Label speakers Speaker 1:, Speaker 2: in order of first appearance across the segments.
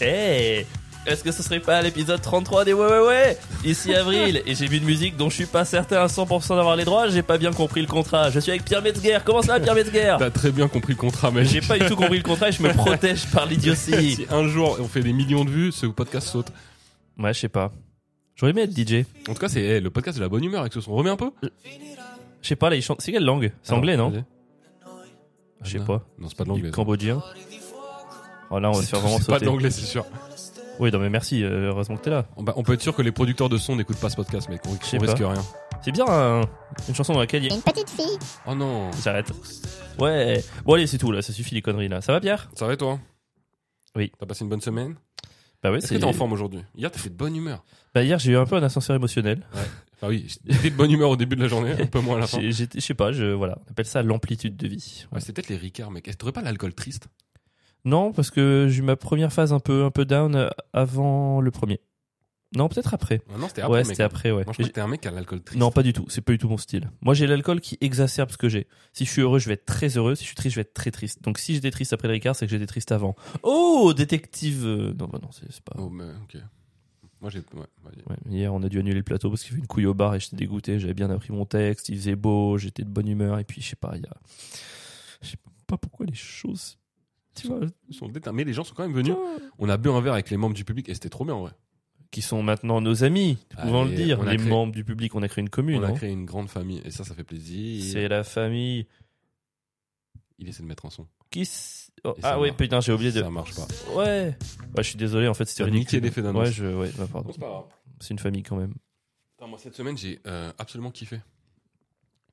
Speaker 1: Hey Est-ce que ce serait pas l'épisode 33 des Ouais Ouais Ouais Ici Avril, et j'ai vu une musique dont je suis pas certain à 100% d'avoir les droits, j'ai pas bien compris le contrat. Je suis avec Pierre Metzger, comment ça va Pierre Metzger
Speaker 2: T'as très bien compris le contrat, mais
Speaker 1: Ah. J'ai pas du tout compris le contrat et je me protège par l'idiotie.
Speaker 2: Si un jour on fait des millions de vues, ce podcast saute.
Speaker 1: Ouais, je sais pas. J'aurais aimé être DJ.
Speaker 2: En tout cas, c'est eh, le podcast de la bonne humeur avec ce son. Remets un peu
Speaker 1: Je sais pas, là, il chante. C'est quelle langue C'est
Speaker 2: Ah,
Speaker 1: anglais, non
Speaker 2: vas-y.
Speaker 1: Je sais
Speaker 2: Non.
Speaker 1: pas.
Speaker 2: Non, c'est pas de
Speaker 1: Du
Speaker 2: l'anglais.
Speaker 1: cambodgien. Oh là, on va se
Speaker 2: C'est
Speaker 1: faire vraiment
Speaker 2: c'est pas de
Speaker 1: sauter.
Speaker 2: l'anglais, c'est sûr.
Speaker 1: Oui, non, mais merci, euh, heureusement que t'es là.
Speaker 2: On, bah, on peut être sûr que les producteurs de son n'écoutent pas ce podcast, mec. On, on
Speaker 1: sais
Speaker 2: risque
Speaker 1: pas.
Speaker 2: rien.
Speaker 1: C'est bien un- une chanson dans laquelle il y a.
Speaker 3: Une petite fille.
Speaker 2: Oh non.
Speaker 1: J'arrête. Ouais. Bon, allez, c'est tout, là, ça suffit les conneries, là. Ça va, Pierre
Speaker 2: Ça va et toi
Speaker 1: Oui.
Speaker 2: T'as passé une bonne semaine
Speaker 1: Bah oui,
Speaker 2: Est-ce que t'es en forme aujourd'hui Hier, t'as fait de bonne humeur.
Speaker 1: Bah hier j'ai eu un peu un ascenseur émotionnel.
Speaker 2: Ah oui, j'étais de bonne humeur au début de la journée, un peu moins à la fin.
Speaker 1: J'ai- j'étais- Je sais pas, je voilà, on appelle ça l'amplitude de vie.
Speaker 2: Ouais, c'est peut-être les Ricards, mec. Est-ce que T'aurais pas l'alcool triste
Speaker 1: Non, parce que j'ai eu ma première phase un peu un peu down euh, avant le premier. Non, peut-être après.
Speaker 2: Ah Non, c'était après,
Speaker 1: ouais,
Speaker 2: mec.
Speaker 1: c'était après, ouais.
Speaker 2: Moi, je crois que t'es un mec qui a l'alcool triste.
Speaker 1: Non, pas du tout. C'est pas du tout mon style. Moi, j'ai l'alcool qui exacerbe ce que j'ai. Si je suis heureux, je vais être très heureux. Si je suis triste, je vais être très triste. Donc, si j'étais triste après le Ricard, c'est que j'étais triste avant. Oh, détective. euh, Non, bah non, c'est c'est pas.
Speaker 2: Oh, mais ok. Moi, j'ai. Ouais, vas-y.
Speaker 1: Ouais, hier, on a dû annuler le plateau parce qu'il fait une couille au bar et j'étais dégoûté. J'avais bien appris mon texte, il faisait beau, j'étais de bonne humeur. Et puis, je sais pas, il y a. Je sais pas pourquoi les choses. Tu vois,
Speaker 2: Ils sont déteints, mais les gens sont quand même venus. On a bu un verre avec les membres du public et c'était trop bien, en vrai.
Speaker 1: qui sont maintenant nos amis, nous
Speaker 2: Ah,
Speaker 1: pouvons le
Speaker 2: et
Speaker 1: dire.
Speaker 2: on a
Speaker 1: Les
Speaker 2: créé-
Speaker 1: membres du public, on a créé une commune.
Speaker 2: on a
Speaker 1: hein.
Speaker 2: créé une grande famille et ça, ça fait plaisir.
Speaker 1: C'est la famille.
Speaker 2: Il essaie de mettre un son.
Speaker 1: Qui s- oh,
Speaker 2: Et ça
Speaker 1: ah oui,
Speaker 2: marche.
Speaker 1: putain, j'ai oublié de.
Speaker 2: Ça marche pas.
Speaker 1: Ouais. Ouais, je suis désolé, en fait, c'était
Speaker 2: T'as
Speaker 1: ridicule.
Speaker 2: niqué l'effet d'annonce.
Speaker 1: Ouais, je, ouais, bah, pardon.
Speaker 2: c'est pas grave.
Speaker 1: C'est une famille quand même.
Speaker 2: Putain, moi, cette semaine, j'ai euh, absolument kiffé.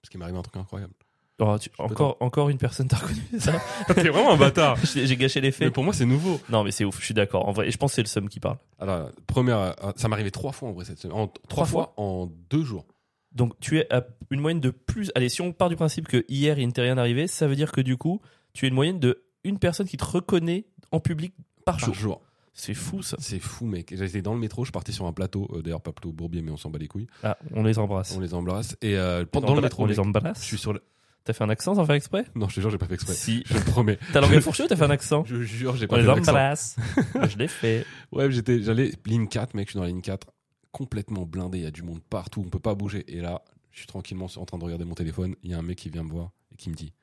Speaker 2: Parce qu'il m'est arrivé un truc incroyable.
Speaker 1: Oh, tu- Encore, encore une personne t'a reconnu ça
Speaker 2: T'es vraiment un bâtard.
Speaker 1: J'ai j'ai gâché
Speaker 2: Mais
Speaker 1: l'effet.
Speaker 2: pour moi, c'est nouveau.
Speaker 1: Non, mais c'est ouf. Je suis d'accord. En vrai, et je pense que c'est le somme qui parle.
Speaker 2: Alors, première, euh, ça m'est arrivé trois fois en vrai cette semaine. En- trois,
Speaker 1: Trois
Speaker 2: fois, en deux jours.
Speaker 1: Donc tu es à une moyenne de plus. Allez, si on part du principe que hier il ne t'est rien arrivé, ça veut dire que du coup tu es une moyenne de une personne qui te reconnaît en public par
Speaker 2: Par
Speaker 1: jour.
Speaker 2: jour.
Speaker 1: C'est fou ça.
Speaker 2: C'est fou, mec. J'étais dans le métro, je partais sur un plateau. euh, D'ailleurs, pas plutôt Bourbier, mais on s'en bat les couilles.
Speaker 1: Ah, on les embrasse.
Speaker 2: On les embrasse. Et euh,
Speaker 1: On
Speaker 2: pendant dans le
Speaker 1: embra-
Speaker 2: métro,
Speaker 1: on les
Speaker 2: mec,
Speaker 1: embrasse.
Speaker 2: je suis sur le.
Speaker 1: T'as fait un accent sans faire exprès
Speaker 2: Non, je te jure, j'ai pas fait exprès.
Speaker 1: Si.
Speaker 2: Je te promets.
Speaker 1: T'as l'anglais fourché ou t'as fait un accent
Speaker 2: Je jure, j'ai
Speaker 1: On
Speaker 2: pas fait
Speaker 1: les
Speaker 2: l'accent.
Speaker 1: embrasse. Moi, je l'ai fait.
Speaker 2: Ouais, j'étais, j'allais ligne 4, mec, je suis dans la ligne 4, complètement blindé, il y a du monde partout, on peut pas bouger. Et là, je suis tranquillement en train de regarder mon téléphone, il y a un mec qui vient me voir et qui me dit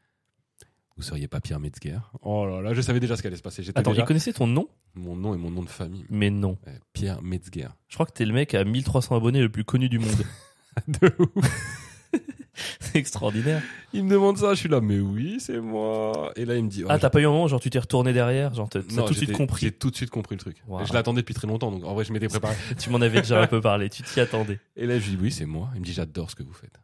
Speaker 2: Vous seriez pas Pierre Metzger Oh là là, je savais déjà ce qui allait se passer. J'étais
Speaker 1: Attends,
Speaker 2: déjà-
Speaker 1: il connaissait ton nom
Speaker 2: mon nom et mon nom de famille.
Speaker 1: Mais non.
Speaker 2: Ouais, Pierre Metzger.
Speaker 1: Je crois que t'es le mec à 1300 abonnés le plus connu du monde.
Speaker 2: De ouf.
Speaker 1: C'est extraordinaire.
Speaker 2: il me demande ça, je suis là, mais oui, c'est moi. Et là, il me dit Oh,
Speaker 1: Ah,
Speaker 2: je-
Speaker 1: t'as pas eu un moment, genre tu t'es retourné derrière, genre t'as t'as
Speaker 2: Non,
Speaker 1: tout de suite
Speaker 2: j'étais-
Speaker 1: compris.
Speaker 2: J'ai tout de suite compris le truc.
Speaker 1: Wow.
Speaker 2: Je l'attendais depuis très longtemps, donc en vrai, je m'étais préparé.
Speaker 1: Tu m'en avais déjà un peu parlé, tu t'y attendais.
Speaker 2: et là, je lui dis Oui, c'est moi. Il me dit J'adore ce que vous faites.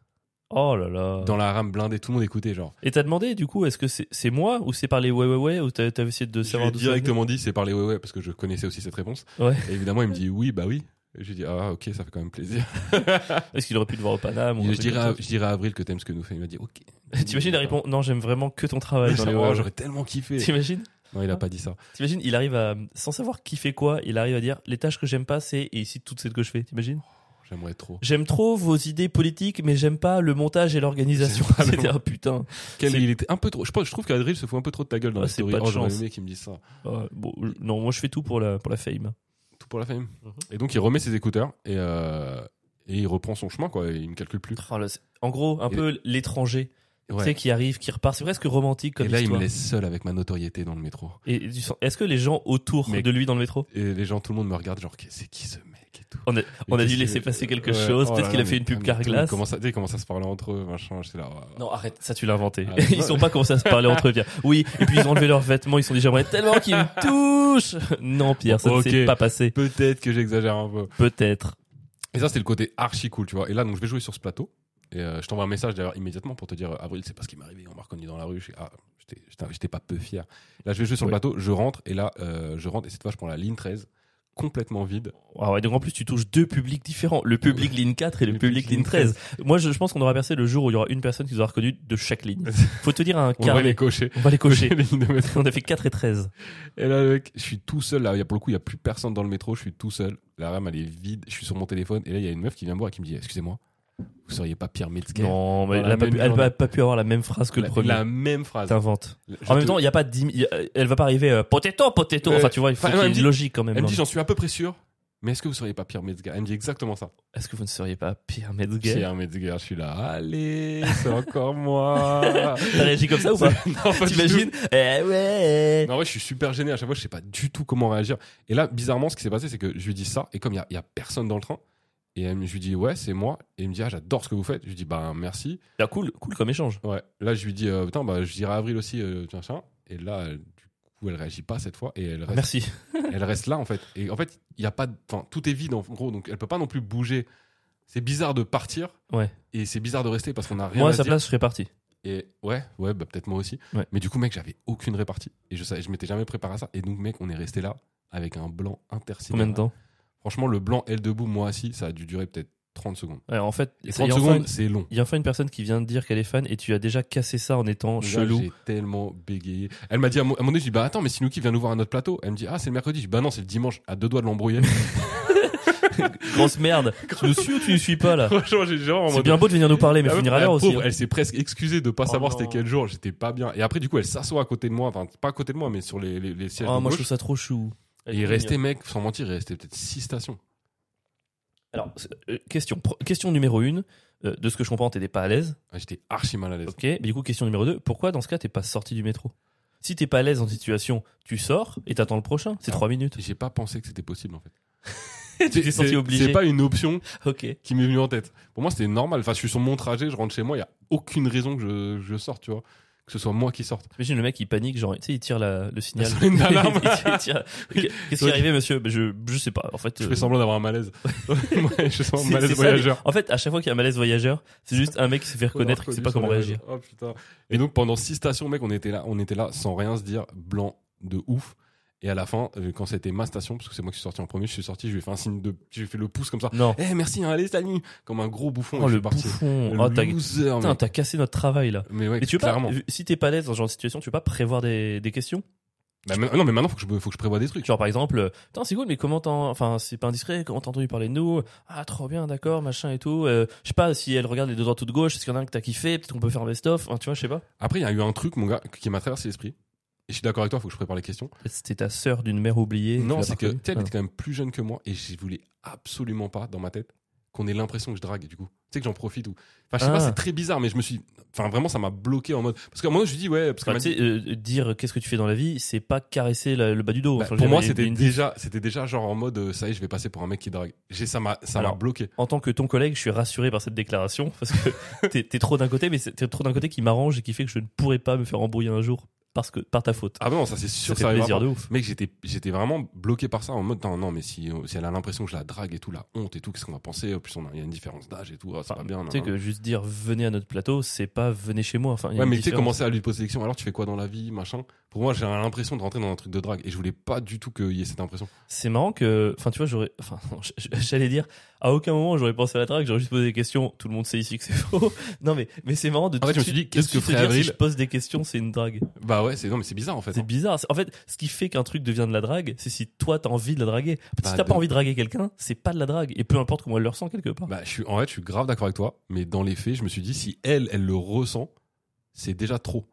Speaker 1: Oh là là.
Speaker 2: Dans la rame blindée, tout le monde écoutait, genre.
Speaker 1: Et t'as demandé du coup, est-ce que c'est c'est moi ou c'est par les ouais ouais ouais ou t'as t'as essayé de
Speaker 2: Je
Speaker 1: savoir
Speaker 2: lui ai
Speaker 1: d'où ça
Speaker 2: directement dit c'est par les ouais ouais parce que je connaissais aussi cette réponse.
Speaker 1: Ouais.
Speaker 2: Et évidemment il me dit oui bah oui. Et je lui dis ah ok ça fait quand même plaisir.
Speaker 1: venait Est-ce qu'il aurait pu te voir au Paname ou un
Speaker 2: je,
Speaker 1: truc
Speaker 2: dirais
Speaker 1: bah, comme
Speaker 2: à, je dirais à Avril que t'aimes ce que nous fait. Il m'a dit ok.
Speaker 1: ça T'imagines il répond non j'aime vraiment que ton travail dans les
Speaker 2: Oh,
Speaker 1: ouais, ouais.
Speaker 2: J'aurais tellement kiffé.
Speaker 1: T'imagines
Speaker 2: Non il a pas dit ça.
Speaker 1: T'imagines il arrive à sans savoir qui fait quoi il arrive à dire les tâches que j'aime pas c'est et ici toutes celles que je fais t'imagines
Speaker 2: J'aimerais trop.
Speaker 1: J'aime trop vos idées politiques mais j'aime pas le montage et l'organisation.
Speaker 2: J'aime pas le
Speaker 1: C'était ah putain.
Speaker 2: Quel,
Speaker 1: C'est-
Speaker 2: il était un peu trop. Je, pense- je trouve qu'Avril se fout un peu trop de ta gueule dans
Speaker 1: Ah,
Speaker 2: la
Speaker 1: c'est
Speaker 2: story.
Speaker 1: pas de
Speaker 2: Oh j'aurais
Speaker 1: chance.
Speaker 2: aimé qu'il me dise ça.
Speaker 1: Ouais, bon je- non moi je fais tout pour la pour la fame.
Speaker 2: Tout pour la fame.
Speaker 1: Mhm.
Speaker 2: Et donc il remet ses écouteurs et euh, et il reprend son chemin quoi. et Il ne calcule plus.
Speaker 1: Oh là, c'est- en gros un
Speaker 2: Et-
Speaker 1: peu l'étranger tu
Speaker 2: Ouais.
Speaker 1: sais qui arrive qui repart c'est presque romantique
Speaker 2: Et
Speaker 1: comme
Speaker 2: là il me
Speaker 1: histoire.
Speaker 2: laisse seul avec ma notoriété dans le métro.
Speaker 1: Et tu sens- Est-ce que les gens autour
Speaker 2: Mais-
Speaker 1: de lui dans le métro
Speaker 2: Et les gens tout le monde me regarde genre c'est qui ce mec et tout.
Speaker 1: On a, on a
Speaker 2: Et
Speaker 1: dû
Speaker 2: qu'est-ce
Speaker 1: laisser
Speaker 2: que-
Speaker 1: passer quelque
Speaker 2: Ouais,
Speaker 1: chose.
Speaker 2: oh
Speaker 1: Peut-être
Speaker 2: là
Speaker 1: qu'il a
Speaker 2: là,
Speaker 1: fait
Speaker 2: mais-
Speaker 1: une pub
Speaker 2: mais tout le monde
Speaker 1: carglass.
Speaker 2: Commence à, tu sais, ils commencent à se parler entre eux, machin, j'étais là. oh.
Speaker 1: Non, arrête, ça tu l'as inventé.
Speaker 2: Ah,
Speaker 1: ils
Speaker 2: non.
Speaker 1: sont pas commencé à se parler entre eux. Pierre. Oui, et puis ils ont enlevé leurs vêtements, ils se sont dit j'aimerais tellement qu'ils me touchent. Non, Pierre, ça
Speaker 2: Ok.
Speaker 1: ne s'est pas passé.
Speaker 2: Peut-être que j'exagère un peu.
Speaker 1: Peut-être.
Speaker 2: Et ça, c'était le côté archi cool, tu vois. Et là, donc, je vais jouer sur ce plateau. Et euh, je t'envoie un message d'ailleurs immédiatement pour te dire euh, Avril, c'est parce qu'il m'est arrivé, on m'a reconnu dans la rue. Je suis- ah, j'étais- j'étais- J'étais pas peu fier. Là, je vais jouer sur
Speaker 1: Ouais.
Speaker 2: le plateau, je rentre, et là, euh, je rentre, et cette fois, je prends la ligne 13, complètement vide.
Speaker 1: Ah ouais, donc en plus tu touches deux publics différents, le public ligne 4 et le,
Speaker 2: Le
Speaker 1: public, ligne 13. Moi je, je pense qu'on aura percé le jour où il y aura une personne qui nous aura reconnu de chaque ligne. Faut te dire un
Speaker 2: On va
Speaker 1: carnet.
Speaker 2: les cocher.
Speaker 1: On va les cocher.
Speaker 2: Les lignes de métro.
Speaker 1: On a fait 4 et 13.
Speaker 2: Et là, mec, je suis tout seul. Là, Il y a, pour le coup, il y a plus personne dans le métro. Je suis tout seul. La rame, elle est vide. Je suis sur mon téléphone. Et là, il y a une meuf qui vient me voir et qui me dit Excusez-moi, Vous seriez pas Pierre Metzger
Speaker 1: Non, mais
Speaker 2: Voilà,
Speaker 1: elle a pas
Speaker 2: une
Speaker 1: pu- elle
Speaker 2: journée.
Speaker 1: va pas pu avoir la même phrase que le
Speaker 2: La-
Speaker 1: premier.
Speaker 2: La même phrase.
Speaker 1: T'inventes.
Speaker 2: Je
Speaker 1: En même
Speaker 2: te-
Speaker 1: temps, il y a pas dix, il y a- elle va pas arriver euh, potéto, potéto.
Speaker 2: Euh,
Speaker 1: Enfin, tu vois, il faut
Speaker 2: enfin,
Speaker 1: qu'il y
Speaker 2: non,
Speaker 1: ait
Speaker 2: elle
Speaker 1: une
Speaker 2: me dit-
Speaker 1: logique quand même. hein.
Speaker 2: elle me
Speaker 1: dans
Speaker 2: dit
Speaker 1: le-
Speaker 2: j'en suis à peu près sûr. Mais est-ce que vous seriez pas Pierre Metzger Elle me dit exactement ça.
Speaker 1: Est-ce que vous ne seriez pas Pierre Metzger
Speaker 2: Pierre Metzger, je suis là. Allez, c'est encore moi.
Speaker 1: T'as réagi comme ça ou pas
Speaker 2: Non, pas du
Speaker 1: T'imagines Eh ouais.
Speaker 2: tout. Non, ouais, je suis super gêné à chaque fois, je sais pas du tout comment réagir. Et là, bizarrement, ce qui s'est passé, c'est que je lui dis ça, et comme il y a, il y a personne dans le train, et elle me- je lui dis ouais, c'est moi, et il me dit ah, j'adore ce que vous faites. Je lui dis bah merci.
Speaker 1: Ah, cool, cool comme échange.
Speaker 2: Ouais. Là, je lui dis euh, putain, bah je dirai Avril aussi, euh, tiens, tiens. Et là, elle- du coup, elle réagit pas cette fois, et elle reste,
Speaker 1: Merci.
Speaker 2: elle reste là en fait. Et en fait, il y a pas, de- enfin, tout est vide en gros, donc elle peut pas non plus bouger. C'est bizarre de partir.
Speaker 1: Ouais.
Speaker 2: Et c'est bizarre de rester parce qu'on a rien
Speaker 1: Moi, à
Speaker 2: à
Speaker 1: sa
Speaker 2: dire.
Speaker 1: place, je serais parti.
Speaker 2: Et ouais, ouais, bah peut-être moi aussi.
Speaker 1: Ouais.
Speaker 2: Mais du coup, mec, j'avais aucune répartie. Et je savais, je m'étais jamais préparé à ça. Et donc, mec, on est resté là avec un blanc intersidéral.
Speaker 1: Combien de temps
Speaker 2: Franchement, le blanc, elle debout, moi assis, ça a dû durer peut-être 30 secondes.
Speaker 1: Ouais, En fait, il
Speaker 2: Et
Speaker 1: y,
Speaker 2: 30
Speaker 1: a enfin
Speaker 2: secondes,
Speaker 1: une-
Speaker 2: c'est long.
Speaker 1: il y a enfin une personne qui vient de dire qu'elle est fan et tu as déjà cassé ça en étant
Speaker 2: Là,
Speaker 1: Oh, chelou.
Speaker 2: J'ai tellement bégayé. Elle m'a dit à un moment donné, je dis bah attends, mais Sinouki vient nous voir à notre plateau. Elle me dit ah c'est le mercredi. Je dis bah non, c'est le dimanche. À deux doigts de l'embrouiller.
Speaker 1: Grosse merde. tu nous suis ou tu nous suis pas là
Speaker 2: Franchement, j'ai genre en
Speaker 1: C'est
Speaker 2: mode-
Speaker 1: bien beau de venir nous parler, mais
Speaker 2: La meuf,
Speaker 1: finir à
Speaker 2: Ah la
Speaker 1: l'heure aussi. hein.
Speaker 2: pauvre, Elle s'est presque excusée de pas
Speaker 1: Oh
Speaker 2: savoir
Speaker 1: non.
Speaker 2: c'était quel jour. J'étais pas bien. Et après, du coup, elle s'assoit à côté de moi. Enfin, pas à côté de moi, mais sur les, les, les sièges.
Speaker 1: Ah,
Speaker 2: de
Speaker 1: moi, je
Speaker 2: gauche.
Speaker 1: trouve ça trop chou.
Speaker 2: Et il restait, mec, sans mentir, il restait peut-être 6 stations.
Speaker 1: Alors, c'est- euh, question, pro- question numéro une. euh, de ce que je comprends, t'étais pas à l'aise.
Speaker 2: Ah, J'étais archi mal à l'aise.
Speaker 1: Ok. Mais du coup, question numéro 2. Pourquoi, dans ce cas, t'es pas sorti du métro Si t'es pas à l'aise en situation, tu sors et t'attends le prochain. C'est
Speaker 2: Ah.
Speaker 1: trois minutes.
Speaker 2: J'ai pas pensé que c'était possible en fait.
Speaker 1: tu t'es
Speaker 2: C'est-
Speaker 1: senti
Speaker 2: c'est-
Speaker 1: obligé.
Speaker 2: C'est pas une option
Speaker 1: Ok.
Speaker 2: qui m'est venue en tête. Pour moi, c'était normal. Enfin, je suis sur mon trajet, je rentre chez moi, il y a aucune raison que je, je sorte, tu vois. Que ce soit moi qui sorte.
Speaker 1: Imagine le mec, il panique, genre, tu sais, il tire la- le signal.
Speaker 2: La sonnette d'alarme.
Speaker 1: Il tire- Qu'est-ce qui est arrivé, monsieur Ben, je, je sais pas. En fait,
Speaker 2: Je
Speaker 1: euh,
Speaker 2: fais semblant d'avoir un malaise. Ouais, je sens un
Speaker 1: c'est-
Speaker 2: malaise
Speaker 1: c'est ça,
Speaker 2: voyageur.
Speaker 1: mais en fait, à chaque fois qu'il y a un malaise voyageur, c'est juste un mec qui s'est fait reconnaître et qui sait pas comment réagir.
Speaker 2: Oh putain. Et donc pendant six stations, mec, on était là, on était là sans rien se dire, blanc de ouf. Et à la fin, euh, quand c'était ma station, parce que c'est moi qui suis sorti en premier, je suis sorti, je lui ai fait un signe de, je lui ai fait le pouce comme ça.
Speaker 1: Non.
Speaker 2: Eh merci, hein, allez salut, comme un gros bouffon.
Speaker 1: Oh,
Speaker 2: et je
Speaker 1: le
Speaker 2: suis parti.
Speaker 1: bouffon.
Speaker 2: Le
Speaker 1: Oh, t'as-
Speaker 2: loser,
Speaker 1: Putain,
Speaker 2: mec.
Speaker 1: t'as cassé notre travail là.
Speaker 2: Mais ouais,
Speaker 1: Mais tu veux
Speaker 2: clairement.
Speaker 1: pas, si t'es pas à l'aise dans ce genre de situation, tu veux pas prévoir des, des questions
Speaker 2: Bah, mais- non, mais maintenant, faut que je, faut que je prévoie des trucs.
Speaker 1: Genre par exemple, euh, putain c'est cool, mais comment t'en, enfin c'est pas indiscret, comment t'as entendu parler de nous Ah trop bien, d'accord, machin et tout. Euh, je sais pas si elle regarde les deux droites ou de gauche, est-ce qu'il y en a un que t'as kiffé, peut-être qu'on peut faire un best-of, Enfin, tu vois, je sais pas.
Speaker 2: Après, il y a eu un truc, mon gars, qui m'a traversé l'esprit. Et je suis d'accord avec toi, faut que je prépare les questions.
Speaker 1: C'était ta sœur d'une mère oubliée. tu
Speaker 2: non,
Speaker 1: l'as
Speaker 2: c'est
Speaker 1: pas
Speaker 2: que,
Speaker 1: connue.
Speaker 2: tu sais, elle
Speaker 1: Ah.
Speaker 2: était quand même plus jeune que moi et je voulais absolument pas, dans ma tête, qu'on ait l'impression que je drague, du coup. Tu sais que j'en profite ou. Enfin, je sais
Speaker 1: Ah.
Speaker 2: pas, c'est très bizarre, mais je me suis. Enfin, vraiment, ça m'a bloqué en mode. Parce qu'à un moment, je lui dis, ouais, parce que
Speaker 1: Enfin, tu sais, euh, dire qu'est-ce que tu fais dans la vie, c'est pas caresser la- le bas du dos. Enfin, je veux
Speaker 2: bah, pour
Speaker 1: dire,
Speaker 2: moi,
Speaker 1: il y a
Speaker 2: c'était
Speaker 1: une-
Speaker 2: déjà, c'était déjà genre en mode, euh, ça y est, je vais passer pour un mec qui drague. J'ai, ça m'a, ça m'a
Speaker 1: Alors,
Speaker 2: bloqué.
Speaker 1: En tant que ton collègue, je suis rassuré par cette déclaration parce que t'es t'es trop d'un côté, mais c'est- t'es trop d'un côté qui m'arrange et qui fait que je ne pourrais pas me faire embrouiller un jour parce que par ta faute.
Speaker 2: Ah bah non, ça c'est sûr,
Speaker 1: ça
Speaker 2: que
Speaker 1: fait
Speaker 2: ça arrivera
Speaker 1: plaisir
Speaker 2: pas.
Speaker 1: de ouf.
Speaker 2: Mec, j'étais, j'étais vraiment bloqué par ça en mode, non, non, mais si, euh, si elle a l'impression que je la drague et tout, la honte et tout, qu'est-ce qu'on va penser En Plus on a, il y a une différence d'âge et tout, ah, c'est
Speaker 1: Enfin,
Speaker 2: pas bien.
Speaker 1: Tu sais
Speaker 2: nanana.
Speaker 1: que juste dire venez à notre plateau, c'est pas venez chez moi. Enfin, il y a
Speaker 2: Ouais,
Speaker 1: une
Speaker 2: mais tu sais,
Speaker 1: différence.
Speaker 2: commencer à lui poser des questions, alors tu fais quoi dans la vie, machin. Pour moi, j'ai l'impression de rentrer dans un truc de drague et je voulais pas du tout qu'il y ait cette impression.
Speaker 1: C'est marrant que, enfin, tu vois, j'aurais, enfin, non, j- j- j'allais dire, à aucun moment j'aurais pensé à la drague, j'aurais juste posé des questions. Tout le monde sait ici que c'est faux. non, mais, mais c'est marrant de.
Speaker 2: En fait,
Speaker 1: tout de
Speaker 2: je me suis
Speaker 1: suite-
Speaker 2: dit, qu'est-ce
Speaker 1: tout de
Speaker 2: que
Speaker 1: suite te
Speaker 2: ferait
Speaker 1: dire, Si
Speaker 2: Avril
Speaker 1: je pose des questions, c'est une drague.
Speaker 2: Bah ouais, c'est non, mais c'est bizarre en fait.
Speaker 1: C'est bizarre. En fait, ce qui fait qu'un truc devient de la drague, c'est si toi t'as envie de la draguer. En fait,
Speaker 2: Bah,
Speaker 1: si t'as
Speaker 2: de-
Speaker 1: pas envie de draguer quelqu'un, c'est pas de la drague. Et peu importe comment elle le ressent quelque part.
Speaker 2: Bah, je suis, en fait, je suis grave d'accord avec toi, mais dans les faits, je me suis dit, si elle, elle le ressent, c'est déjà trop.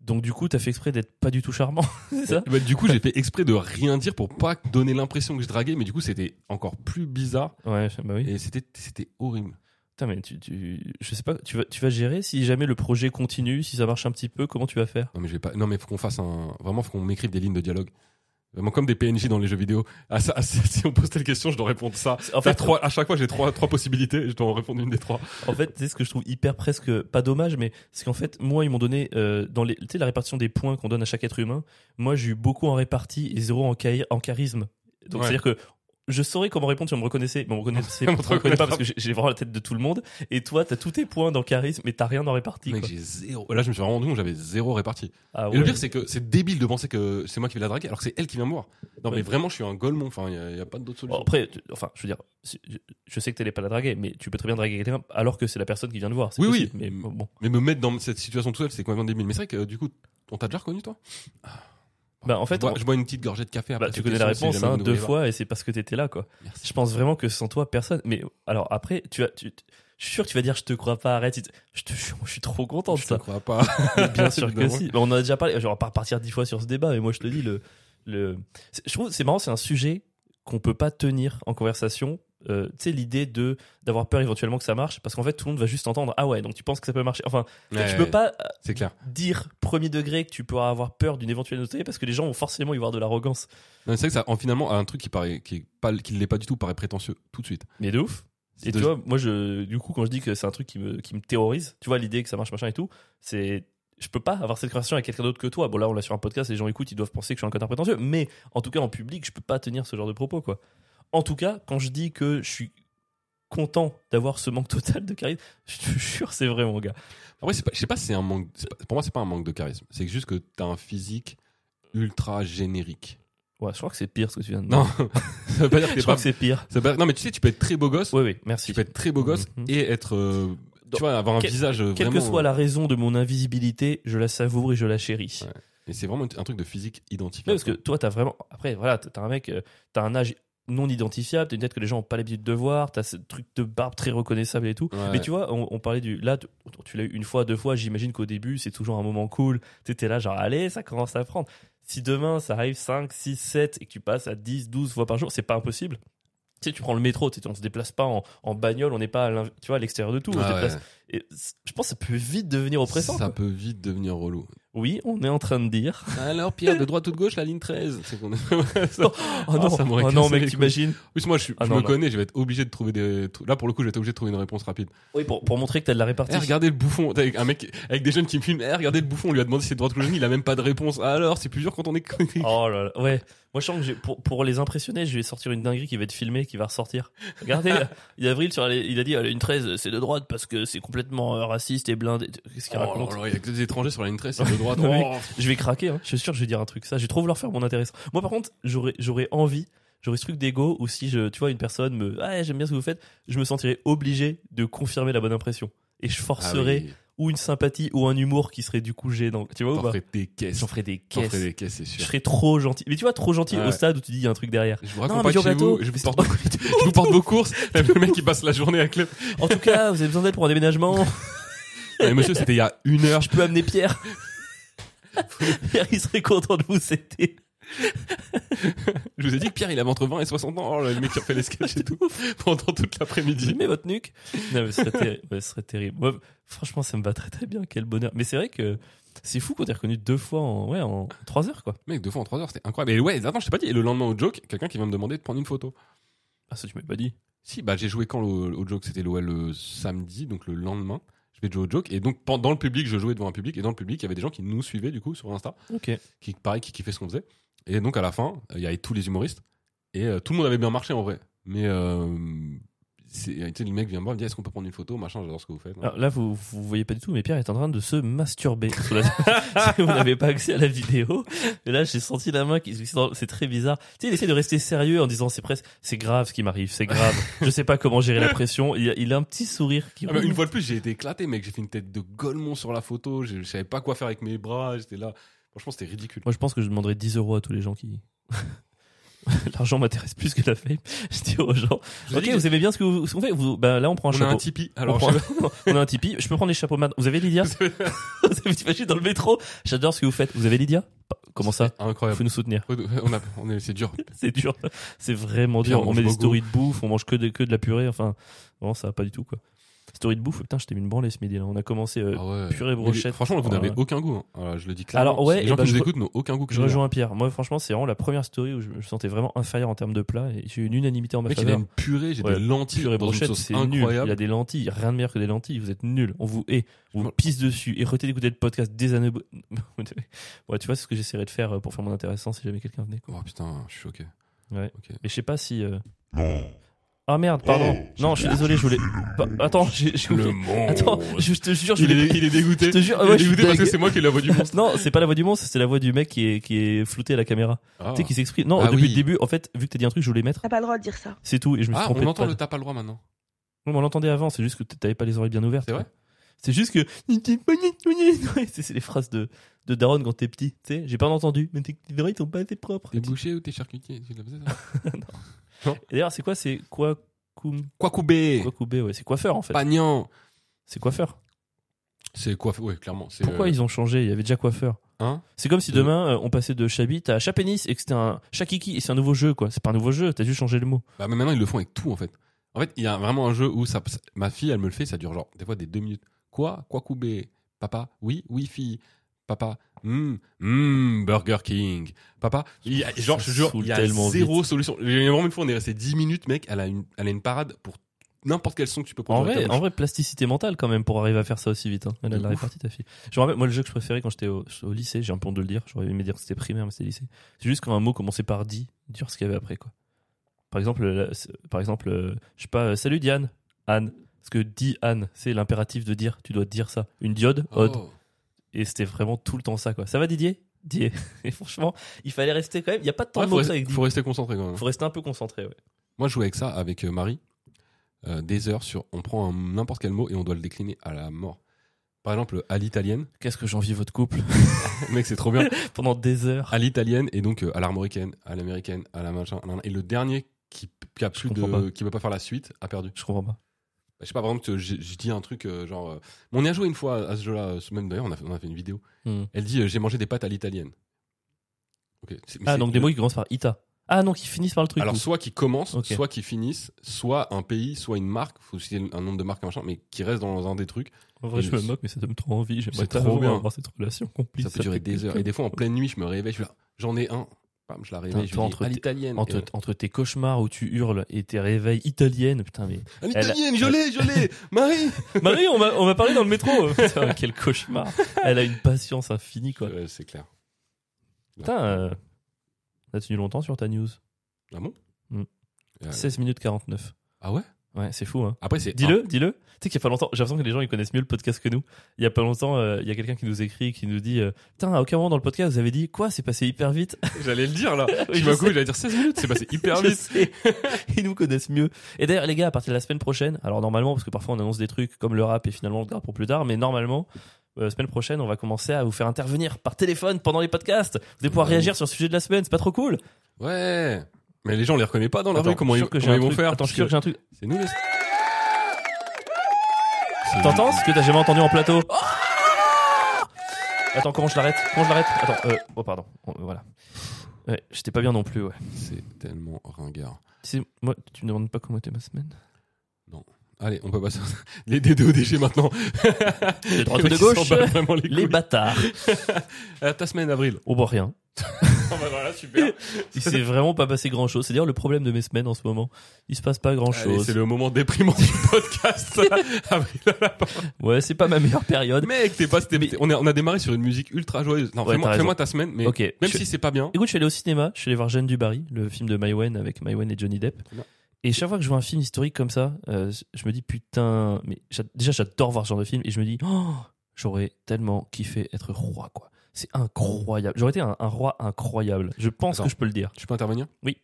Speaker 1: Donc du coup, t'as fait exprès d'être pas du tout charmant. c'est ça
Speaker 2: Bah, du coup, j'ai fait exprès de rien dire pour pas donner l'impression que je draguais, mais du coup, c'était encore plus bizarre
Speaker 1: Ouais, bah oui.
Speaker 2: et c'était, c'était horrible.
Speaker 1: Putain, mais tu, tu, je sais pas, tu vas, tu vas gérer si jamais le projet continue, si ça marche un petit peu, comment tu vas faire
Speaker 2: Non, mais je vais pas, non, mais faut qu'on fasse un, vraiment, faut qu'on m'écrive des lignes de dialogue. Vraiment comme des PNJ dans les jeux vidéo. Ah, ça, ah, ça, si on pose telle question, je dois répondre ça.
Speaker 1: En
Speaker 2: T'as
Speaker 1: fait,
Speaker 2: trois- à chaque fois, j'ai trois, trois possibilités, je dois en répondre une des trois.
Speaker 1: en fait, c'est ce que je trouve hyper presque pas dommage, mais c'est qu'en fait, moi, ils m'ont donné euh, dans les, tu sais, la répartition des points qu'on donne à chaque être humain. Moi, j'ai eu beaucoup en répartie et zéro en, chari- en charisme. Donc
Speaker 2: Ouais.
Speaker 1: c'est à dire que je saurais comment répondre si on me reconnaissait, mais on me reconnaissait, on
Speaker 2: On
Speaker 1: me
Speaker 2: te
Speaker 1: reconnaît pas
Speaker 2: reconnaîtra.
Speaker 1: parce que j'ai- j'ai vraiment la tête de tout le monde. Et toi, t'as tous tes points dans charisme, mais t'as rien en répartie.
Speaker 2: Mec,
Speaker 1: quoi.
Speaker 2: j'ai zéro. Là, je me suis vraiment rendu compte que j'avais zéro réparti.
Speaker 1: Ah
Speaker 2: Et le
Speaker 1: ouais.
Speaker 2: pire, c'est que c'est débile de penser que c'est moi qui vais la draguer alors que c'est elle qui vient me voir.
Speaker 1: Ouais. Oh.
Speaker 2: Non, mais vraiment, je suis un golemon. Enfin, il n'y a, pas d'autre
Speaker 1: Bon,
Speaker 2: solution.
Speaker 1: après, tu- enfin, je veux dire, si- je- je sais que t'allais pas la draguer, mais tu peux très bien draguer quelqu'un alors que c'est la personne qui vient de voir. c'est
Speaker 2: Oui, oui.
Speaker 1: possible, Mais bon, bon.
Speaker 2: Mais me mettre dans cette situation tout seul, c'est complètement débile. Mais c'est vrai que euh, du coup, on t'a déjà reconnu, toi
Speaker 1: Bah, en
Speaker 2: je
Speaker 1: fait,
Speaker 2: bois,
Speaker 1: on-
Speaker 2: je bois une petite gorgée de café après.
Speaker 1: bah, tu
Speaker 2: cette
Speaker 1: connais la
Speaker 2: question, si
Speaker 1: réponse
Speaker 2: jamais
Speaker 1: hein,
Speaker 2: vous nous
Speaker 1: deux
Speaker 2: voyez pas.
Speaker 1: fois et c'est parce que t'étais là, quoi.
Speaker 2: Merci.
Speaker 1: Je pense vraiment que sans toi, personne. Mais alors après, tu as, tu, Je suis sûr que tu vas dire je te crois pas, arrête. Je te jure, moi, je suis trop content de
Speaker 2: Je te
Speaker 1: ça.
Speaker 2: crois pas.
Speaker 1: Mais hein. Bien sûr que
Speaker 2: Évidemment.
Speaker 1: si. Mais on en a déjà parlé. Je vais pas repartir dix fois sur ce débat, mais moi je te le dis, le, le... c'est- je trouve que c'est marrant, c'est un sujet qu'on peut pas tenir en conversation. Euh, tu sais, l'idée de d'avoir peur éventuellement que ça marche, parce qu'en fait tout le monde va juste entendre ah ouais, donc tu penses que ça peut marcher. Enfin, tu
Speaker 2: Ouais,
Speaker 1: peux pas euh,
Speaker 2: C'est clair.
Speaker 1: dire premier degré que tu pourras avoir peur d'une éventuelle notoriété parce que les gens vont forcément y voir de l'arrogance.
Speaker 2: Non, mais C'est vrai que ça, en finalement, un truc qui paraît, qui est pas, qui ne l'est pas du tout, paraît prétentieux tout de suite.
Speaker 1: Mais de ouf. Et
Speaker 2: De-
Speaker 1: tu vois, moi, je, du coup, quand je dis que c'est un truc qui me, qui me terrorise, tu vois, l'idée que ça marche machin et tout, c'est. Je peux pas avoir cette conversation avec quelqu'un d'autre que toi. Bon, là, on l'a sur un podcast, les gens écoutent, ils doivent penser que je suis un connard prétentieux. Mais en tout cas, en public, je peux pas tenir ce genre de propos, quoi. En tout cas, quand je dis que je suis content d'avoir ce manque total de charisme, je te jure, c'est vrai, mon gars.
Speaker 2: En vrai, c'est pas- je sais pas si c'est un manque. c'est pas- pour moi, c'est pas un manque de charisme. C'est juste que t'as un physique ultra générique.
Speaker 1: Ouais, je crois que c'est pire ce que tu viens de dire.
Speaker 2: Non, ça veut pas dire que
Speaker 1: je
Speaker 2: t'es
Speaker 1: crois
Speaker 2: pas.
Speaker 1: que c'est pire.
Speaker 2: ça veut pas- Non, mais tu sais, tu peux être très beau gosse,
Speaker 1: Oui, oui, merci.
Speaker 2: tu peux être très beau gosse
Speaker 1: Mhm.
Speaker 2: et être, euh,
Speaker 1: Dans-
Speaker 2: tu vois, avoir un
Speaker 1: quel-
Speaker 2: visage euh,
Speaker 1: Quelle
Speaker 2: vraiment.
Speaker 1: que soit la raison de mon invisibilité, je la savoure et je la chéris.
Speaker 2: Ouais. Et c'est vraiment un truc de physique identifié.
Speaker 1: Ouais, parce que toi, t'as vraiment. Après, voilà, t'as t'as un mec, euh, t'as un âge non identifiable, t'as une tête que les gens n'ont pas l'habitude de voir, t'as ce truc de barbe très reconnaissable et tout.
Speaker 2: Ouais.
Speaker 1: Mais tu vois, on, on parlait du. Là, tu, tu l'as eu une fois, deux fois, j'imagine qu'au début, c'est toujours un moment cool. T'étais là, genre, allez, ça commence à prendre. Si demain, ça arrive 5, 6, 7 et que tu passes à 10, 12 fois par jour, c'est pas impossible. Tu sais, tu prends le métro, tu sais, on se déplace pas en, en bagnole, on n'est pas à l'inv- tu vois, à l'extérieur de tout. on se
Speaker 2: Ah ouais.
Speaker 1: déplace. Et c- je pense que ça peut vite devenir oppressant.
Speaker 2: Ça
Speaker 1: quoi.
Speaker 2: peut vite devenir relou.
Speaker 1: Oui, on est en train de dire.
Speaker 2: Alors, Pierre, de droite ou de gauche, la ligne 13. C'est qu'on- Ça-
Speaker 1: Oh
Speaker 2: Ah,
Speaker 1: non,
Speaker 2: ça m'aurait
Speaker 1: oh non
Speaker 2: cassé
Speaker 1: mec,
Speaker 2: les
Speaker 1: t'imagines
Speaker 2: Oui, moi, je, suis-
Speaker 1: Ah
Speaker 2: je
Speaker 1: non,
Speaker 2: me
Speaker 1: non.
Speaker 2: connais, je vais être obligé de trouver des. Là, pour le coup, je vais être obligé de trouver une réponse rapide.
Speaker 1: Oui, pour, pour montrer que t'as de la
Speaker 2: Eh,
Speaker 1: répartition.
Speaker 2: regardez le bouffon. T'as Avec un mec, avec des jeunes qui me filment. Eh, regardez le bouffon. On lui a demandé si c'est de droite ou de gauche. Il a même pas de réponse. Ah, alors, c'est plus dur quand on est.
Speaker 1: Oh là là, ouais. Moi, je sens que j'ai- pour, pour les impressionner, je vais sortir une dinguerie qui va être filmée, qui va ressortir. Regardez, il y a Avril, sur la- il a dit euh, une 13, c'est de droite parce que c'est complètement euh, raciste et blindé. Qu'est-ce
Speaker 2: Oh
Speaker 1: qu'il
Speaker 2: là
Speaker 1: raconte
Speaker 2: là, il y a que des étrangers sur la ligne 13, c'est de droite.
Speaker 1: Le mec.
Speaker 2: Oh.
Speaker 1: Je vais craquer, hein. je suis sûr que je vais dire un truc. Ça, je vais trop vouloir faire mon intéressant. Moi, par contre, j'aurais j'aurais envie, j'aurais ce truc d'ego ou si je, tu vois, une personne me. Ah, j'aime bien ce que vous faites, je me sentirais obligé de confirmer la bonne impression. Et je
Speaker 2: Ah
Speaker 1: forcerais
Speaker 2: oui,
Speaker 1: ou une sympathie ou un humour qui serait du coup gênant. Tu vois ou
Speaker 2: T'en
Speaker 1: pas
Speaker 2: ferais des caisses.
Speaker 1: J'en ferais des
Speaker 2: T'en
Speaker 1: caisses.
Speaker 2: ferais des caisses, c'est
Speaker 1: Je
Speaker 2: sûr.
Speaker 1: serais trop gentil. Mais tu vois, trop gentil
Speaker 2: Ouais.
Speaker 1: au stade où tu dis il y a un truc derrière.
Speaker 2: Je vous
Speaker 1: Non,
Speaker 2: raconte
Speaker 1: mais
Speaker 2: pas chez
Speaker 1: Giorgetto,
Speaker 2: vous. Je vous
Speaker 1: c'est
Speaker 2: porte,
Speaker 1: pas-
Speaker 2: je vous porte vos courses. Le mec, il passe la journée à club.
Speaker 1: En tout cas, vous avez besoin d'aide pour un déménagement.
Speaker 2: Mais monsieur, c'était il y a une heure.
Speaker 1: Je peux amener Pierre. Pierre, il serait content de vous aider.
Speaker 2: Je vous ai dit que Pierre, il avait entre 20 et 60 ans. Oh, le mec qui refait les sketchs et tout. Pendant toute
Speaker 1: Vous
Speaker 2: l'après-midi.
Speaker 1: aimez votre nuque Non, mais ce serait, terri- ouais, ce serait terrible. Moi, franchement, ça me va très très bien. Quel bonheur. Mais c'est vrai que c'est fou qu'on t'ait reconnu deux fois en, ouais, en trois heures, quoi.
Speaker 2: Mec, deux fois en trois heures, c'était incroyable. Et ouais, attends, je t'ai pas dit. Et le lendemain au joke, quelqu'un qui vient me demander de prendre une photo.
Speaker 1: Ah, ça, tu m'avais pas dit.
Speaker 2: Si, bah j'ai joué quand le- au joke, c'était l'OL le samedi, donc le lendemain. Je vais jouer au joke. Et donc, pendant le public, je jouais devant un public. Et dans le public, il y avait des gens qui nous suivaient, du coup, sur Insta,
Speaker 1: Ok.
Speaker 2: qui, pareil, qui kiffaient ce qu'on faisait. Et donc, à la fin, euh, il y avait tous les humoristes. Et euh, tout le monde avait bien marché, en vrai. Mais, euh, c'est- tu sais, le mec vient me voir, il me dit Est-ce qu'on peut prendre une photo Machin, j'adore ce que vous faites.
Speaker 1: Alors là, vous, vous voyez pas du tout, mais Pierre est en train de se masturber. sous la- Si vous n'avez pas accès à la vidéo. Et là, j'ai senti la main qui, c'est très bizarre. Tu sais, il essaie de rester sérieux en disant c'est presque, c'est grave ce qui m'arrive, c'est grave. Je sais pas comment gérer la pression. Il a, il a un petit sourire qui.
Speaker 2: Ah, mais une fois de plus, j'ai été éclaté, mec. J'ai fait une tête de golemon sur la photo. Je, je savais pas quoi faire avec mes bras. J'étais là. Franchement, c'était ridicule.
Speaker 1: Moi, je pense que je demanderais 10 euros à tous les gens qui. L'argent m'intéresse plus que la fame. Je dis aux gens.
Speaker 2: Je vous ai
Speaker 1: Ok,
Speaker 2: dit,
Speaker 1: vous aimez bien ce que vous, ce qu'on fait. Vous, bah, là, on prend un
Speaker 2: on a
Speaker 1: chapeau.
Speaker 2: un Tipeee. Alors,
Speaker 1: on, prend- on a un Tipeee. Je peux prendre les chapeaux maintenant. Vous avez Lydia
Speaker 2: je sais pas.
Speaker 1: Vous imaginez dans le métro J'adore ce que vous faites. Vous avez Lydia Comment ça
Speaker 2: Incroyable.
Speaker 1: Faut nous soutenir.
Speaker 2: On a, on est, c'est dur.
Speaker 1: C'est dur. C'est vraiment
Speaker 2: Pierre
Speaker 1: dur. On
Speaker 2: mange
Speaker 1: met des
Speaker 2: beaucoup.
Speaker 1: stories de bouffe, on mange que de, que de la purée. Enfin, vraiment, ça va pas du tout, quoi. Story de bouffe, putain, je t'ai mis une branlée ce midi, là. On a commencé. euh,
Speaker 2: Ah ouais.
Speaker 1: purée
Speaker 2: Mais
Speaker 1: brochette.
Speaker 2: Franchement, vous
Speaker 1: Ah
Speaker 2: n'avez
Speaker 1: ouais.
Speaker 2: aucun goût. hein. Voilà, je le dis clairement.
Speaker 1: Alors, ouais,
Speaker 2: les
Speaker 1: et
Speaker 2: gens
Speaker 1: bah,
Speaker 2: qui
Speaker 1: je
Speaker 2: nous
Speaker 1: re-
Speaker 2: écoutent n'ont aucun goût que
Speaker 1: Je
Speaker 2: nous.
Speaker 1: rejoins Pierre. Moi, franchement, c'est vraiment la première story où je me sentais vraiment inférieur en termes de plat et j'ai eu une unanimité en ma
Speaker 2: Mec, il a
Speaker 1: faveur.
Speaker 2: une purée, j'ai
Speaker 1: Ouais,
Speaker 2: des lentilles
Speaker 1: Purée
Speaker 2: dans une
Speaker 1: brochette,
Speaker 2: sauce
Speaker 1: c'est nul. Il y a
Speaker 2: incroyable.
Speaker 1: des lentilles, rien de meilleur que des lentilles. Vous êtes nuls. On vous hait. On vous pisse dessus. Arrêtez d'écouter le podcast des années. ouais, tu vois, c'est ce que j'essaierai de faire euh, pour faire mon intéressant si jamais quelqu'un venait.
Speaker 2: Oh putain, je suis choqué.
Speaker 1: Mais je sais pas si. euh,
Speaker 3: Non.
Speaker 1: Ah merde, pardon.
Speaker 3: Oh,
Speaker 1: non, je suis désolé, je voulais. Pa- Attends, j'ai j'ai oublié.
Speaker 2: monde.
Speaker 1: Attends, je te jure, je
Speaker 2: il,
Speaker 1: voulais
Speaker 2: est, il est dégoûté.
Speaker 1: Je te jure, ah
Speaker 2: Il
Speaker 1: ouais,
Speaker 2: est
Speaker 1: je suis
Speaker 2: dégoûté parce que
Speaker 1: dingue.
Speaker 2: c'est moi qui ai la voix du monstre.
Speaker 1: Non, c'est pas la voix du monstre, c'est la voix du mec qui est, qui est flouté à la caméra.
Speaker 2: Ah,
Speaker 1: Tu sais, qui s'exprime. Non,
Speaker 2: Ah
Speaker 1: depuis
Speaker 2: oui.
Speaker 1: le début, en fait, vu que t'as dit un truc, je voulais mettre.
Speaker 4: T'as pas le droit de dire ça.
Speaker 1: C'est tout, et je me suis
Speaker 2: Ah,
Speaker 1: trompé.
Speaker 2: on
Speaker 1: de
Speaker 2: entend
Speaker 1: page.
Speaker 2: le tape à le droit maintenant.
Speaker 1: Non, mais on l'entendait avant, c'est juste que t- t'avais pas les oreilles bien ouvertes.
Speaker 2: C'est vrai
Speaker 1: quoi. C'est juste que. Ouais, c'est c'est les phrases de, de Daron quand t'es petit. Tu sais, j'ai pas entendu, mais tes petites oreilles sont pas assez propres.
Speaker 2: T'es bouché ou t'es charcutier Tu le faisais, ça
Speaker 1: Et d'ailleurs, c'est quoi, c'est quoi Koum-
Speaker 2: Kwakubé,
Speaker 1: Kwakubé, ouais, c'est coiffeur en fait.
Speaker 2: Pagnan.
Speaker 1: C'est coiffeur.
Speaker 2: C'est quoi Oui, clairement. c'est,
Speaker 1: Pourquoi
Speaker 2: euh,
Speaker 1: ils ont changé Il y avait déjà coiffeur.
Speaker 2: hein
Speaker 1: C'est comme si
Speaker 2: De-
Speaker 1: demain euh, on passait de Chabit à Chapénis et que c'était un Chakiki et c'est un nouveau jeu quoi. C'est pas un nouveau jeu, t'as juste changé le mot.
Speaker 2: Bah, mais maintenant, ils le font avec tout, en fait. En fait, il y a vraiment un jeu où ça, ma fille, elle me le fait, ça dure genre des fois des deux minutes. Quoi Quoi couper Papa Oui Oui, fille Papa Hum Hum Burger King Papa il y a- Genre, je te jure,
Speaker 1: saoule
Speaker 2: il y a
Speaker 1: tellement
Speaker 2: zéro solution. Il y a vraiment une fois, on est resté 10 minutes, mec, elle a une, elle a une parade pour n'importe quel son que tu peux prendre.
Speaker 1: En
Speaker 2: avec
Speaker 1: vrai,
Speaker 2: ta
Speaker 1: en
Speaker 2: bouche.
Speaker 1: vrai, plasticité mentale quand même pour arriver à faire ça aussi vite. hein. Elle,
Speaker 2: De
Speaker 1: elle a
Speaker 2: ouf.
Speaker 1: réparti ta fille. Je me rappelle, moi le jeu que je préférais quand j'étais au, au lycée, j'ai un peu honte de le dire, j'aurais aimé dire que c'était primaire mais c'était lycée. C'est juste quand un mot commençait par dit, dire ce qu'il y avait après quoi. Par exemple, la- c'est- par exemple, euh, je sais pas, euh, salut Diane, Anne. Parce que dit Anne, c'est l'impératif de dire, tu dois dire ça. Une diode, odd.
Speaker 2: Oh.
Speaker 1: Et c'était vraiment tout le temps ça, quoi. Ça va, Didier Didier. Et franchement, il fallait rester quand même. Il n'y a pas de temps
Speaker 2: Ouais,
Speaker 1: de
Speaker 2: faut,
Speaker 1: mots avec
Speaker 2: rester,
Speaker 1: Didier.
Speaker 2: faut rester concentré quand même.
Speaker 1: Faut rester un peu concentré, ouais.
Speaker 2: Moi, je jouais avec ça avec euh, Marie euh, des heures sur. On prend un- n'importe quel mot et on doit le décliner à la mort. Par exemple, à l'italienne.
Speaker 1: Qu'est-ce que j'envie votre couple
Speaker 2: Mec, c'est trop bien.
Speaker 1: pendant des heures.
Speaker 2: À l'italienne et donc euh, à l'armoricaine, à l'américaine, à la machin. nan, nan. Et le dernier qui, qui a plus de,
Speaker 1: comprends pas.
Speaker 2: qui peut pas faire la suite a perdu. Bah,
Speaker 1: Je comprends pas.
Speaker 2: Je sais pas, par exemple, je, je dis un truc euh, genre. euh, mais on y a joué une fois à ce jeu-là. euh, Même d'ailleurs, on a, fait, on a fait une vidéo.
Speaker 1: Hmm.
Speaker 2: Elle dit euh, J'ai mangé des pâtes à l'italienne. Ok. C'est- mais
Speaker 1: Ah,
Speaker 2: c'est
Speaker 1: donc des
Speaker 2: le-
Speaker 1: mots qui commencent par Ita. Ah non, qui finissent par le truc.
Speaker 2: Alors,
Speaker 1: ou-
Speaker 2: soit qui commence,
Speaker 1: Ok.
Speaker 2: soit qui finissent, soit un pays, soit une marque, faut aussi un nombre de marques, machin, mais qui reste dans un des trucs.
Speaker 1: en vrai, je me moque, mais ça donne trop envie. J'aimerais
Speaker 2: C'est trop
Speaker 1: tellement
Speaker 2: bien.
Speaker 1: avoir cette relation complice.
Speaker 2: Ça peut durer
Speaker 1: avec
Speaker 2: des heures.
Speaker 1: quelqu'un.
Speaker 2: Et des fois, en pleine nuit, je me réveille, je suis là, j'en ai un. Bam, je
Speaker 1: Putain,
Speaker 2: la réveille, je
Speaker 1: toi,
Speaker 2: lui dis,
Speaker 1: entre
Speaker 2: à
Speaker 1: tes-
Speaker 2: l'italienne. Et,
Speaker 1: Entre,
Speaker 2: euh,
Speaker 1: entre tes cauchemars où tu hurles et tes réveils italiennes, putain, mais.
Speaker 2: À l'italienne, je l'ai, je l'ai Marie
Speaker 1: Marie, on va, on va parler dans le métro. Putain, quel cauchemar. Elle a une patience infinie, quoi.
Speaker 2: Ouais, C'est clair.
Speaker 1: Putain, euh, t'as tenu longtemps sur ta news.
Speaker 2: Ah bon
Speaker 1: Mm.
Speaker 2: Euh,
Speaker 1: 16 minutes 49.
Speaker 2: Ah ouais
Speaker 1: Ouais, c'est fou, hein.
Speaker 2: Après, c'est.
Speaker 1: Dis-le, dis-le. Tu sais qu'il y a pas longtemps, j'ai l'impression que les gens ils connaissent mieux le podcast que nous. Il y a pas longtemps, euh, il y a quelqu'un qui nous écrit, qui nous dit euh, Putain, à aucun moment dans le podcast vous avez dit quoi, c'est passé hyper vite.
Speaker 2: Ah, J'allais le dire là.
Speaker 1: Oui,
Speaker 2: Tu
Speaker 1: je
Speaker 2: m'as cru,
Speaker 1: sais.
Speaker 2: j'allais dire 16 minutes, c'est passé hyper
Speaker 1: Je
Speaker 2: vite.
Speaker 1: sais. Ils nous connaissent mieux. Et d'ailleurs, les gars, à partir de la semaine prochaine, alors normalement, parce que parfois on annonce des trucs comme le rap et finalement on le garde pour plus tard, mais normalement, euh, semaine prochaine, on va commencer à vous faire intervenir par téléphone pendant les podcasts. Vous allez pouvoir
Speaker 2: Ouais.
Speaker 1: réagir sur le sujet de la semaine, c'est pas trop cool.
Speaker 2: Ouais Mais les gens, on les reconnaît pas dans Oh la
Speaker 1: Attends,
Speaker 2: rue, comment
Speaker 1: je
Speaker 2: ils
Speaker 1: suis sûr que j'ai
Speaker 2: comment
Speaker 1: un
Speaker 2: ils vont
Speaker 1: truc.
Speaker 2: faire
Speaker 1: Attends, je suis sûr que j'ai un truc.
Speaker 2: C'est nous les.
Speaker 1: T'entends ce que t'as jamais entendu en plateau Oh Attends, comment je l'arrête Comment je l'arrête Attends, euh, oh pardon, Oh, voilà. Ouais, j'étais pas bien non plus, ouais.
Speaker 2: C'est tellement ringard.
Speaker 1: Tu sais, moi, tu me demandes pas comment était ma semaine
Speaker 2: Allez, on peut passer les DD au DG maintenant.
Speaker 1: Les droites ou
Speaker 2: mecs,
Speaker 1: de
Speaker 2: ils s'en
Speaker 1: gauche
Speaker 2: battent vraiment les,
Speaker 1: Les
Speaker 2: couilles.
Speaker 1: bâtards
Speaker 2: À ta semaine avril.
Speaker 1: Oh bah rien.
Speaker 2: Oh, bah, voilà, super.
Speaker 1: Il s'est vraiment pas passé grand chose. C'est d'ailleurs le problème de mes semaines en ce moment. Il se passe pas grand chose.
Speaker 2: C'est le moment déprimant du podcast. avril.
Speaker 1: Ouais, c'est pas ma meilleure période.
Speaker 2: Mec, t'es pas c'était- on, est- on a démarré sur une musique ultra joyeuse. Non,
Speaker 1: Ouais,
Speaker 2: fais-moi
Speaker 1: t'as
Speaker 2: fais-moi ta semaine mais
Speaker 1: Ok.
Speaker 2: même
Speaker 1: je-
Speaker 2: si c'est pas bien.
Speaker 1: Écoute, je suis allé au cinéma, je suis allé voir Jeanne du Barry, le film de Maïwen avec Maïwen et Johnny Depp.
Speaker 2: Trop bien.
Speaker 1: Et chaque fois que je vois un film historique comme ça, euh, je me dis putain, mais j'a- déjà j'adore voir ce genre de film et je me dis oh, j'aurais tellement kiffé être roi quoi. C'est incroyable. J'aurais été un, un roi incroyable. Je pense
Speaker 2: Attends.
Speaker 1: que je peux le dire.
Speaker 2: Tu peux intervenir
Speaker 1: Oui.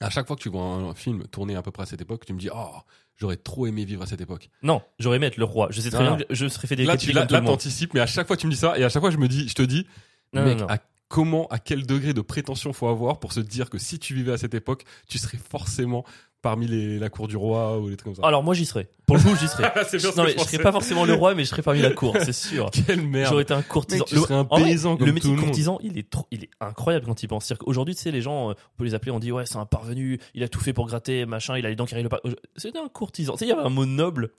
Speaker 2: À chaque fois que tu vois un film tourné à peu près à cette époque, tu me dis "Oh, j'aurais trop aimé vivre à cette époque."
Speaker 1: Non, j'aurais aimé être le roi. Je sais très
Speaker 2: Non,
Speaker 1: bien
Speaker 2: non.
Speaker 1: que je serais fait des
Speaker 2: Là tu là,
Speaker 1: comme tout le
Speaker 2: là,
Speaker 1: monde.
Speaker 2: t'anticipes mais à chaque fois tu me dis ça et à chaque fois je me dis je te dis
Speaker 1: Non,
Speaker 2: mec
Speaker 1: non, non.
Speaker 2: à comment à quel degré de prétention faut avoir pour se dire que si tu vivais à cette époque, tu serais forcément parmi les la cour du roi ou les trucs comme ça.
Speaker 1: Alors moi j'y serais. Pour le coup j'y serais.
Speaker 2: Ah, c'est bien ce
Speaker 1: non
Speaker 2: que
Speaker 1: mais
Speaker 2: je
Speaker 1: je serais
Speaker 2: pensais.
Speaker 1: pas forcément le roi, mais je serais parmi la cour, c'est sûr.
Speaker 2: Quelle merde.
Speaker 1: J'aurais été un courtisan.
Speaker 2: Mec, tu
Speaker 1: Le-
Speaker 2: serais un
Speaker 1: en vrai,
Speaker 2: paysan Oh, comme
Speaker 1: le métier
Speaker 2: tout
Speaker 1: de
Speaker 2: le monde.
Speaker 1: courtisan, il est, trop, il est incroyable quand il pense. C'est-à-dire qu'aujourd'hui, tu sais, les gens, euh, on peut les appeler, on dit ouais, c'est un parvenu, il a tout fait pour gratter, machin, il a les dents qui arrivent pas. C'était un courtisan. Tu sais, il y avait un mot noble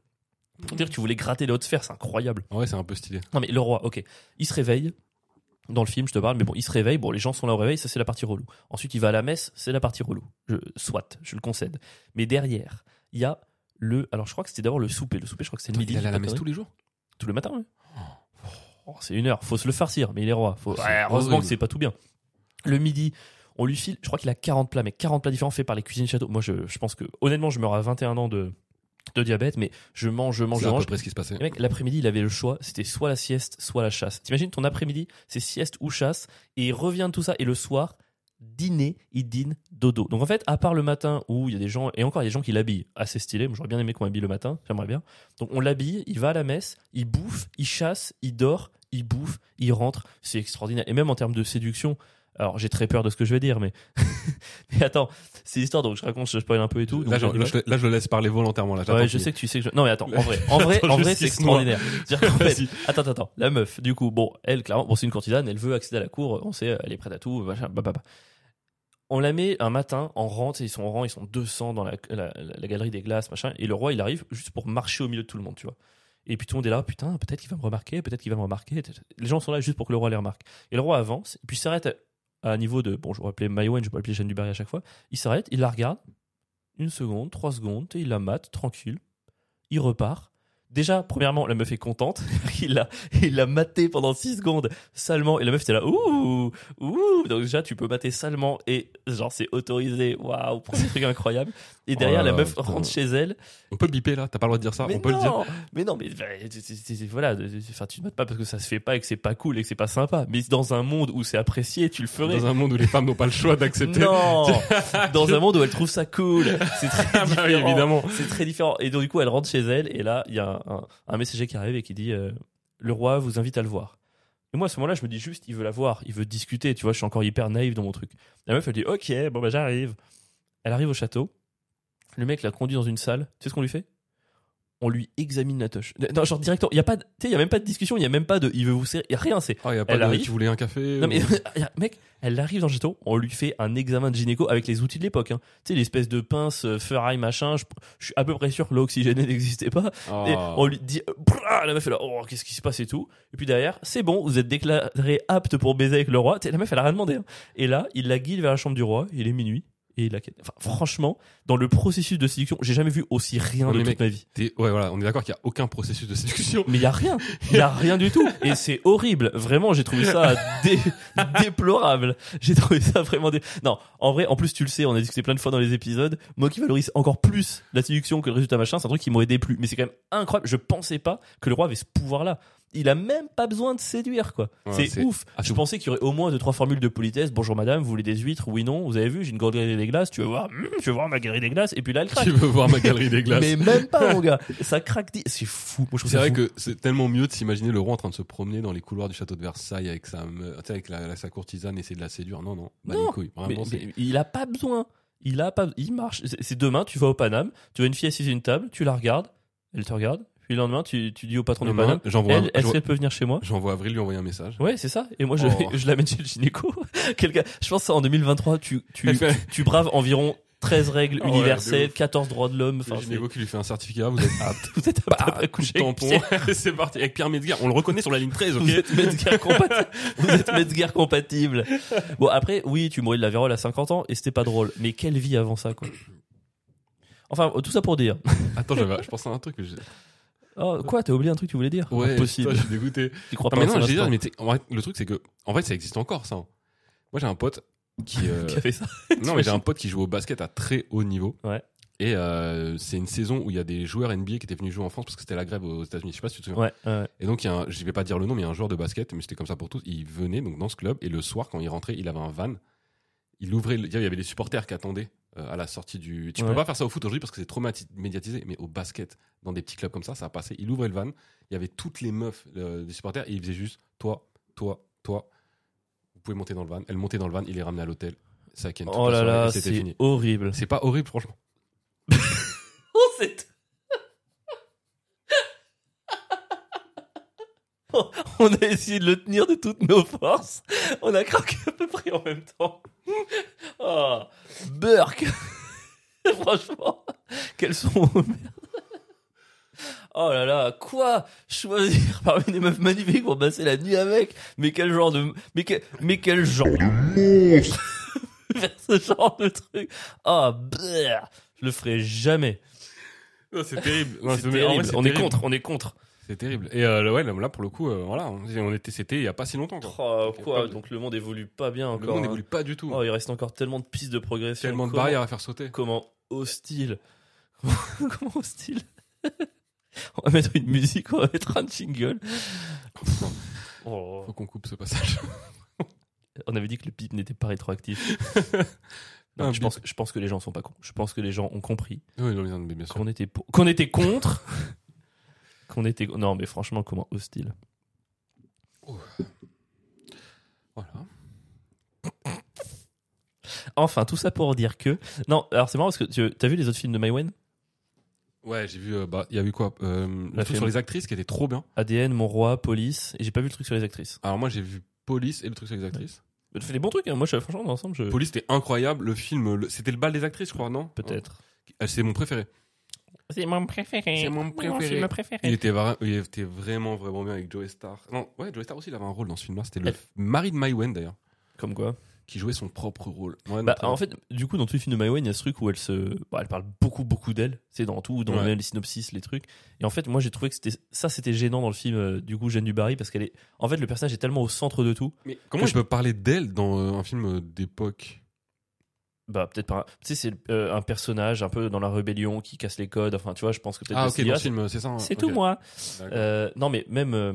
Speaker 1: pour dire que tu voulais gratter les hautes sphères, c'est incroyable.
Speaker 2: Ouais, c'est un peu stylé.
Speaker 1: Non mais le roi, ok, il se réveille. Dans le film, je te parle, mais bon, il se réveille. Bon, les gens sont là au réveil, ça c'est la partie relou. Ensuite, il va à la messe, c'est la partie relou. Je, soit, je le concède. Mais derrière, il y a le. Alors, je crois que c'était d'abord le souper. Le souper, je crois que c'est le midi. je
Speaker 2: il allait à
Speaker 1: dis
Speaker 2: la
Speaker 1: pas de
Speaker 2: messe
Speaker 1: conneries.
Speaker 2: tous les jours
Speaker 1: Tous les matins, ouais. Oh, c'est une heure. Faut se le farcir, mais il est roi. Faut...
Speaker 2: C'est
Speaker 1: Ouais, heureusement
Speaker 2: horrible.
Speaker 1: que c'est pas tout bien. Le midi, on lui file, je crois qu'il a 40 plats, mais 40 plats différents faits par les cuisines château. Moi, je, je pense que, honnêtement, je meurs à 21 ans de, de diabète, mais je mange, je mange,
Speaker 2: C'est
Speaker 1: je
Speaker 2: à peu
Speaker 1: mange.
Speaker 2: près ce qui se passait.
Speaker 1: Et mec, l'après-midi, il avait le choix. C'était soit la sieste, soit la chasse. T'imagines ton après-midi, c'est sieste ou chasse. Et il revient de tout ça. Et le soir, dîner, il dîne dodo. Donc en fait, à part le matin où il y a des gens, et encore il y a des gens qui l'habillent, assez stylé. Moi, J'aurais bien aimé qu'on m'habille le matin, j'aimerais bien. Donc on l'habille, il va à la messe, il bouffe, il chasse, il dort, il bouffe, il rentre. C'est extraordinaire. Et même en termes de séduction, Alors, j'ai très peur de ce que je vais dire, mais. mais attends, c'est l'histoire, donc je raconte, je spoil un peu et tout. donc
Speaker 2: là, je,
Speaker 1: je dis
Speaker 2: là,
Speaker 1: pas-
Speaker 2: je, là, je le laisse parler volontairement. Là,
Speaker 1: Ouais,
Speaker 2: J'attends
Speaker 1: je
Speaker 2: qu'il-
Speaker 1: sais que tu sais que je... Non, mais attends, en vrai, en vrai,
Speaker 2: J'attends
Speaker 1: en
Speaker 2: juste
Speaker 1: vrai c'est
Speaker 2: qu'il se noie.
Speaker 1: extraordinaire. C'est-à-dire qu'en fait,
Speaker 2: Vas-y.
Speaker 1: attends, attends, attends, la meuf, du coup, bon, elle, clairement, bon, c'est une courtisane, elle veut accéder à la cour, on sait, elle est prête à tout, machin, bah, bah, bah. On la met un matin en rang, tu sais, ils sont en rang, ils sont 200 dans la, la- la- la galerie des glaces, machin, et le roi, il arrive juste pour marcher au milieu de tout le monde, tu vois. Et puis tout le monde est là, putain, peut-être qu'il va me remarquer, peut-être qu'il va me remarquer. Les gens sont là juste pour que le roi les remarque. Et le roi avance, et puis s'arrête à, à un niveau de, bon, je vais appeler Maïwen, je vais appeler Jeanne du Barry à chaque fois. Il s'arrête, il la regarde, une seconde, trois secondes, et il la mate, tranquille. Il repart. Déjà, premièrement, la meuf est contente. il l'a, il l'a maté pendant six secondes, salement. Et la meuf était là, ouh, ouh. Donc déjà, tu peux mater salement et genre, c'est autorisé. Waouh, premier truc incroyable. Et
Speaker 2: Oh
Speaker 1: derrière,
Speaker 2: là
Speaker 1: la
Speaker 2: là,
Speaker 1: meuf
Speaker 2: putain.
Speaker 1: rentre chez elle.
Speaker 2: On peut le biper là, t'as pas le droit de dire ça,
Speaker 1: Mais
Speaker 2: on peut
Speaker 1: non,
Speaker 2: le dire.
Speaker 1: Mais non, mais bah, c'est- c'est- c'est- voilà, de- de- enfin, tu ne mates pas parce que ça se fait pas et que c'est pas cool et que c'est pas sympa. Mais dans un monde où c'est apprécié, tu le ferais.
Speaker 2: Dans un monde où les femmes n'ont pas le choix d'accepter.
Speaker 1: Non, dans un monde où elle trouve ça cool. C'est très
Speaker 2: Ah bah oui,
Speaker 1: différent.
Speaker 2: évidemment.
Speaker 1: C'est très différent. Et donc, du coup, elle rentre chez elle, et là, il y a un, un, un messager qui arrive et qui dit euh, Le roi vous invite à le voir. Et moi, à ce moment-là, je me dis juste Il veut la voir, il veut discuter, tu vois, je suis encore hyper naïf dans mon truc. La meuf, elle dit Ok, bon, bah, j'arrive. Elle arrive au château, le mec la conduit dans une salle, tu sais ce qu'on lui fait on lui examine la toche. Non, genre directement, il y a pas, de- tu sais, il y a même pas de discussion, il y a même pas de, il veut vous serrer, il y a rien, c'est,
Speaker 2: Ah, y a pas
Speaker 1: Elle
Speaker 2: de-
Speaker 1: arrive.
Speaker 2: tu voulais un café
Speaker 1: non mais
Speaker 2: ou-
Speaker 1: mec, elle arrive dans le château, on lui fait un examen de gynéco avec les outils de l'époque. hein. Tu sais, l'espèce de pince, euh, ferraille, machin. Je, je suis à peu près sûr que l'eau oxygénée n'existait pas.
Speaker 2: Ah.
Speaker 1: Et on lui dit, euh, brrr, la meuf elle est là, oh qu'est-ce qui se passe et tout. Et puis derrière, c'est bon, vous êtes déclaré apte pour baiser avec le roi. Tu sais, la meuf elle a rien demandé. hein. Et là, il la guide vers la chambre du roi. Il est minuit et il la. quitte. Enfin, franchement, dans le processus de séduction, j'ai jamais vu aussi rien
Speaker 2: Non,
Speaker 1: de
Speaker 2: mais
Speaker 1: toute
Speaker 2: mec,
Speaker 1: ma vie.
Speaker 2: T'es- Ouais, voilà, on est d'accord qu'il n'y a aucun processus de séduction.
Speaker 1: Mais il y a rien, il y a rien du tout, et c'est horrible. Vraiment, j'ai trouvé ça dé- déplorable. J'ai trouvé ça vraiment. Dé... Non, en vrai, en plus tu le sais, on a discuté plein de fois dans les épisodes. Moi qui valorise encore plus la séduction que le résultat machin, c'est un truc qui m'aurait déplu. Mais c'est quand même incroyable. Je pensais pas que le roi avait ce pouvoir-là. Il a même pas besoin de séduire, quoi.
Speaker 2: Ouais,
Speaker 1: c'est
Speaker 2: c'est-
Speaker 1: ouf.
Speaker 2: Ah,
Speaker 1: je
Speaker 2: c'est-
Speaker 1: pensais qu'il y aurait au moins deux trois formules de politesse. Bonjour madame, vous voulez des huîtres Oui non. Vous avez vu, j'ai une grande galerie des glaces. Tu veux voir Hum, Je veux voir ma galerie des glaces. Et puis là, elle craque.
Speaker 2: Tu veux voir ma galerie des glaces
Speaker 1: Mais même pas, mon gars. Ça craque. di- C'est fou. Moi, je trouve
Speaker 2: C'est
Speaker 1: ça
Speaker 2: vrai
Speaker 1: fou.
Speaker 2: que c'est tellement mieux de s'imaginer le roi en train de se promener dans les couloirs du château de Versailles avec sa, me- tu sais, avec la, la- sa courtisane essayer de la séduire. Non, non, bah
Speaker 1: Non,
Speaker 2: les couilles. Vraiment,
Speaker 1: Mais-
Speaker 2: c'est-
Speaker 1: mais il a pas besoin. Il a pas. Il marche. C'est- C'est demain, tu vas au Paname, tu vois une fille assise à une table, tu la regardes, elle te regarde. Puis le lendemain, tu, tu dis au patron
Speaker 2: Non,
Speaker 1: du
Speaker 2: mais
Speaker 1: Paname,
Speaker 2: j'envoie,
Speaker 1: elle, elle,
Speaker 2: j'envoie-
Speaker 1: peut venir chez moi.
Speaker 2: j'envoie Avril lui envoyer un message.
Speaker 1: Ouais, c'est ça. Et moi, je,
Speaker 2: Oh.
Speaker 1: je l'amène chez le gynéco. Quelqu'un. Je pense que ça, en 2023, tu, tu,
Speaker 2: Elle fait-
Speaker 1: tu braves environ 13 règles
Speaker 2: Oh ouais, de
Speaker 1: universelles,
Speaker 2: ouf.
Speaker 1: 14 droits de l'homme.
Speaker 2: le
Speaker 1: Enfin,
Speaker 2: gynéco qui lui fait un certificat, vous êtes apte.
Speaker 1: c'est- vous êtes
Speaker 2: Bah,
Speaker 1: apte à
Speaker 2: coup de
Speaker 1: accoucher.
Speaker 2: tampon. c'est parti. Avec Pierre Metzger, on le reconnaît sur la ligne 13,
Speaker 1: Vous
Speaker 2: ok
Speaker 1: êtes Metzger compatible. Vous êtes Metzger compatible. Bon, après, oui, tu mourais de la vérole à 50 ans et c'était pas drôle. Mais quelle vie avant ça, quoi. Enfin, tout ça pour dire.
Speaker 2: Attends, j'avais- je pensais à un truc. que j'ai-
Speaker 1: Oh, quoi, t'as oublié un truc que tu voulais dire
Speaker 2: Ouais,
Speaker 1: Impossible.
Speaker 2: putain, je suis dégoûté.
Speaker 1: Tu crois pas
Speaker 2: Non, mais
Speaker 1: à
Speaker 2: non,
Speaker 1: ça
Speaker 2: j'ai dit,
Speaker 1: maintenant.
Speaker 2: mais t'sais, en vrai, le truc, c'est que, en fait, ça existe encore, ça. hein. Moi, j'ai un pote qui, euh,
Speaker 1: Qui a fait ça
Speaker 2: non, mais j'ai un pote qui joue au basket à très haut niveau.
Speaker 1: Ouais.
Speaker 2: Et euh, c'est une saison où il y a des joueurs NBA qui étaient venus jouer en France parce que c'était la grève aux États-Unis. Je sais pas si tu te souviens.
Speaker 1: Ouais, ouais.
Speaker 2: Et donc, il y a un- je vais pas dire le nom, mais il y a un joueur de basket, mais c'était comme ça pour tous. Il venait donc dans ce club et le soir, quand il rentrait, il avait un van. Il ouvrait. le- Il y avait des supporters qui attendaient euh, à la sortie du. Tu
Speaker 1: Ouais.
Speaker 2: peux pas faire ça au foot aujourd'hui parce que c'est trop mati- médiatisé, mais au basket, dans des petits clubs comme ça, ça a passé. Il ouvrait le van. Il y avait toutes les meufs euh, des supporters et il faisait juste toi, toi, toi. Vous pouvez monter dans le van. Elle montait dans le van. Il les ramenait à l'hôtel. Ça ken toute
Speaker 1: Oh
Speaker 2: la
Speaker 1: là
Speaker 2: soirée,
Speaker 1: là,
Speaker 2: et c'était
Speaker 1: c'est
Speaker 2: fini.
Speaker 1: horrible.
Speaker 2: C'est pas horrible, franchement.
Speaker 1: Oh, c'est. On a essayé de le tenir de toutes nos forces. On a craqué à peu près en même temps. Oh, Burke. Franchement, quelles sont. Oh là là, quoi Choisir parmi des meufs magnifiques pour passer la nuit avec Mais quel genre de... Mais quel, mais quel genre Faire ce genre de truc Oh, bleh. Je le ferai jamais.
Speaker 2: Non, c'est terrible.
Speaker 1: C'est terrible. on est contre, on est contre.
Speaker 2: C'est terrible. Et euh, ouais, là pour le coup, euh, voilà, on on était, c'était il y a pas si longtemps. Quoi.
Speaker 1: Oh,
Speaker 2: Ok,
Speaker 1: quoi
Speaker 2: pas de-
Speaker 1: Donc le monde évolue pas bien
Speaker 2: Le
Speaker 1: encore.
Speaker 2: monde
Speaker 1: hein.
Speaker 2: n'évolue pas du tout.
Speaker 1: Oh, il reste encore tellement de pistes de progression.
Speaker 2: Tellement de
Speaker 1: Comment-
Speaker 2: barrières à faire sauter.
Speaker 1: Comment hostile Comment hostile On va mettre une musique, on va mettre un jingle.
Speaker 2: Non,
Speaker 1: Oh.
Speaker 2: faut qu'on coupe ce passage.
Speaker 1: On avait dit que le pip n'était pas rétroactif.
Speaker 2: Un
Speaker 1: Non, je,
Speaker 2: bip.
Speaker 1: pense, je pense que les gens sont pas cons. Je pense que les gens ont compris
Speaker 2: Oui, non, mais non, mais bien sûr.
Speaker 1: qu'on était, pour- qu'on était contre. qu'on était. Non, mais franchement, comment hostile
Speaker 2: Voilà.
Speaker 1: Enfin, tout ça pour dire que. Non, alors c'est marrant parce que tu as vu les autres films de Maïwen
Speaker 2: Ouais, j'ai vu. euh, bah, Il y a eu quoi Euh, Le
Speaker 1: La
Speaker 2: truc
Speaker 1: film.
Speaker 2: sur les actrices qui était trop bien.
Speaker 1: ADN, Mon Roi, Police, et j'ai pas vu le truc sur les actrices.
Speaker 2: Alors, moi, j'ai vu Police et le truc sur les actrices.
Speaker 1: Tu fais des bons trucs, hein. moi je- franchement, dans l'ensemble, je.
Speaker 2: Police, c'était incroyable. Le film, le- c'était le bal des actrices, je crois, non
Speaker 1: Peut-être.
Speaker 2: Euh, C'est mon préféré.
Speaker 1: C'est mon préféré.
Speaker 2: C'est mon préféré.
Speaker 1: film préféré.
Speaker 2: Il était, vra- il était vraiment, vraiment bien avec Joe Star. Non, ouais, Joe Star aussi, il avait un rôle dans ce film-là. C'était le
Speaker 1: Elle-
Speaker 2: mari de Maïwen, d'ailleurs,
Speaker 1: Comme quoi
Speaker 2: qui jouait son propre rôle. Ouais,
Speaker 1: Bah,
Speaker 2: notre-
Speaker 1: en fait, du coup, dans tous les films de Mai Wen, il y a ce truc où elle se, bah, elle parle beaucoup, beaucoup d'elle. C'est dans tout, dans
Speaker 2: Ouais.
Speaker 1: même les synopsis, les trucs. Et en fait, moi, j'ai trouvé que c'était ça, c'était gênant dans le film. euh, du coup, Jeanne du Barry, parce qu'elle est, en fait, le personnage est tellement au centre de tout.
Speaker 2: Mais comment
Speaker 1: que
Speaker 2: je peux parler d'elle dans euh, un film euh, d'époque
Speaker 1: Bah, peut-être pas. Tu sais, c'est euh, un personnage un peu dans la rébellion qui casse les codes. Enfin, tu vois, je pense que peut-être.
Speaker 2: Ah,
Speaker 1: le
Speaker 2: ok,
Speaker 1: cinéaste-
Speaker 2: dans ce film, c'est ça. hein,
Speaker 1: C'est
Speaker 2: ok.
Speaker 1: tout moi.
Speaker 2: D'accord.
Speaker 1: Euh, non, mais même. euh,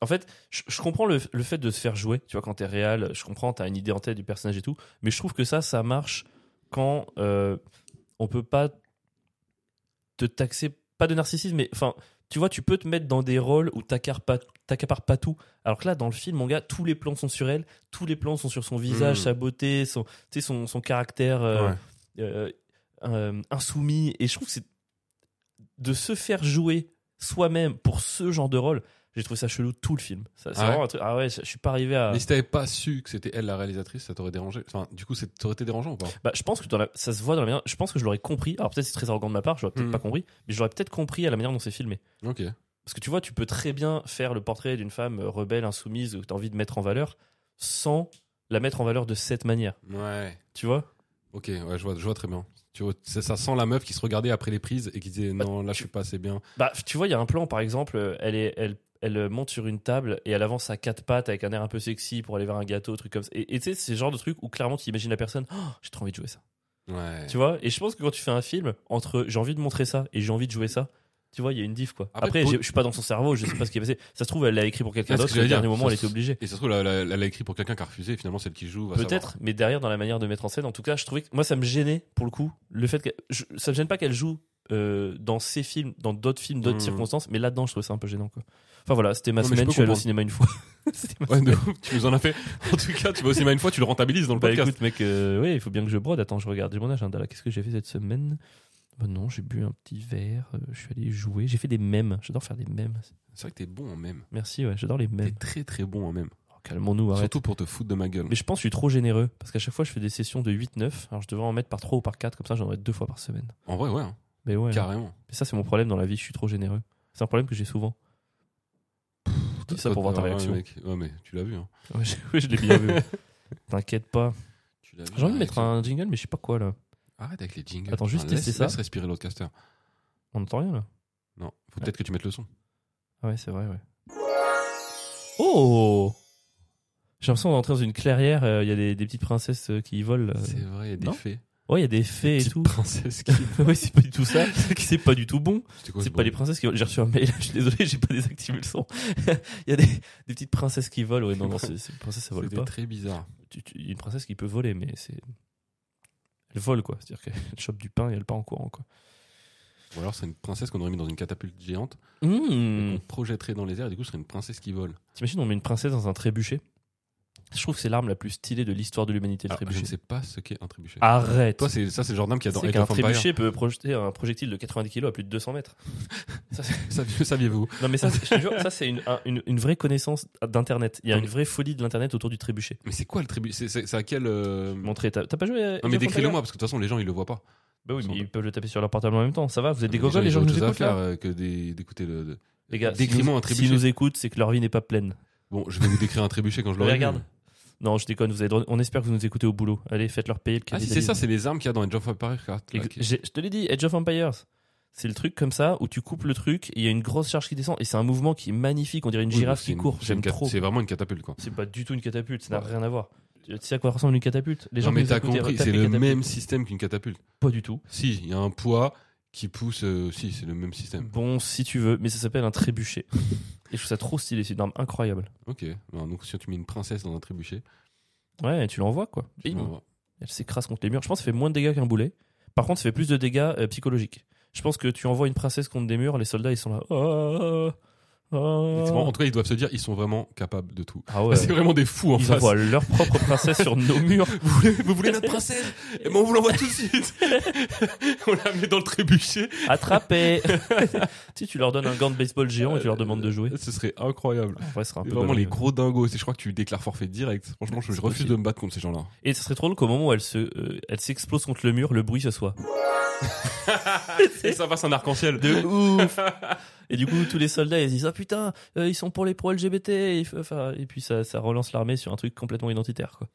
Speaker 1: en fait, je, je comprends le, le fait de se faire jouer. Tu vois, quand t'es réel, je comprends, t'as une idée en tête du personnage et tout. Mais je trouve que ça, ça marche quand euh, on peut pas te taxer, pas de narcissisme, mais enfin, tu vois, tu peux te mettre dans des rôles où t'accapares pas, t'accapares pas tout. Alors que là, dans le film, mon gars, tous les plans sont sur elle, tous les plans sont sur son visage,
Speaker 2: Mhm.
Speaker 1: sa beauté, son, tu sais, son, son caractère. euh,
Speaker 2: Ouais.
Speaker 1: euh, euh, insoumis. Et je trouve que c'est de se faire jouer soi-même pour ce genre de rôle. J'ai trouvé ça chelou tout le film. Ça, c'est
Speaker 2: Ah ouais
Speaker 1: vraiment un truc- Ah ouais, je, je suis pas arrivé à.
Speaker 2: Mais si t'avais pas su que c'était elle la réalisatrice, ça t'aurait dérangé. Enfin, du coup, c'est- ça aurait été dérangeant ou pas
Speaker 1: Bah, je pense que dans la- ça se voit dans la manière. Je pense que je l'aurais compris. Alors peut-être c'est très arrogant de ma part, je l'aurais peut-être
Speaker 2: Hmm.
Speaker 1: pas compris, mais je l'aurais peut-être compris à la manière dont c'est filmé.
Speaker 2: Ok.
Speaker 1: Parce que tu vois, tu peux très bien faire le portrait d'une femme euh, rebelle, insoumise, que t'as envie de mettre en valeur, sans la mettre en valeur de cette manière.
Speaker 2: Ouais.
Speaker 1: Tu vois
Speaker 2: Ok, ouais, je vois, je vois très bien. Tu vois, c'est ça sent la meuf qui se regardait après les prises et qui disait
Speaker 1: Bah,
Speaker 2: non, là, je suis pas assez bien.
Speaker 1: Bah, tu vois, il y a un plan, par exemple, euh, elle, est, elle, elle euh, monte sur une table et elle avance à quatre pattes avec un air un peu sexy pour aller vers un gâteau, truc comme ça. Et et tu sais, c'est le genre de truc où clairement tu imagines la personne, Oh, j'ai trop envie de jouer ça.
Speaker 2: Ouais.
Speaker 1: Tu vois Et je pense que quand tu fais un film, entre j'ai envie de montrer ça et j'ai envie de jouer ça, tu vois, il y a une diff quoi.
Speaker 2: Après,
Speaker 1: Après,
Speaker 2: pour-
Speaker 1: j'ai- je suis pas dans son cerveau, je sais pas ce qui est passé. Ça se trouve, elle l'a écrit pour quelqu'un
Speaker 2: Ouais, ce que
Speaker 1: d'autre, et
Speaker 2: j'allais
Speaker 1: au
Speaker 2: dire.
Speaker 1: dernier moment,
Speaker 2: Ça
Speaker 1: elle était
Speaker 2: se-
Speaker 1: obligée.
Speaker 2: Et ça se trouve, elle a- elle a écrit pour quelqu'un qui a refusé. Finalement, celle qui joue. va savoir.
Speaker 1: Peut-être, mais derrière, dans la manière de mettre en scène, en tout cas, je trouvais que moi, ça me gênait pour le coup. Le fait que ça me gêne pas qu'elle joue euh, dans ses films, dans d'autres films, d'autres
Speaker 2: Mhm.
Speaker 1: circonstances, mais là-dedans, je trouvais ça un peu gênant. Quoi. Enfin voilà, c'était ma
Speaker 2: Non, mais je
Speaker 1: semaine.
Speaker 2: peux
Speaker 1: Je suis allé au
Speaker 2: comprendre.
Speaker 1: cinéma une fois. C'était ma
Speaker 2: Ouais,
Speaker 1: semaine.
Speaker 2: de ouf, tu nous en as fait. En tout cas, tu vas au cinéma une fois, tu le rentabilises dans le
Speaker 1: Bah
Speaker 2: podcast.
Speaker 1: écoute, mec, euh, ouais, il faut bien que je brode. Attends, je regarde j'ai mon agenda. là. Qu'est-ce que j'ai fait cette semaine Bah non, j'ai bu un petit verre. euh, je suis allé jouer. J'ai fait des mèmes. J'adore faire des mèmes.
Speaker 2: C'est vrai que t'es bon en même.
Speaker 1: Merci, ouais, j'adore les
Speaker 2: T'es
Speaker 1: mèmes.
Speaker 2: très très bon en même.
Speaker 1: Oh, Calmons-nous, arrête.
Speaker 2: Surtout pour te foutre de ma gueule.
Speaker 1: Mais je pense que je suis trop généreux parce qu'à chaque fois, je fais des sessions de 8-9. Alors je devrais en mettre par 3 ou par 4, comme ça, j'en aurais deux fois par semaine.
Speaker 2: En vrai, ouais, hein.
Speaker 1: Mais ouais.
Speaker 2: carrément.
Speaker 1: Mais ça, c'est mon problème dans la vie, je suis trop généreux. C'est un problème que j'ai souvent. Je dis ça pour voir ta
Speaker 2: Ouais,
Speaker 1: réaction.
Speaker 2: mec. Ouais, mais tu l'as vu. hein.
Speaker 1: Ouais, je, oui, je l'ai bien vu. T'inquiète pas.
Speaker 2: Tu l'as vu,
Speaker 1: J'ai envie de
Speaker 2: la
Speaker 1: mettre
Speaker 2: réaction.
Speaker 1: un jingle, mais je sais pas quoi là.
Speaker 2: Arrête avec les jingles.
Speaker 1: Attends, juste
Speaker 2: Putain,
Speaker 1: tester
Speaker 2: laisse-
Speaker 1: ça.
Speaker 2: Laisse respirer l'autre caster.
Speaker 1: On n'entend rien là
Speaker 2: Non, faut peut-être que tu mettes le son.
Speaker 1: Ah ouais, c'est vrai, ouais. Oh J'ai l'impression d'entrer dans une clairière, euh, il y a des, des petites princesses euh, qui volent. euh.
Speaker 2: C'est vrai, il y a des
Speaker 1: non.
Speaker 2: fées.
Speaker 1: Ouais, il y a des fées et
Speaker 2: Petite
Speaker 1: tout.
Speaker 2: princesse qui.
Speaker 1: ouais, c'est pas du tout ça. C'est pas du tout bon.
Speaker 2: C'était quoi
Speaker 1: C'est
Speaker 2: ce
Speaker 1: pas les
Speaker 2: bruit
Speaker 1: princesses qui volent. J'ai reçu un mail, je suis désolé, j'ai pas désactivé le son. Il y a des, des petites princesses qui volent. Ouais, non, non, c'est, c'est- les princesses, ça vole
Speaker 2: C'était
Speaker 1: pas.
Speaker 2: très bizarre.
Speaker 1: tu- tu- une princesse qui peut voler, mais c'est. Elle vole, quoi. C'est-à-dire qu'elle chope du pain et elle part en courant, quoi.
Speaker 2: Ou alors, c'est une princesse qu'on aurait mis dans une catapulte géante,
Speaker 1: Mmh.
Speaker 2: qu'on projetterait dans les airs, et du coup, ce serait une princesse qui vole.
Speaker 1: T'imagines, on met une princesse dans un trébuchet Je trouve que c'est l'arme la plus stylée de l'histoire de l'humanité, le
Speaker 2: Alors, Ah, je ne
Speaker 1: trébuchet.
Speaker 2: sais pas ce qu'est un trébuchet.
Speaker 1: Arrête
Speaker 2: Toi, c'est ça, c'est le genre d'âme qui a
Speaker 1: Tu
Speaker 2: dans
Speaker 1: sais
Speaker 2: Age
Speaker 1: qu'un
Speaker 2: of Empires.
Speaker 1: trébuchet peut projeter un projectile de 90 kg à plus de 200 mètres. Ça, c'est-
Speaker 2: Savi- Saviez-vous
Speaker 1: non, mais ça, c'est- je te jure, ça, c'est une, un- une, une vraie connaissance d'Internet. Il y a
Speaker 2: Non,
Speaker 1: une
Speaker 2: mais-
Speaker 1: vraie folie de l'Internet autour du trébuchet.
Speaker 2: Mais c'est quoi le trébuchet C'est- C'est c'est à quel. euh,
Speaker 1: Montrer, t'as, t'as pas joué à.
Speaker 2: Non, mais
Speaker 1: Age of
Speaker 2: décris-le-moi,
Speaker 1: Empires
Speaker 2: parce que de toute façon, les gens, ils le voient pas.
Speaker 1: Bah oui,
Speaker 2: Ils
Speaker 1: mais
Speaker 2: sont-
Speaker 1: ils peuvent le taper sur leur portable en même temps. Ça va, vous êtes des
Speaker 2: gogos
Speaker 1: gogoles, les gens qui
Speaker 2: ont
Speaker 1: nous
Speaker 2: autre chose à
Speaker 1: écoutent
Speaker 2: faire
Speaker 1: là
Speaker 2: euh, que des- d'écouter le. de-
Speaker 1: Les gars, si
Speaker 2: Décris-moi
Speaker 1: nous,
Speaker 2: un
Speaker 1: si
Speaker 2: trébuchet.
Speaker 1: nous écoutent, c'est que leur vie n'est pas pleine.
Speaker 2: Bon, je vais vous décrire un trébuchet quand je
Speaker 1: Mais
Speaker 2: l'aurai. vu.
Speaker 1: regarde. Non, je déconne, vous avez droit- on espère que vous nous écoutez au boulot. Allez, faites-leur payer le
Speaker 2: Ah, si
Speaker 1: capitalisme.
Speaker 2: c'est ça, c'est les armes qu'il y a dans Age of Empires. quoi.
Speaker 1: Et-
Speaker 2: Ok.
Speaker 1: j'ai- Je te l'ai dit, Edge of Empires. C'est le truc comme ça où tu coupes le truc et il y a une grosse charge qui descend et c'est un mouvement qui est magnifique. On dirait une
Speaker 2: Oui,
Speaker 1: girafe
Speaker 2: c'est
Speaker 1: qui
Speaker 2: une-
Speaker 1: court.
Speaker 2: c'est
Speaker 1: J'aime
Speaker 2: une cat-
Speaker 1: trop.
Speaker 2: C'est vraiment une catapulte, quoi.
Speaker 1: C'est pas du tout une catapulte, ça n'a
Speaker 2: Ouais.
Speaker 1: rien à voir. Tu sais à quoi ressemble une catapulte Les gens
Speaker 2: non,
Speaker 1: qui
Speaker 2: mais
Speaker 1: nous
Speaker 2: t'as
Speaker 1: écoutaient
Speaker 2: compris,
Speaker 1: retapent
Speaker 2: c'est
Speaker 1: les
Speaker 2: le
Speaker 1: catapultes.
Speaker 2: même système qu'une catapulte.
Speaker 1: Pas du tout.
Speaker 2: Si, il y a un poids qui pousse. euh, si, c'est le même système.
Speaker 1: Bon, si tu veux, mais ça s'appelle un trébuchet. et je trouve ça trop stylé, c'est une arme incroyable.
Speaker 2: Ok. Alors, donc, si tu mets une princesse dans un trébuchet,
Speaker 1: Ouais, tu l'envoies quoi.
Speaker 2: tu
Speaker 1: Bim.
Speaker 2: m'envoies.
Speaker 1: Elle s'écrase contre les murs. Je pense que ça fait moins de dégâts qu'un boulet. Par contre, ça fait plus Ah, de dégâts euh, psychologiques. Je pense que tu envoies une princesse contre des murs, les soldats ils sont là. Oh, oh, Oh.
Speaker 2: C'est vraiment- En tout cas, ils doivent se dire, ils sont vraiment capables de tout.
Speaker 1: Ah ouais.
Speaker 2: C'est vraiment des fous en
Speaker 1: Ils
Speaker 2: face.
Speaker 1: envoient leur propre princesse sur nos murs.
Speaker 2: Vous voulez, vous voulez notre princesse Eh ben, on vous l'envoie tout de suite. on la met dans le trébuchet.
Speaker 1: Attrapez Si tu leur donnes un gant de baseball géant et tu leur demandes de jouer.
Speaker 2: Ce serait incroyable.
Speaker 1: En vrai, ce serait un peu
Speaker 2: Euh, Vraiment
Speaker 1: dingue.
Speaker 2: les gros dingos. C'est- Je crois que tu déclares forfait direct. Franchement, je, je
Speaker 1: C'est
Speaker 2: refuse
Speaker 1: possible.
Speaker 2: de me battre contre ces gens-là.
Speaker 1: Et ce serait trop drôle qu'au moment où elle se, euh, elle s'explose contre le mur, le bruit ce soit.
Speaker 2: Et ça passe un arc-en-ciel.
Speaker 1: De ouf Et du coup, tous les soldats, ils se disent Ah putain, euh, ils sont pour les pro-LGBT. Et, f- enfin, et puis ça, ça relance l'armée sur un truc complètement identitaire. quoi.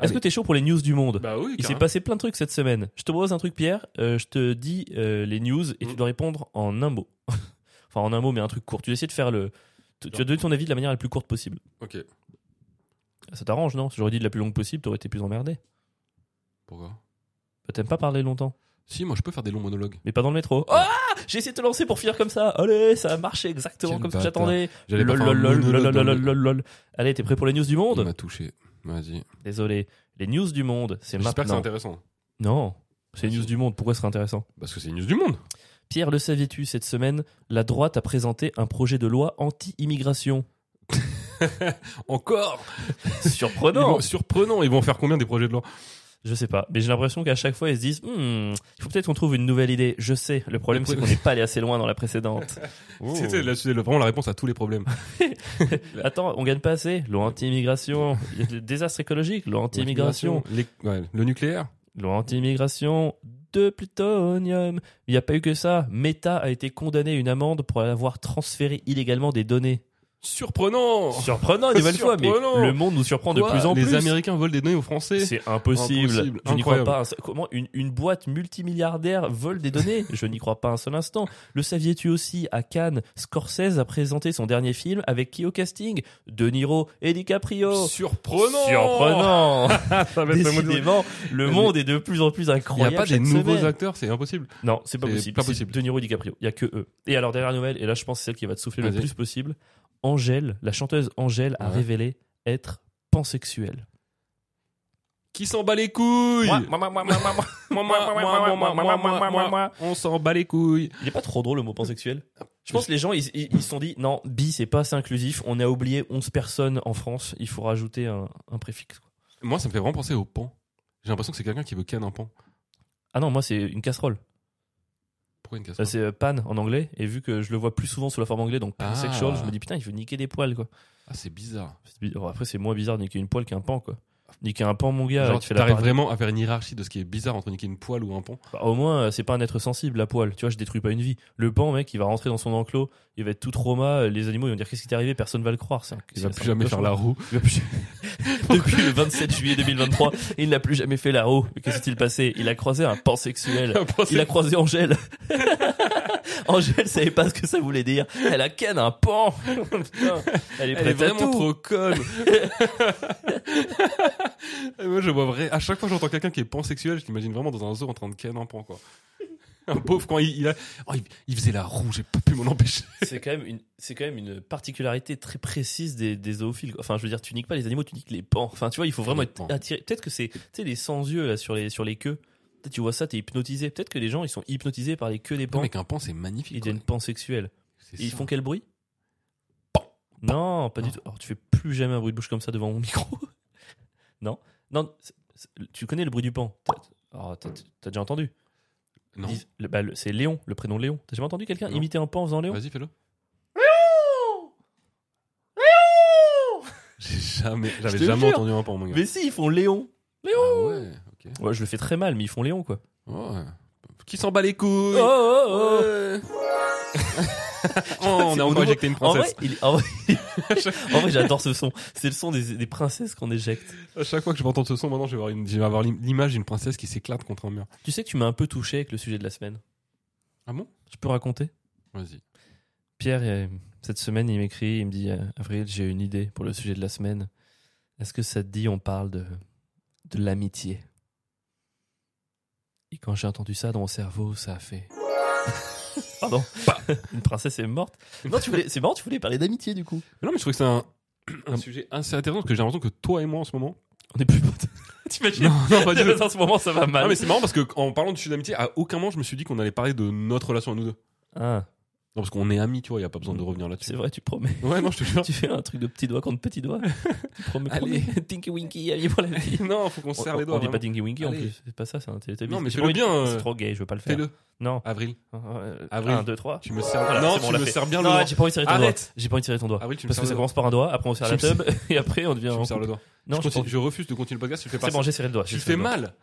Speaker 1: Est-ce
Speaker 2: Allez.
Speaker 1: que t'es chaud pour les news du monde
Speaker 2: Ah Bah
Speaker 1: Il
Speaker 2: oui,
Speaker 1: s'est
Speaker 2: carrément.
Speaker 1: passé plein de trucs cette semaine. Je te propose un truc, Pierre. Euh, je te dis euh, les news et tu
Speaker 2: Mm.
Speaker 1: dois répondre en un mot. enfin, en un mot, mais un truc court. Tu essaies de faire le. Tu tu as donné ton avis de la manière la plus courte possible.
Speaker 2: Ok.
Speaker 1: Ça t'arrange, non Si j'aurais dit de la plus longue possible, t'aurais été plus emmerdé.
Speaker 2: Pourquoi
Speaker 1: Bah, T'aimes pas parler longtemps,
Speaker 2: Si, moi, je peux faire des longs monologues.
Speaker 1: mais pas dans le métro. Ah J'ai essayé de te lancer pour finir comme ça. Allez, ça a marché exactement
Speaker 2: Quel
Speaker 1: comme ce que
Speaker 2: bâtard.
Speaker 1: j'attendais.
Speaker 2: J'allais pas
Speaker 1: Lol,
Speaker 2: faire un
Speaker 1: lol, lol,
Speaker 2: monologue
Speaker 1: lol,
Speaker 2: dans le-
Speaker 1: lol, lol, lol. Allez, t'es prêt pour les news du
Speaker 2: Il
Speaker 1: monde
Speaker 2: m'a touché. Vas-y.
Speaker 1: Désolé. Les news du monde, c'est
Speaker 2: J'espère que c'est
Speaker 1: maintenant.
Speaker 2: intéressant.
Speaker 1: Non, c'est les
Speaker 2: Vas-y.
Speaker 1: news du monde. Pourquoi ce serait intéressant
Speaker 2: Parce que c'est une news du monde.
Speaker 1: Pierre le savais-tu, cette semaine, la droite a présenté un projet de loi anti-immigration.
Speaker 2: Encore Ils
Speaker 1: Surprenant
Speaker 2: vont- Surprenant. Ils vont faire combien des projets de loi
Speaker 1: Je sais pas, mais j'ai l'impression qu'à chaque fois ils se disent Hmm, il faut peut-être qu'on trouve une nouvelle idée. Je sais, le problème c'est qu'on n'est pas allé assez loin dans la précédente. Oh.
Speaker 2: C'est c'est la- c'est vraiment la réponse à tous les problèmes.
Speaker 1: Attends, on gagne pas assez Loi anti-immigration. Il y a le Désastre écologique, loi anti-immigration.
Speaker 2: Les- ouais, le nucléaire.
Speaker 1: Loi anti-immigration de plutonium. Il n'y a pas eu que ça. Meta a été condamné à une amende pour avoir transféré illégalement des données.
Speaker 2: Surprenant
Speaker 1: Surprenant une nouvelle fois, mais
Speaker 2: Oh. Surprenant.
Speaker 1: le monde nous surprend de
Speaker 2: Quoi
Speaker 1: plus en
Speaker 2: Les
Speaker 1: plus.
Speaker 2: Américains volent des données aux Français.
Speaker 1: C'est impossible.
Speaker 2: Impossible.
Speaker 1: Je n'y crois
Speaker 2: Incroyable.
Speaker 1: pas. un seul- Comment une, une boîte multimilliardaire vole des données Je n'y crois pas un seul instant. Le saviez-tu aussi À Cannes, Scorsese a présenté son dernier film avec qui au casting De Niro et DiCaprio.
Speaker 2: Surprenant
Speaker 1: Surprenant
Speaker 2: Ça va être le mot de-
Speaker 1: Décidément, le
Speaker 2: Mais-
Speaker 1: monde est de plus en plus
Speaker 2: Il n'y a
Speaker 1: incroyable.
Speaker 2: pas des
Speaker 1: chaque
Speaker 2: nouveaux
Speaker 1: semaine.
Speaker 2: acteurs, c'est impossible.
Speaker 1: Non, c'est pas
Speaker 2: C'est
Speaker 1: possible.
Speaker 2: pas
Speaker 1: C'est
Speaker 2: possible.
Speaker 1: De Niro et DiCaprio. Il y a que eux. Et alors dernière nouvelle, et là je pense que c'est celle qui va te souffler le
Speaker 2: Vas-y.
Speaker 1: plus possible. Angèle, la chanteuse Angèle a
Speaker 2: Ouais.
Speaker 1: révélé être pansexuelle.
Speaker 2: Qui s'en bat les couilles On s'en bat les couilles.
Speaker 1: Il est pas trop drôle le mot pansexuel. Je pense que les gens ils ils- ils se sont dit non bi c'est pas assez inclusif. On a oublié 11 personnes en France. Il faut rajouter un, un préfixe. quoi.
Speaker 2: Moi, ça me fait vraiment penser au pan. J'ai l'impression que c'est quelqu'un qui veut canne un pan.
Speaker 1: Ah non moi c'est une casserole.
Speaker 2: Pourquoi une
Speaker 1: Ça,
Speaker 2: casserole
Speaker 1: c'est euh, pan en anglais et vu que je le vois plus souvent sous la forme anglaise donc pansexual
Speaker 2: Ah.
Speaker 1: je me dis putain il veut niquer des poils quoi.
Speaker 2: Ah, c'est bizarre.
Speaker 1: C'est bi- oh, Après c'est moins bizarre de niquer une poêle qu'un pan quoi. Niquer un pan mon gars. tu
Speaker 2: Genre, tu
Speaker 1: fais la
Speaker 2: arrives
Speaker 1: part-
Speaker 2: vraiment à faire une hiérarchie de ce qui est bizarre entre niquer une poêle ou un pan.
Speaker 1: Bah, au moins, euh, c'est pas un être sensible, la poêle. Tu vois, je détruis pas une vie. Le pan, mec, il va rentrer dans son enclos, il va être tout trauma, euh, les animaux, ils vont dire qu'est-ce qui t'est arrivé, personne va le croire. C'est un-
Speaker 2: Il
Speaker 1: c'est-
Speaker 2: va
Speaker 1: c'est
Speaker 2: plus
Speaker 1: un
Speaker 2: jamais faire
Speaker 1: cochon.
Speaker 2: la roue.
Speaker 1: Il va plus- Depuis le 27 juillet 2023, il n'a plus jamais fait la roue. Mais Que s'est-il passé Il a croisé un pansexuel. Il a croisé Angèle. Angèle savait pas ce que ça voulait dire. Elle a ken un pan. Putain, Elle est
Speaker 2: Elle
Speaker 1: prête
Speaker 2: est
Speaker 1: à tout.
Speaker 2: vraiment trop conne. Et moi, je vois vrai. À chaque fois que j'entends quelqu'un qui est pansexuel, je l'imagine vraiment dans un zoo en train de ken un pan, quoi. Un pauvre, quand il, il a- oh, il, il faisait la roue, j'ai pas pu m'en empêcher.
Speaker 1: C'est quand même une, c'est quand même une particularité très précise des, des zoophiles. quoi. Enfin, je veux dire, tu niques pas les animaux, tu niques les pans. Enfin, tu vois, il faut vraiment
Speaker 2: Les
Speaker 1: être
Speaker 2: pans.
Speaker 1: attiré. Peut-être que c'est, tu sais, les sans yeux là sur les sur les queues. Peut-être tu vois ça, t'es hypnotisé. Peut-être que les gens ils sont hypnotisés par les queues des
Speaker 2: Non,
Speaker 1: pans.
Speaker 2: mec, un pan, c'est
Speaker 1: ils
Speaker 2: magnifique. quoi.
Speaker 1: deviennent pansexuels.
Speaker 2: C'est
Speaker 1: Et ils
Speaker 2: ça.
Speaker 1: font quel bruit Non, pas du tout. Alors, tu fais plus jamais un bruit de bouche comme ça devant mon micro. non, non. c'est- c'est- Tu connais le bruit du pan T'as- oh, T'as t'as déjà entendu
Speaker 2: Non.
Speaker 1: Dis- le- bah, le- C'est Léon, le prénom Léon. T'as jamais entendu quelqu'un
Speaker 2: Non.
Speaker 1: imiter un pan en faisant Léon
Speaker 2: Vas-y, fais-le. J'ai jamais, j'avais
Speaker 1: te
Speaker 2: jamais
Speaker 1: jure.
Speaker 2: entendu un pan, mon gars.
Speaker 1: Mais si, ils font Léon.
Speaker 2: Ah ouais, ok.
Speaker 1: Ouais, je le fais très mal, mais ils font Léon, quoi.
Speaker 2: Oh, ouais. Qui s'en bat les couilles
Speaker 1: Oh, oh, oh.
Speaker 2: Ouais. Oh, on
Speaker 1: C'est
Speaker 2: a
Speaker 1: au
Speaker 2: encore
Speaker 1: nouveau-
Speaker 2: éjecté une
Speaker 1: En vrai,
Speaker 2: princesse.
Speaker 1: il- en vrai, en vrai, j'adore ce son. C'est le son des, des princesses qu'on éjecte.
Speaker 2: À chaque fois que je vais entendre ce son, maintenant, je vais avoir, une- je vais avoir l'im- l'image d'une princesse qui s'éclate contre un mur.
Speaker 1: Tu sais que tu m'as un peu touché avec le sujet de la semaine.
Speaker 2: Ah bon
Speaker 1: Je peux raconter
Speaker 2: Vas-y.
Speaker 1: Pierre, euh, cette semaine, il m'écrit, il me dit euh, Avril, j'ai une idée pour le sujet de la semaine. Est-ce que ça te dit, on parle de, de l'amitié Et quand j'ai entendu ça dans mon cerveau, ça a fait. Pardon Une princesse est morte Non, tu voulais... c'est marrant, tu voulais parler d'amitié du coup.
Speaker 2: Mais non, mais je trouve que c'est un, un sujet assez intéressant parce que j'ai l'impression que toi et moi en ce moment.
Speaker 1: On est plus potes. T'imagines
Speaker 2: Non, non, pas du tout.
Speaker 1: En ce moment, ça va mal.
Speaker 2: Non, mais c'est marrant parce que en parlant de sujet d'amitié, à aucun moment je me suis dit qu'on allait parler de notre relation à nous deux.
Speaker 1: Ah.
Speaker 2: Non, parce qu'on est amis, tu vois, il n'y a pas besoin de revenir là-dessus.
Speaker 1: C'est vrai, tu promets.
Speaker 2: Ouais, non, je te jure.
Speaker 1: Tu fais un truc de petit doigt contre petit doigt. tu promets.
Speaker 2: Allez.
Speaker 1: promets. Tinky Winky, allié pour la vie.
Speaker 2: non, faut qu'on se serre les doigts.
Speaker 1: On dit pas
Speaker 2: vraiment.
Speaker 1: Tinky Winky en
Speaker 2: Allez.
Speaker 1: plus. C'est pas ça, c'est un Teletubbies.
Speaker 2: Non, mais
Speaker 1: J'ai
Speaker 2: fais-le
Speaker 1: pas envie de-
Speaker 2: bien, euh,
Speaker 1: C'est trop gay, je veux pas le faire.
Speaker 2: Fais-le.
Speaker 1: Non.
Speaker 2: Avril.
Speaker 1: Euh,
Speaker 2: Avril.
Speaker 1: Un, deux, trois.
Speaker 2: Tu me serres.
Speaker 1: Voilà,
Speaker 2: non,
Speaker 1: c'est bon, on
Speaker 2: tu
Speaker 1: l'a
Speaker 2: me
Speaker 1: fait.
Speaker 2: serres bien le
Speaker 1: Non,
Speaker 2: doigt.
Speaker 1: j'ai pas envie de serrer ton doigt.
Speaker 2: Arrête.
Speaker 1: J'ai pas envie de serrer ton doigt.
Speaker 2: Avril, tu me
Speaker 1: Parce
Speaker 2: serres
Speaker 1: que ça
Speaker 2: le doigt.
Speaker 1: commence par un doigt, après on serre
Speaker 2: Tu
Speaker 1: la
Speaker 2: me serres-
Speaker 1: tub, et après on devient.
Speaker 2: Tu me serres le doigt.
Speaker 1: Non, je
Speaker 2: je, continue-
Speaker 1: pense-
Speaker 2: je refuse de continuer le podcast, tu fais pas
Speaker 1: c'est bon,
Speaker 2: ça.
Speaker 1: j'ai serré le doigt. j'ai
Speaker 2: Tu
Speaker 1: serré
Speaker 2: fais
Speaker 1: le doigt.
Speaker 2: mal.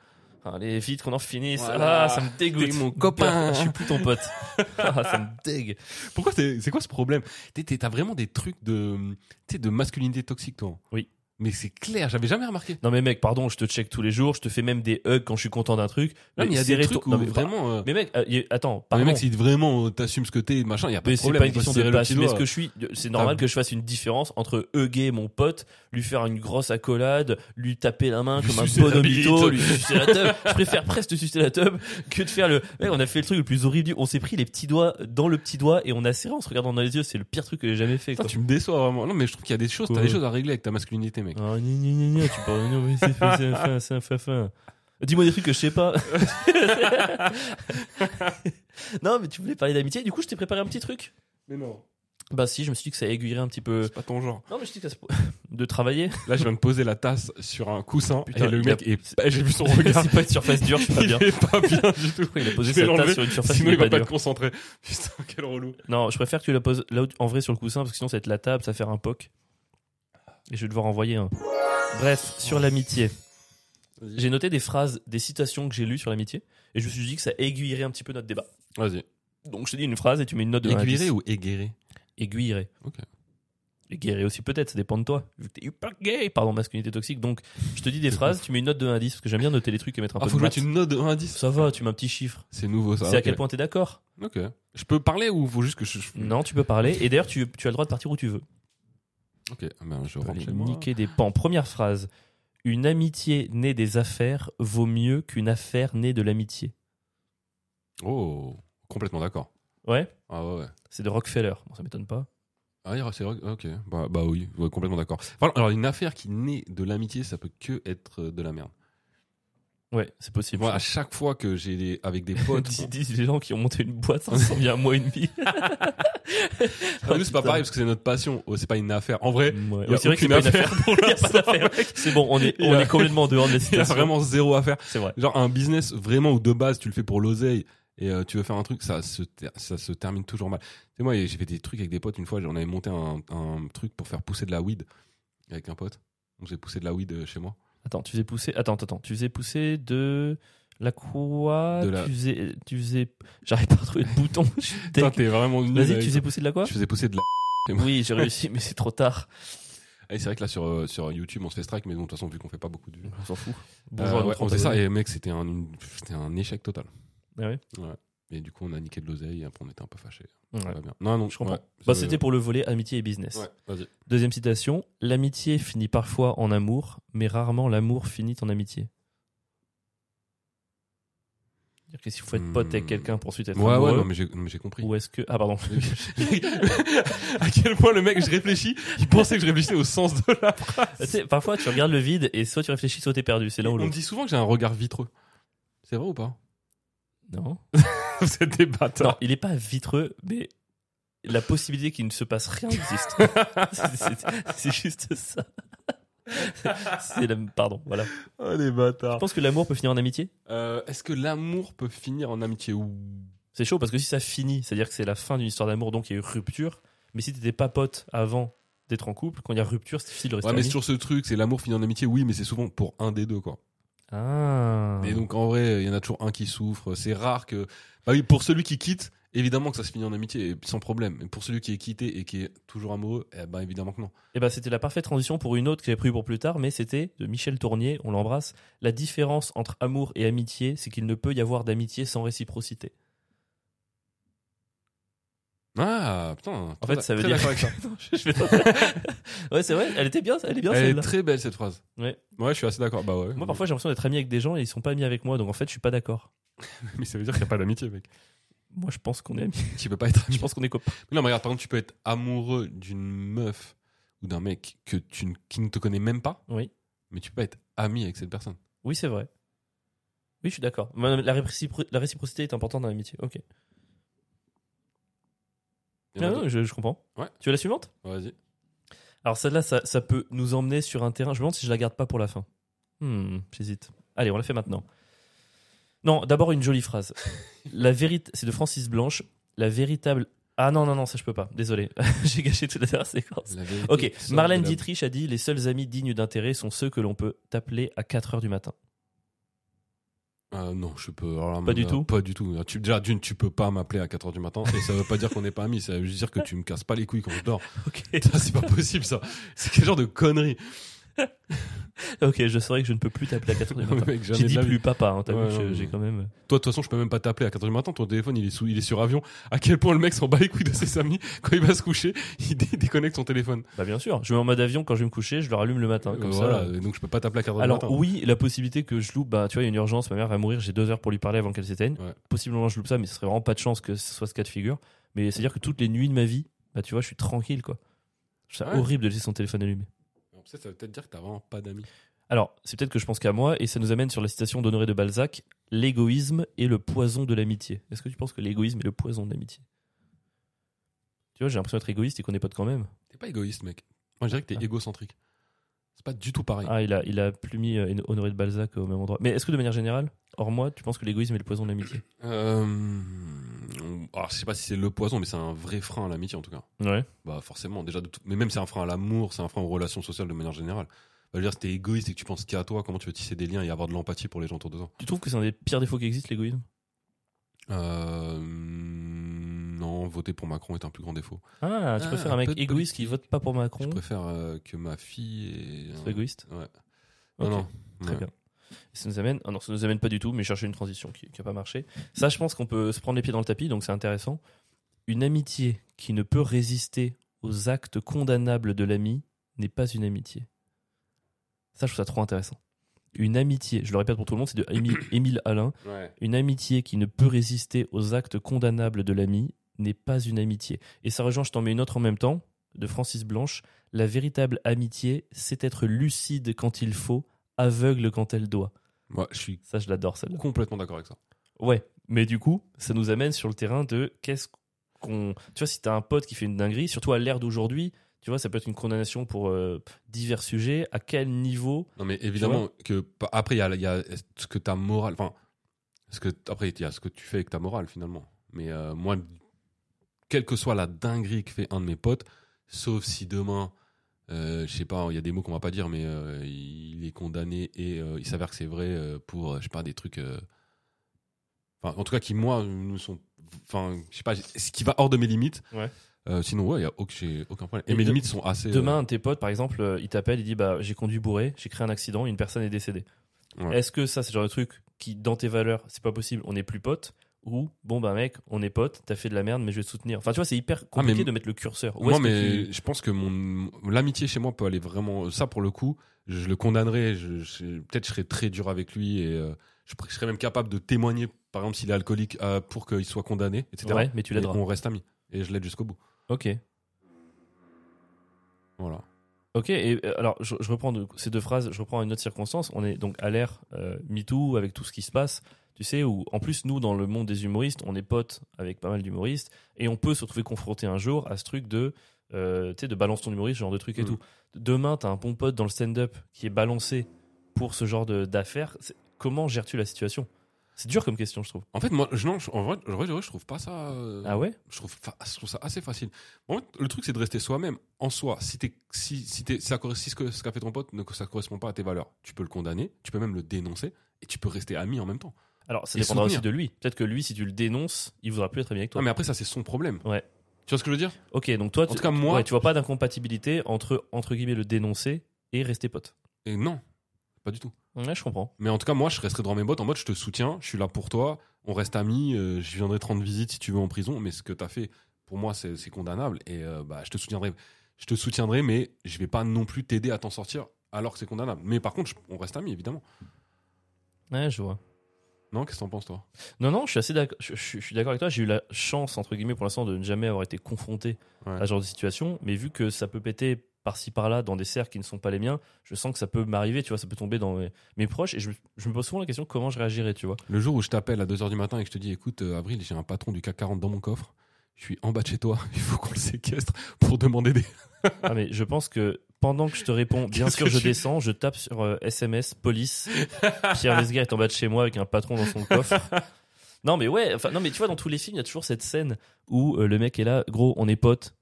Speaker 1: Allez, vite qu'on en finisse.
Speaker 2: Voilà.
Speaker 1: Ah, ça me dégoûte.
Speaker 2: T'es mon copain.
Speaker 1: Je suis plus ton pote. ah, ça me dégue.
Speaker 2: Pourquoi t'es- c'est quoi ce problème T'es- t'es- T'as vraiment des trucs de, tu sais, de masculinité toxique, toi.
Speaker 1: Oui.
Speaker 2: Mais c'est clair, j'avais jamais remarqué.
Speaker 1: Non, mais mec, pardon, je te check tous les jours, je te fais même des hugs quand je suis content d'un truc.
Speaker 2: Non, mais il y a
Speaker 1: serrer
Speaker 2: des
Speaker 1: ton-
Speaker 2: trucs où
Speaker 1: Non, mais enfin,
Speaker 2: vraiment. euh,
Speaker 1: Mais mec, euh, y- attends,
Speaker 2: non, mais
Speaker 1: pardon.
Speaker 2: mec, si vraiment euh, t'assumes ce que t'es, machin, il y a pas
Speaker 1: Mais
Speaker 2: de
Speaker 1: c'est
Speaker 2: problème.
Speaker 1: pas une
Speaker 2: on peut
Speaker 1: question
Speaker 2: serrer
Speaker 1: de
Speaker 2: le
Speaker 1: passe,
Speaker 2: petit
Speaker 1: mais ce
Speaker 2: doigt.
Speaker 1: que je suis, c'est normal
Speaker 2: Ah.
Speaker 1: que je fasse une différence entre huguer mon pote, lui faire une grosse accolade, lui taper la main
Speaker 2: Lui
Speaker 1: comme un
Speaker 2: sucer la
Speaker 1: bonhomme
Speaker 2: bite.
Speaker 1: mytho, lui sucer la teub. je préfère presque sucer la teub que de faire le. Mec, on a fait le truc le plus horrible. du- On s'est pris les petits doigts dans le petit doigt et on a serré en se regardant dans les yeux. C'est le pire truc que j'ai jamais fait.
Speaker 2: Putain,
Speaker 1: Quoi.
Speaker 2: tu me déçois vraiment. Non, mais je trouve qu'il y a des choses, t'as
Speaker 1: Quoi
Speaker 2: des choses à régler avec ta masculinité, mec.
Speaker 1: Ah, gna, gna, gna, gna, tu parles. Non, mais c'est c'est fin, c'est fin, fin. Dis-moi des trucs que je sais pas. non, mais tu voulais parler d'amitié. Du coup, je t'ai préparé un petit truc.
Speaker 2: Mais non.
Speaker 1: Bah si, je me suis dit que ça aiguillerait un petit peu.
Speaker 2: C'est pas ton genre.
Speaker 1: Non, mais je dis que ça se... de travailler.
Speaker 2: Euh, Là, je viens de poser la tasse sur un coussin
Speaker 1: Putain,
Speaker 2: et le
Speaker 1: il
Speaker 2: mec
Speaker 1: a-
Speaker 2: est. J'ai vu son
Speaker 1: C'est
Speaker 2: regard.
Speaker 1: pas une surface dure, je suis pas
Speaker 2: Il
Speaker 1: bien.
Speaker 2: est pas bien du tout.
Speaker 1: Il a posé
Speaker 2: Je vais
Speaker 1: sa tasse
Speaker 2: l'enlever,
Speaker 1: sur une surface
Speaker 2: Sinon,
Speaker 1: qui
Speaker 2: il
Speaker 1: n'est
Speaker 2: va
Speaker 1: pas
Speaker 2: pas te
Speaker 1: dure.
Speaker 2: concentrer. Putain, quel relou.
Speaker 1: Non, je préfère que tu la poses là où- en vrai sur le coussin parce que sinon ça va être la table, ça va faire un poc. Et je vais devoir envoyer un. Bref, sur l'amitié.
Speaker 2: Vas-y.
Speaker 1: J'ai noté des phrases, des citations que j'ai lues sur l'amitié et je me suis dit que ça aiguillerait un petit peu notre débat.
Speaker 2: Vas-y.
Speaker 1: Donc je te dis une phrase et tu mets une note de un à
Speaker 2: Aiguilleré
Speaker 1: dix.
Speaker 2: ou aiguerré
Speaker 1: Aiguillerait.
Speaker 2: Ok.
Speaker 1: Aiguillerait aussi peut-être, ça dépend de toi. Vu que t'es hyper gay, pardon, masculinité toxique. Donc je te dis des phrases, tu mets une note de 1 à 10 parce que j'aime bien noter les trucs et mettre un
Speaker 2: Ah,
Speaker 1: peu
Speaker 2: faut
Speaker 1: de
Speaker 2: que je mette
Speaker 1: maths.
Speaker 2: une note de 1 à 10.
Speaker 1: Ça va, tu mets un petit chiffre.
Speaker 2: C'est nouveau ça.
Speaker 1: C'est
Speaker 2: ok.
Speaker 1: à quel point t'es d'accord
Speaker 2: Ok. Je peux parler ou faut juste que je. je-
Speaker 1: Non, tu peux parler. Et d'ailleurs, tu, tu as le droit de partir où tu veux.
Speaker 2: Ok, ah ben, je
Speaker 1: Tu peux
Speaker 2: rentre
Speaker 1: aller
Speaker 2: chez moi.
Speaker 1: niquer des pans. Première phrase. Une amitié née des affaires vaut mieux qu'une affaire née de l'amitié.
Speaker 2: Oh, complètement d'accord.
Speaker 1: Ouais
Speaker 2: Ah ouais, ouais.
Speaker 1: C'est de Rockefeller. Bon, ça m'étonne pas.
Speaker 2: Ah, il y aura- c'est vrai. Ok, bah, bah oui, ouais, complètement d'accord. Enfin, alors, une affaire qui naît de l'amitié, ça peut que être euh, de la merde.
Speaker 1: Ouais, c'est possible.
Speaker 2: Moi, à chaque fois que j'ai des, avec des potes.
Speaker 1: Dis- dis les gens qui ont monté une boîte, ça ressemble à un mois et demi.
Speaker 2: Ah, nous, c'est pas pareil parce que c'est notre passion. Oh, c'est pas une affaire. En vrai,
Speaker 1: Ouais,
Speaker 2: il y a
Speaker 1: c'est vrai que c'est
Speaker 2: aucune
Speaker 1: pas une
Speaker 2: affaire
Speaker 1: affaire.
Speaker 2: pour
Speaker 1: Il y a pas
Speaker 2: l'instant,
Speaker 1: d'affaire.
Speaker 2: mec.
Speaker 1: C'est bon, on est,
Speaker 2: Il y
Speaker 1: on
Speaker 2: a-
Speaker 1: est complètement en dehors de la
Speaker 2: Il y a
Speaker 1: situation.
Speaker 2: vraiment zéro affaire.
Speaker 1: C'est vrai.
Speaker 2: Genre, un business vraiment où de base tu le fais pour l'oseille et euh, tu veux faire un truc, ça se, ter- ça se termine toujours mal. Tu sais, moi, j'ai fait des trucs avec des potes. Une fois, on avait monté un, un truc pour faire pousser de la weed avec un pote. On faisait pousser de la weed euh, chez moi.
Speaker 1: Attends, tu faisais pousser. Attends, attends, tu faisais pousser de la quoi
Speaker 2: De la-
Speaker 1: Tu faisais, tu faisais. J'arrive pas à trouver de bouton. Je suis
Speaker 2: Putain,
Speaker 1: deg.
Speaker 2: t'es vraiment nul
Speaker 1: Vas-y,
Speaker 2: avec
Speaker 1: tu
Speaker 2: ça.
Speaker 1: faisais pousser de la quoi
Speaker 2: Je faisais pousser de la.
Speaker 1: Oui, j'ai réussi, mais c'est trop tard.
Speaker 2: Et c'est vrai que là, sur, euh, sur YouTube, on se fait strike, mais bon, de toute façon, vu qu'on fait pas beaucoup de vues.
Speaker 1: On s'en fout.
Speaker 2: Euh,
Speaker 1: Bonjour. à
Speaker 2: ouais,
Speaker 1: notre
Speaker 2: on faisait ça,
Speaker 1: abonné.
Speaker 2: et mec, c'était un, une- c'était un échec total.
Speaker 1: Ah ouais
Speaker 2: Et du coup, on a niqué de l'oseille, et après, on était un peu fâchés. Ça
Speaker 1: Ah Ouais.
Speaker 2: va bien. Non, non,
Speaker 1: Je comprends.
Speaker 2: ouais,
Speaker 1: Bah,
Speaker 2: ça-
Speaker 1: c'était pour le volet amitié et business.
Speaker 2: Ouais, vas-y.
Speaker 1: Deuxième citation L'amitié finit parfois en amour, mais rarement l'amour finit en amitié. C'est-à-dire que s'il faut être pote avec
Speaker 2: Hmm.
Speaker 1: quelqu'un pour ensuite être
Speaker 2: Ouais, ouais,
Speaker 1: amoureux,
Speaker 2: non, mais j'ai non, mais j'ai compris.
Speaker 1: ou est-ce que. Ah, pardon.
Speaker 2: à quel point le mec, je réfléchis, il pensait que je réfléchissais au sens de la
Speaker 1: Tu sais, parfois, tu regardes le vide et soit tu réfléchis, soit t'es perdu. C'est là
Speaker 2: On
Speaker 1: où
Speaker 2: me dit souvent que j'ai un regard vitreux. C'est vrai ou pas
Speaker 1: Non.
Speaker 2: Vous êtes des
Speaker 1: non,
Speaker 2: bâtards.
Speaker 1: il est pas vitreux, mais la possibilité qu'il ne se passe rien existe. C'est- c'est- C'est juste ça. C'est la- Pardon, voilà.
Speaker 2: Oh, des
Speaker 1: Je
Speaker 2: bâtards.
Speaker 1: pense que l'amour peut finir en amitié.
Speaker 2: Euh, Est-ce que l'amour peut finir en amitié ou.
Speaker 1: C'est chaud parce que si ça finit, c'est-à-dire que c'est la fin d'une histoire d'amour, donc il y a eu rupture. Mais si t'étais pas pote avant d'être en couple, quand il y a rupture, c'est difficile de rester
Speaker 2: Ouais, mais c'est
Speaker 1: ami.
Speaker 2: toujours ce truc, c'est l'amour finit en amitié, oui, mais c'est souvent pour un des deux, quoi.
Speaker 1: Ah.
Speaker 2: Et donc en vrai, il y en a toujours un qui souffre. C'est rare que. Bah oui, pour celui qui quitte, évidemment que ça se finit en amitié, et sans problème. Et pour celui qui est quitté et qui est toujours amoureux, eh ben évidemment que non.
Speaker 1: Eh ben, c'était la parfaite transition pour une autre que j'avais prévue pour plus tard, mais c'était de Michel Tournier, on l'embrasse. La différence entre amour et amitié, c'est qu'il ne peut y avoir d'amitié sans réciprocité.
Speaker 2: Ah putain.
Speaker 1: En
Speaker 2: très-
Speaker 1: fait, ça veut
Speaker 2: très
Speaker 1: dire-
Speaker 2: d'accord avec ça.
Speaker 1: Non, je- je vais pas- ouais, c'est vrai, elle était bien, elle est bien
Speaker 2: Elle est
Speaker 1: celle-là.
Speaker 2: très belle cette phrase.
Speaker 1: Ouais.
Speaker 2: Ouais, je suis assez d'accord. Bah ouais.
Speaker 1: Moi, parfois, j'ai l'impression d'être ami avec des gens et ils sont pas amis avec moi, donc en fait, je suis pas d'accord.
Speaker 2: Mais ça veut dire qu'il n'y a pas d'amitié, mec.
Speaker 1: Moi, je pense qu'on est amis.
Speaker 2: Tu peux pas être
Speaker 1: Je
Speaker 2: ami.
Speaker 1: pense qu'on est copains.
Speaker 2: Non, mais regarde, par exemple, tu peux être amoureux d'une meuf ou d'un mec que tu ne- qui ne te connaît même pas,
Speaker 1: Oui.
Speaker 2: mais tu peux pas être ami avec cette personne.
Speaker 1: Oui, c'est vrai. Oui, je suis d'accord. Mais La, récipro- la réciprocité est importante dans l'amitié. Ok.
Speaker 2: Il y en a
Speaker 1: Non, non, Ah, je, je comprends.
Speaker 2: Ouais.
Speaker 1: Tu veux la suivante
Speaker 2: d'autres. Vas-y.
Speaker 1: Alors celle-là, ça, ça peut nous emmener sur un terrain. Je me demande si je la garde pas pour la fin. Hmm, j'hésite. Allez, on la fait maintenant. Non, d'abord une jolie phrase. La vérité, c'est de Francis Blanche. La véritable. Ah non, non, non, ça je peux pas. Désolé, j'ai gâché toute la dernière séquence.
Speaker 2: La vérité
Speaker 1: Ok,
Speaker 2: sort
Speaker 1: Marlène
Speaker 2: de la-
Speaker 1: Dietrich a dit Les seuls amis dignes d'intérêt sont ceux que l'on peut appeler à 4 h du matin.
Speaker 2: Ah non, je peux. alors là,
Speaker 1: Pas du
Speaker 2: là,
Speaker 1: tout
Speaker 2: Pas du tout. Tu, déjà, d'une, tu peux pas m'appeler à 4h du matin et ça veut pas dire qu'on n'est pas amis. Ça veut juste dire que tu me casses pas les couilles quand je dors.
Speaker 1: Ok,
Speaker 2: Ça, c'est pas possible, ça. C'est quel genre de connerie
Speaker 1: ok, je saurais que je ne peux plus t'appeler à 4 h du matin.
Speaker 2: Mec, jamais
Speaker 1: J'ai
Speaker 2: de
Speaker 1: dit
Speaker 2: la vie.
Speaker 1: plus papa, hein, t'as
Speaker 2: Ouais,
Speaker 1: vu, je-
Speaker 2: ouais,
Speaker 1: j'ai
Speaker 2: ouais.
Speaker 1: quand même.
Speaker 2: Toi, de toute façon, je peux même pas t'appeler à 4h du matin. Ton téléphone, il est, sous, il est sur avion. À quel point le mec s'en bat les couilles de ses amis quand il va se coucher, il dé- déconnecte son téléphone.
Speaker 1: Bah bien sûr, je mets en mode avion quand je vais me coucher, je le rallume le matin. Comme
Speaker 2: Euh,
Speaker 1: ça,
Speaker 2: voilà, et donc je peux pas t'appeler à 4h du
Speaker 1: Alors
Speaker 2: matin. hein.
Speaker 1: oui, la possibilité que je loupe, bah, tu vois, il y a une urgence, ma mère va mourir, j'ai deux heures pour lui parler avant qu'elle s'éteigne.
Speaker 2: Ouais.
Speaker 1: Possiblement je loupe ça, mais ce serait vraiment pas de chance que ce soit ce cas de figure. Mais c'est-à-dire que toutes les nuits de ma vie, bah, tu vois, je suis tranquille, quoi. Je trouve ça
Speaker 2: Ouais.
Speaker 1: horrible de laisser son téléphone allumé.
Speaker 2: Alors, peut-être, ça veut peut-être dire que t'as vraiment pas d'amis.
Speaker 1: Alors, c'est peut-être que je pense qu'à moi, et ça nous amène sur la citation d'Honoré de Balzac, l'égoïsme est le poison de l'amitié. Est-ce que tu penses que l'égoïsme est le poison de l'amitié Tu vois, j'ai l'impression d'être égoïste et qu'on est potes quand même.
Speaker 2: T'es pas égoïste, mec. Moi, je dirais que t'es
Speaker 1: Ah.
Speaker 2: égocentrique. C'est pas du tout pareil.
Speaker 1: Ah, il a, il a plus mis euh, Honoré de Balzac au même endroit. Mais est-ce que de manière générale, hors moi, tu penses que l'égoïsme est le poison de l'amitié
Speaker 2: Euh, Alors, je sais pas si c'est le poison, mais c'est un vrai frein à l'amitié en tout cas.
Speaker 1: Ouais.
Speaker 2: Bah forcément, déjà de tout- mais même c'est un frein à l'amour, c'est un frein aux relations sociales de manière générale. Bah, je veux dire, si t'es égoïste et que tu penses qu'à toi, comment tu veux tisser des liens et avoir de l'empathie pour les gens autour de toi
Speaker 1: Tu trouves que c'est un des pires défauts qui existe, l'égoïsme
Speaker 2: Euh, Non, voter pour Macron est un plus grand défaut.
Speaker 1: Ah, tu
Speaker 2: Ah,
Speaker 1: préfères
Speaker 2: un
Speaker 1: un mec
Speaker 2: peu de
Speaker 1: égoïste qui vote pas pour
Speaker 2: Je
Speaker 1: Macron
Speaker 2: préfère euh, que ma fille ait...
Speaker 1: Soit égoïste
Speaker 2: Ouais.
Speaker 1: Ok,
Speaker 2: Non, non.
Speaker 1: Très
Speaker 2: Ouais.
Speaker 1: bien. Ça nous amène, ah non, ça nous amène pas du tout, mais chercher une transition qui n'a pas marché. Ça, je pense qu'on peut se prendre les pieds dans le tapis, donc c'est intéressant. Une amitié qui ne peut résister aux actes condamnables de l'ami n'est pas une amitié. Ça, je trouve ça trop intéressant. Une amitié, je le répète pour tout le monde, c'est de Émile- Émile Alain.
Speaker 2: Ouais.
Speaker 1: Une amitié qui ne peut résister aux actes condamnables de l'ami n'est pas une amitié. Et ça rejoint, je t'en mets une autre en même temps, de Francis Blanche. La véritable amitié, c'est être lucide quand il faut, aveugle quand elle doit.
Speaker 2: Moi, je suis
Speaker 1: Ça, je l'adore celle-là.
Speaker 2: complètement d'accord avec ça.
Speaker 1: Ouais, mais du coup, ça nous amène sur le terrain de qu'est-ce qu'on. Tu vois, si t'as un pote qui fait une dinguerie, surtout à l'ère d'aujourd'hui, tu vois, ça peut être une condamnation pour euh, divers sujets. À quel niveau
Speaker 2: Non, mais évidemment que pa- après il y a, il y a ce que ta morale, enfin, ce que après il y a ce que tu fais avec ta morale finalement. Mais euh, moi, quelle que soit la dinguerie que fait un de mes potes, sauf si demain, euh, je sais pas, il y a des mots qu'on va pas dire, mais euh, il est condamné et euh, il s'avère que c'est vrai euh, pour, euh, je sais pas, des trucs. euh, Enfin, en tout cas, qui moi nous sont, enfin, je sais pas, ce qui va hors de mes limites.
Speaker 1: Ouais.
Speaker 2: Euh, sinon, ouais, il y a aucun, j'ai aucun problème. Et,
Speaker 1: Et
Speaker 2: mes
Speaker 1: de-
Speaker 2: limites sont assez. euh,
Speaker 1: Demain, un de tes potes, par exemple, euh, il t'appelle, il dit bah, J'ai conduit bourré, j'ai créé un accident, une personne est décédée.
Speaker 2: Ouais.
Speaker 1: Est-ce que ça, c'est le genre de truc qui, dans tes valeurs, c'est pas possible, on est plus potes Ou, bon, bah mec, on est potes, t'as fait de la merde, mais je vais te soutenir. Enfin, tu vois, c'est hyper compliqué
Speaker 2: Ah, mais-
Speaker 1: de mettre le curseur. Où
Speaker 2: Moi,
Speaker 1: est-ce que
Speaker 2: mais
Speaker 1: tu-
Speaker 2: je pense que mon l'amitié chez moi peut aller vraiment. Ça, pour le coup, je le condamnerais. Je, je- Peut-être je serais très dur avec lui et euh, je, pr- je serais même capable de témoigner, par exemple, s'il est alcoolique, euh, pour qu'il soit condamné, etc.
Speaker 1: Ouais, mais tu
Speaker 2: et
Speaker 1: l'aideras.
Speaker 2: on reste amis. Et je l'aide jusqu'au bout.
Speaker 1: Ok.
Speaker 2: Voilà.
Speaker 1: Ok, et euh, alors je, je reprends de- ces deux phrases, je reprends une autre circonstance. On est donc à l'ère euh, MeToo, avec tout ce qui se passe, tu sais, où en plus, nous, dans le monde des humoristes, on est potes avec pas mal d'humoristes, et on peut se retrouver confronté un jour à ce truc de, euh, tu sais, de balance ton humoriste, ce genre de truc et
Speaker 2: Mm.
Speaker 1: tout. Demain, t'as un bon pote dans le stand-up qui est balancé pour ce genre de- d'affaires. C'est- Comment gères-tu la situation C'est dur comme question, je trouve.
Speaker 2: En fait, moi, je, non, je- en vrai, en vrai, je trouve pas ça. euh,
Speaker 1: Ah ouais
Speaker 2: je trouve, fa- je trouve ça assez facile. En fait, le truc, c'est de rester soi-même. En soi, si, t'es- si, si, t'es- ça corre- si ce que- ce qu'a fait ton pote ne ça correspond pas à tes valeurs, tu peux le condamner, tu peux même le dénoncer et tu peux rester ami en même temps.
Speaker 1: Alors, ça
Speaker 2: Et
Speaker 1: dépendra aussi
Speaker 2: soutenir.
Speaker 1: de lui. Peut-être que lui, si tu le dénonces, il voudra plus être ami avec toi.
Speaker 2: Non, Ah, mais après, ça, c'est son problème.
Speaker 1: Ouais.
Speaker 2: Tu vois ce que je veux dire
Speaker 1: Ok, donc toi,
Speaker 2: En
Speaker 1: tu,
Speaker 2: tout cas, moi-
Speaker 1: ouais, tu vois pas d'incompatibilité entre, entre guillemets, le dénoncer et rester pote.
Speaker 2: Et non, pas du tout.
Speaker 1: Ouais, je comprends.
Speaker 2: Mais en tout cas, moi, je resterai dans mes bottes en mode je te soutiens, je suis là pour toi, on reste amis, euh, je viendrai te rendre visite si tu veux en prison, mais ce que tu as fait, pour moi, c'est c'est condamnable et euh, bah, je te soutiendrai. Je te soutiendrai, mais je vais pas non plus t'aider à t'en sortir alors que c'est condamnable. Mais par contre, je- on reste amis, évidemment.
Speaker 1: Ouais, je vois.
Speaker 2: Non, qu'est-ce que t'en penses, toi
Speaker 1: Non, non, je suis assez d'accord. Je, je- je suis d'accord avec toi. J'ai eu la chance, entre guillemets, pour l'instant, de ne jamais avoir été confronté
Speaker 2: Ouais.
Speaker 1: à ce genre de situation. Mais vu que ça peut péter par-ci par-là dans des cercles qui ne sont pas les miens, je sens que ça peut m'arriver. Tu vois, ça peut tomber dans mes, mes proches. Et je, me- je me pose souvent la question comment je réagirais. Tu vois.
Speaker 2: Le jour où je t'appelle à 2h du matin et que je te dis écoute, euh, Avril, j'ai un patron du CAC 40 dans mon coffre, je suis en bas de chez toi, il faut qu'on le séquestre pour demander des.
Speaker 1: Ah, mais je pense que pendant que je te réponds, bien
Speaker 2: Qu'est-ce
Speaker 1: sûr,
Speaker 2: que
Speaker 1: je
Speaker 2: tu-
Speaker 1: descends, je tape sur euh, SMS police. Pierre Lesgar est en bas de chez moi avec un patron dans son coffre. Non, mais ouais, enfin, non, mais tu vois, dans tous les films, il y a toujours cette scène où euh, le mec est là, gros, on est potes,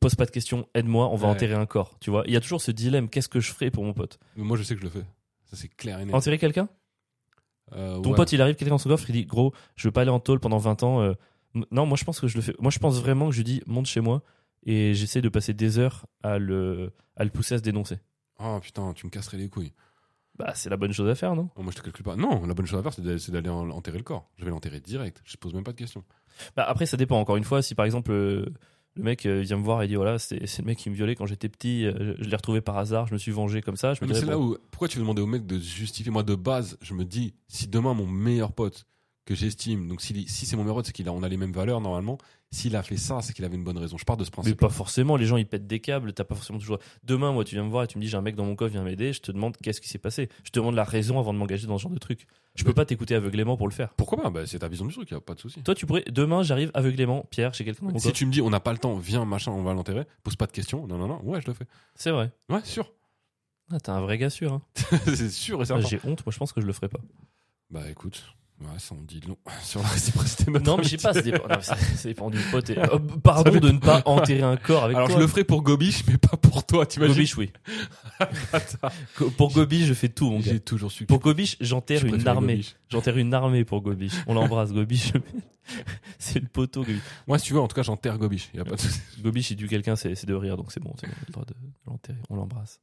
Speaker 1: pose pas de questions, aide-moi, on va
Speaker 2: Ouais.
Speaker 1: enterrer un corps, tu vois. Il y a toujours ce dilemme, qu'est-ce que je ferais pour mon pote
Speaker 2: Mais moi, je sais que je le fais. Ça, c'est clair et net.
Speaker 1: Enterrer quelqu'un
Speaker 2: Euh,
Speaker 1: Ton
Speaker 2: ouais.
Speaker 1: pote, il arrive, quelqu'un dans son coffre, il dit Gros, je veux pas aller en tôle pendant 20 ans. euh, m- non, moi je pense que je le fais. Moi je pense vraiment que je lui dis Monte chez moi et j'essaie de passer des heures à le, à le pousser à se dénoncer.
Speaker 2: Oh putain, tu me casserais les couilles.
Speaker 1: Bah, c'est la bonne chose à faire, non
Speaker 2: Oh, moi, je te calcule pas. Non, la bonne chose à faire, c'est d'aller- c'est d'aller en- enterrer le corps. Je vais l'enterrer direct. Je pose même pas de questions.
Speaker 1: Bah, après, ça dépend. Encore une fois, si par exemple euh, le mec euh, vient me voir et dit Voilà, c'est c'est le mec qui me violait quand j'étais petit, euh, je, je l'ai retrouvé par hasard, je me suis vengé comme ça, je me
Speaker 2: Ah, Mais
Speaker 1: dirais,
Speaker 2: c'est là
Speaker 1: bon,
Speaker 2: où. Pourquoi tu veux demander au mec de se justifier Moi, de base, je me dis, si demain mon meilleur pote que j'estime, donc s'il- si, c'est mon meilleur pote, c'est qu'il a, on a les mêmes valeurs normalement. S'il a fait ça, c'est qu'il avait une bonne raison. Je pars de ce
Speaker 1: Mais
Speaker 2: principe.
Speaker 1: pas forcément, les gens ils pètent des câbles, t'as pas forcément toujours. Demain, moi, tu viens me voir et tu me dis j'ai un mec dans mon coffre, viens m'aider, je te demande qu'est-ce qui s'est passé. Je te demande la raison avant de m'engager dans ce genre de truc. Je peux
Speaker 2: Mais-
Speaker 1: pas t'écouter aveuglément pour le faire.
Speaker 2: Pourquoi pas Bah, C'est ta vision du truc, y a pas de souci.
Speaker 1: Toi, tu pourrais. Demain, j'arrive aveuglément, Pierre, chez quelqu'un dans mon
Speaker 2: Si
Speaker 1: coffre.
Speaker 2: tu me dis, on n'a pas le temps, viens, machin, on va l'enterrer, pose pas de questions. Non, non, non, ouais, je le fais.
Speaker 1: C'est vrai.
Speaker 2: Ouais, sûr.
Speaker 1: Ah, t'es un vrai gars sûr. hein.
Speaker 2: c'est sûr et
Speaker 1: Ah,
Speaker 2: certain.
Speaker 1: J'ai honte, moi, je pense que je le ferai pas.
Speaker 2: bah, écoute, ouais, ça on dit long sur la réciprocité de notre
Speaker 1: Non, mais je sais
Speaker 2: amitié.
Speaker 1: pas, ça dépend, non, mais ça- ça dépend du pote. et- Oh, pardon de ne pas enterrer un corps avec
Speaker 2: Alors,
Speaker 1: toi.
Speaker 2: je le ferai pour Gobiche, mais pas pour toi, t'imagines
Speaker 1: Gobiche, oui. Go- pour Gobiche, je fais tout, mon gars.
Speaker 2: J'ai toujours su que
Speaker 1: Pour Gobiche, j'enterre
Speaker 2: je
Speaker 1: une
Speaker 2: préférais
Speaker 1: armée.
Speaker 2: Gobiche.
Speaker 1: J'enterre une armée pour Gobiche. On l'embrasse, Gobiche. C'est le poteau, Gobiche.
Speaker 2: Moi, si tu veux, en tout cas, j'enterre Gobiche. Y a pas de souci.
Speaker 1: Gobiche, il tue quelqu'un, c'est c'est de rire, donc c'est bon, t'as le droit de l'enterrer, on l'embrasse.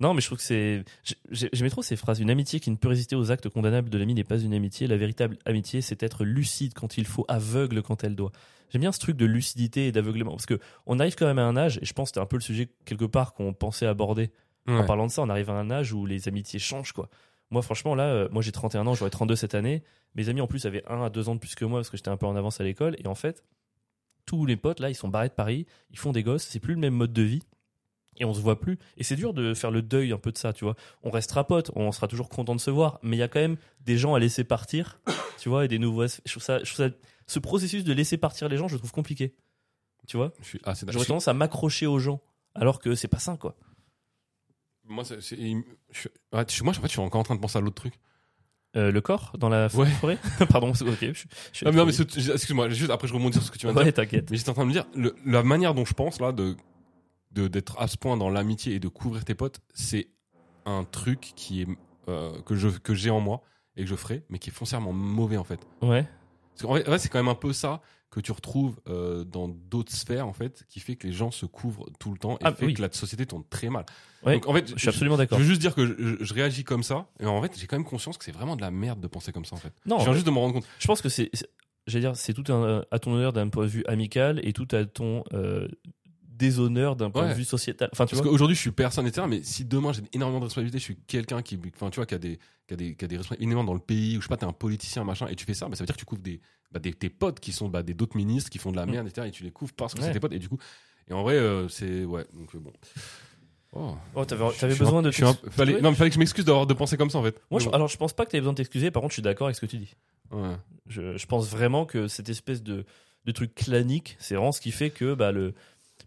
Speaker 1: Non, mais je trouve que c'est. j'ai- j'ai- J'aimais trop ces phrases. Une amitié qui ne peut résister aux actes condamnables de l'ami n'est pas une amitié. La véritable amitié, c'est être lucide quand il faut, aveugle quand elle doit. J'aime bien ce truc de lucidité et d'aveuglement. Parce que on arrive quand même à un âge, et je pense que c'était un peu le sujet quelque part qu'on pensait aborder. En
Speaker 2: Ouais.
Speaker 1: parlant de ça, on arrive à un âge où les amitiés changent, quoi. Moi, franchement, là, euh, moi j'ai 31 ans, j'aurai 32 cette année. Mes amis, en plus, avaient 1 à 2 ans de plus que moi parce que j'étais un peu en avance à l'école. Et en fait, tous les potes, là, ils sont barrés de Paris, ils font des gosses, c'est plus le même mode de vie. Et on se voit plus. Et c'est dur de faire le deuil un peu de ça, tu vois. On restera potes, on sera toujours content de se voir, mais il y a quand même des gens à laisser partir, tu vois, et des nouveaux. as- Je trouve ça, je trouve ça- ce processus de laisser partir les gens, je le trouve compliqué. Tu vois,
Speaker 2: Je suis ah, assez d'accord.
Speaker 1: j'aurais
Speaker 2: Je suis-
Speaker 1: tendance à m'accrocher aux gens, alors que c'est pas sain, quoi.
Speaker 2: Moi, c'est- c'est- il- je suis- ouais, je suis- moi, en fait, je suis encore en train de penser à l'autre truc. Ah,
Speaker 1: Euh, le corps dans la f-
Speaker 2: Ouais.
Speaker 1: forêt Pardon, c'est- ok. Je, suis- je suis
Speaker 2: Ah, mais non, mais c'est- excuse-moi, juste après, je rebondis sur ce que tu viens de dire.
Speaker 1: Ouais, t'inquiète.
Speaker 2: Mais j'étais en train de me dire, le- la manière dont je pense, là, de de- d'être à ce point dans l'amitié et de couvrir tes potes, c'est un truc qui est, euh, que je- que j'ai en moi et que je ferai, mais qui est foncièrement mauvais, en fait.
Speaker 1: Ouais.
Speaker 2: Parce qu'en vrai, en vrai, c'est quand même un peu ça que tu retrouves euh, dans d'autres sphères, en fait, qui fait que les gens se couvrent tout le temps et
Speaker 1: Ah,
Speaker 2: fait
Speaker 1: oui.
Speaker 2: que la société tourne très mal.
Speaker 1: Ouais,
Speaker 2: Donc, en fait,
Speaker 1: Je suis absolument
Speaker 2: je
Speaker 1: d'accord.
Speaker 2: veux juste dire que je, je- je réagis comme ça, et en fait, j'ai quand même conscience que c'est vraiment de la merde de penser comme ça, en fait.
Speaker 1: Non, euh,
Speaker 2: je viens juste de me rendre compte.
Speaker 1: je pense que c'est, c'est- j'allais dire, c'est tout un- euh, à ton honneur d'un point de vue amical et tout à ton euh, déshonneur d'un point
Speaker 2: Ouais.
Speaker 1: de vue sociétal. Enfin, tu
Speaker 2: Parce
Speaker 1: vois.
Speaker 2: qu'aujourd'hui, je suis personne, etc., mais si demain j'ai énormément de responsabilités, je suis quelqu'un qui, enfin, tu vois, qui a des, qui a des, qui a des responsabilités énormément dans le pays, ou je sais pas, t'es un politicien, machin, et tu fais ça, bah, ça veut dire que tu couvres des, bah, des- tes potes qui sont bah, des d'autres ministres, qui font de la
Speaker 1: Mm.
Speaker 2: merde, etc., et tu les couvres parce que
Speaker 1: Ouais.
Speaker 2: c'est tes potes, et du coup, et en vrai, euh, c'est, ouais, donc euh, bon. Oh.
Speaker 1: Oh, t'avais,
Speaker 2: Je
Speaker 1: t'avais
Speaker 2: suis un-
Speaker 1: besoin de.
Speaker 2: je suis un-
Speaker 1: t'ex-
Speaker 2: fallait,
Speaker 1: Ouais.
Speaker 2: Non, mais fallait que je m'excuse d'avoir de penser comme ça en fait.
Speaker 1: Moi, je,
Speaker 2: Mais
Speaker 1: alors, je pense pas que t'avais besoin de t'excuser. Par contre, je suis d'accord avec ce que tu dis.
Speaker 2: bon. Ouais.
Speaker 1: Je, je pense vraiment que cette espèce de, de truc clanique, c'est vraiment ce qui fait que bah, le,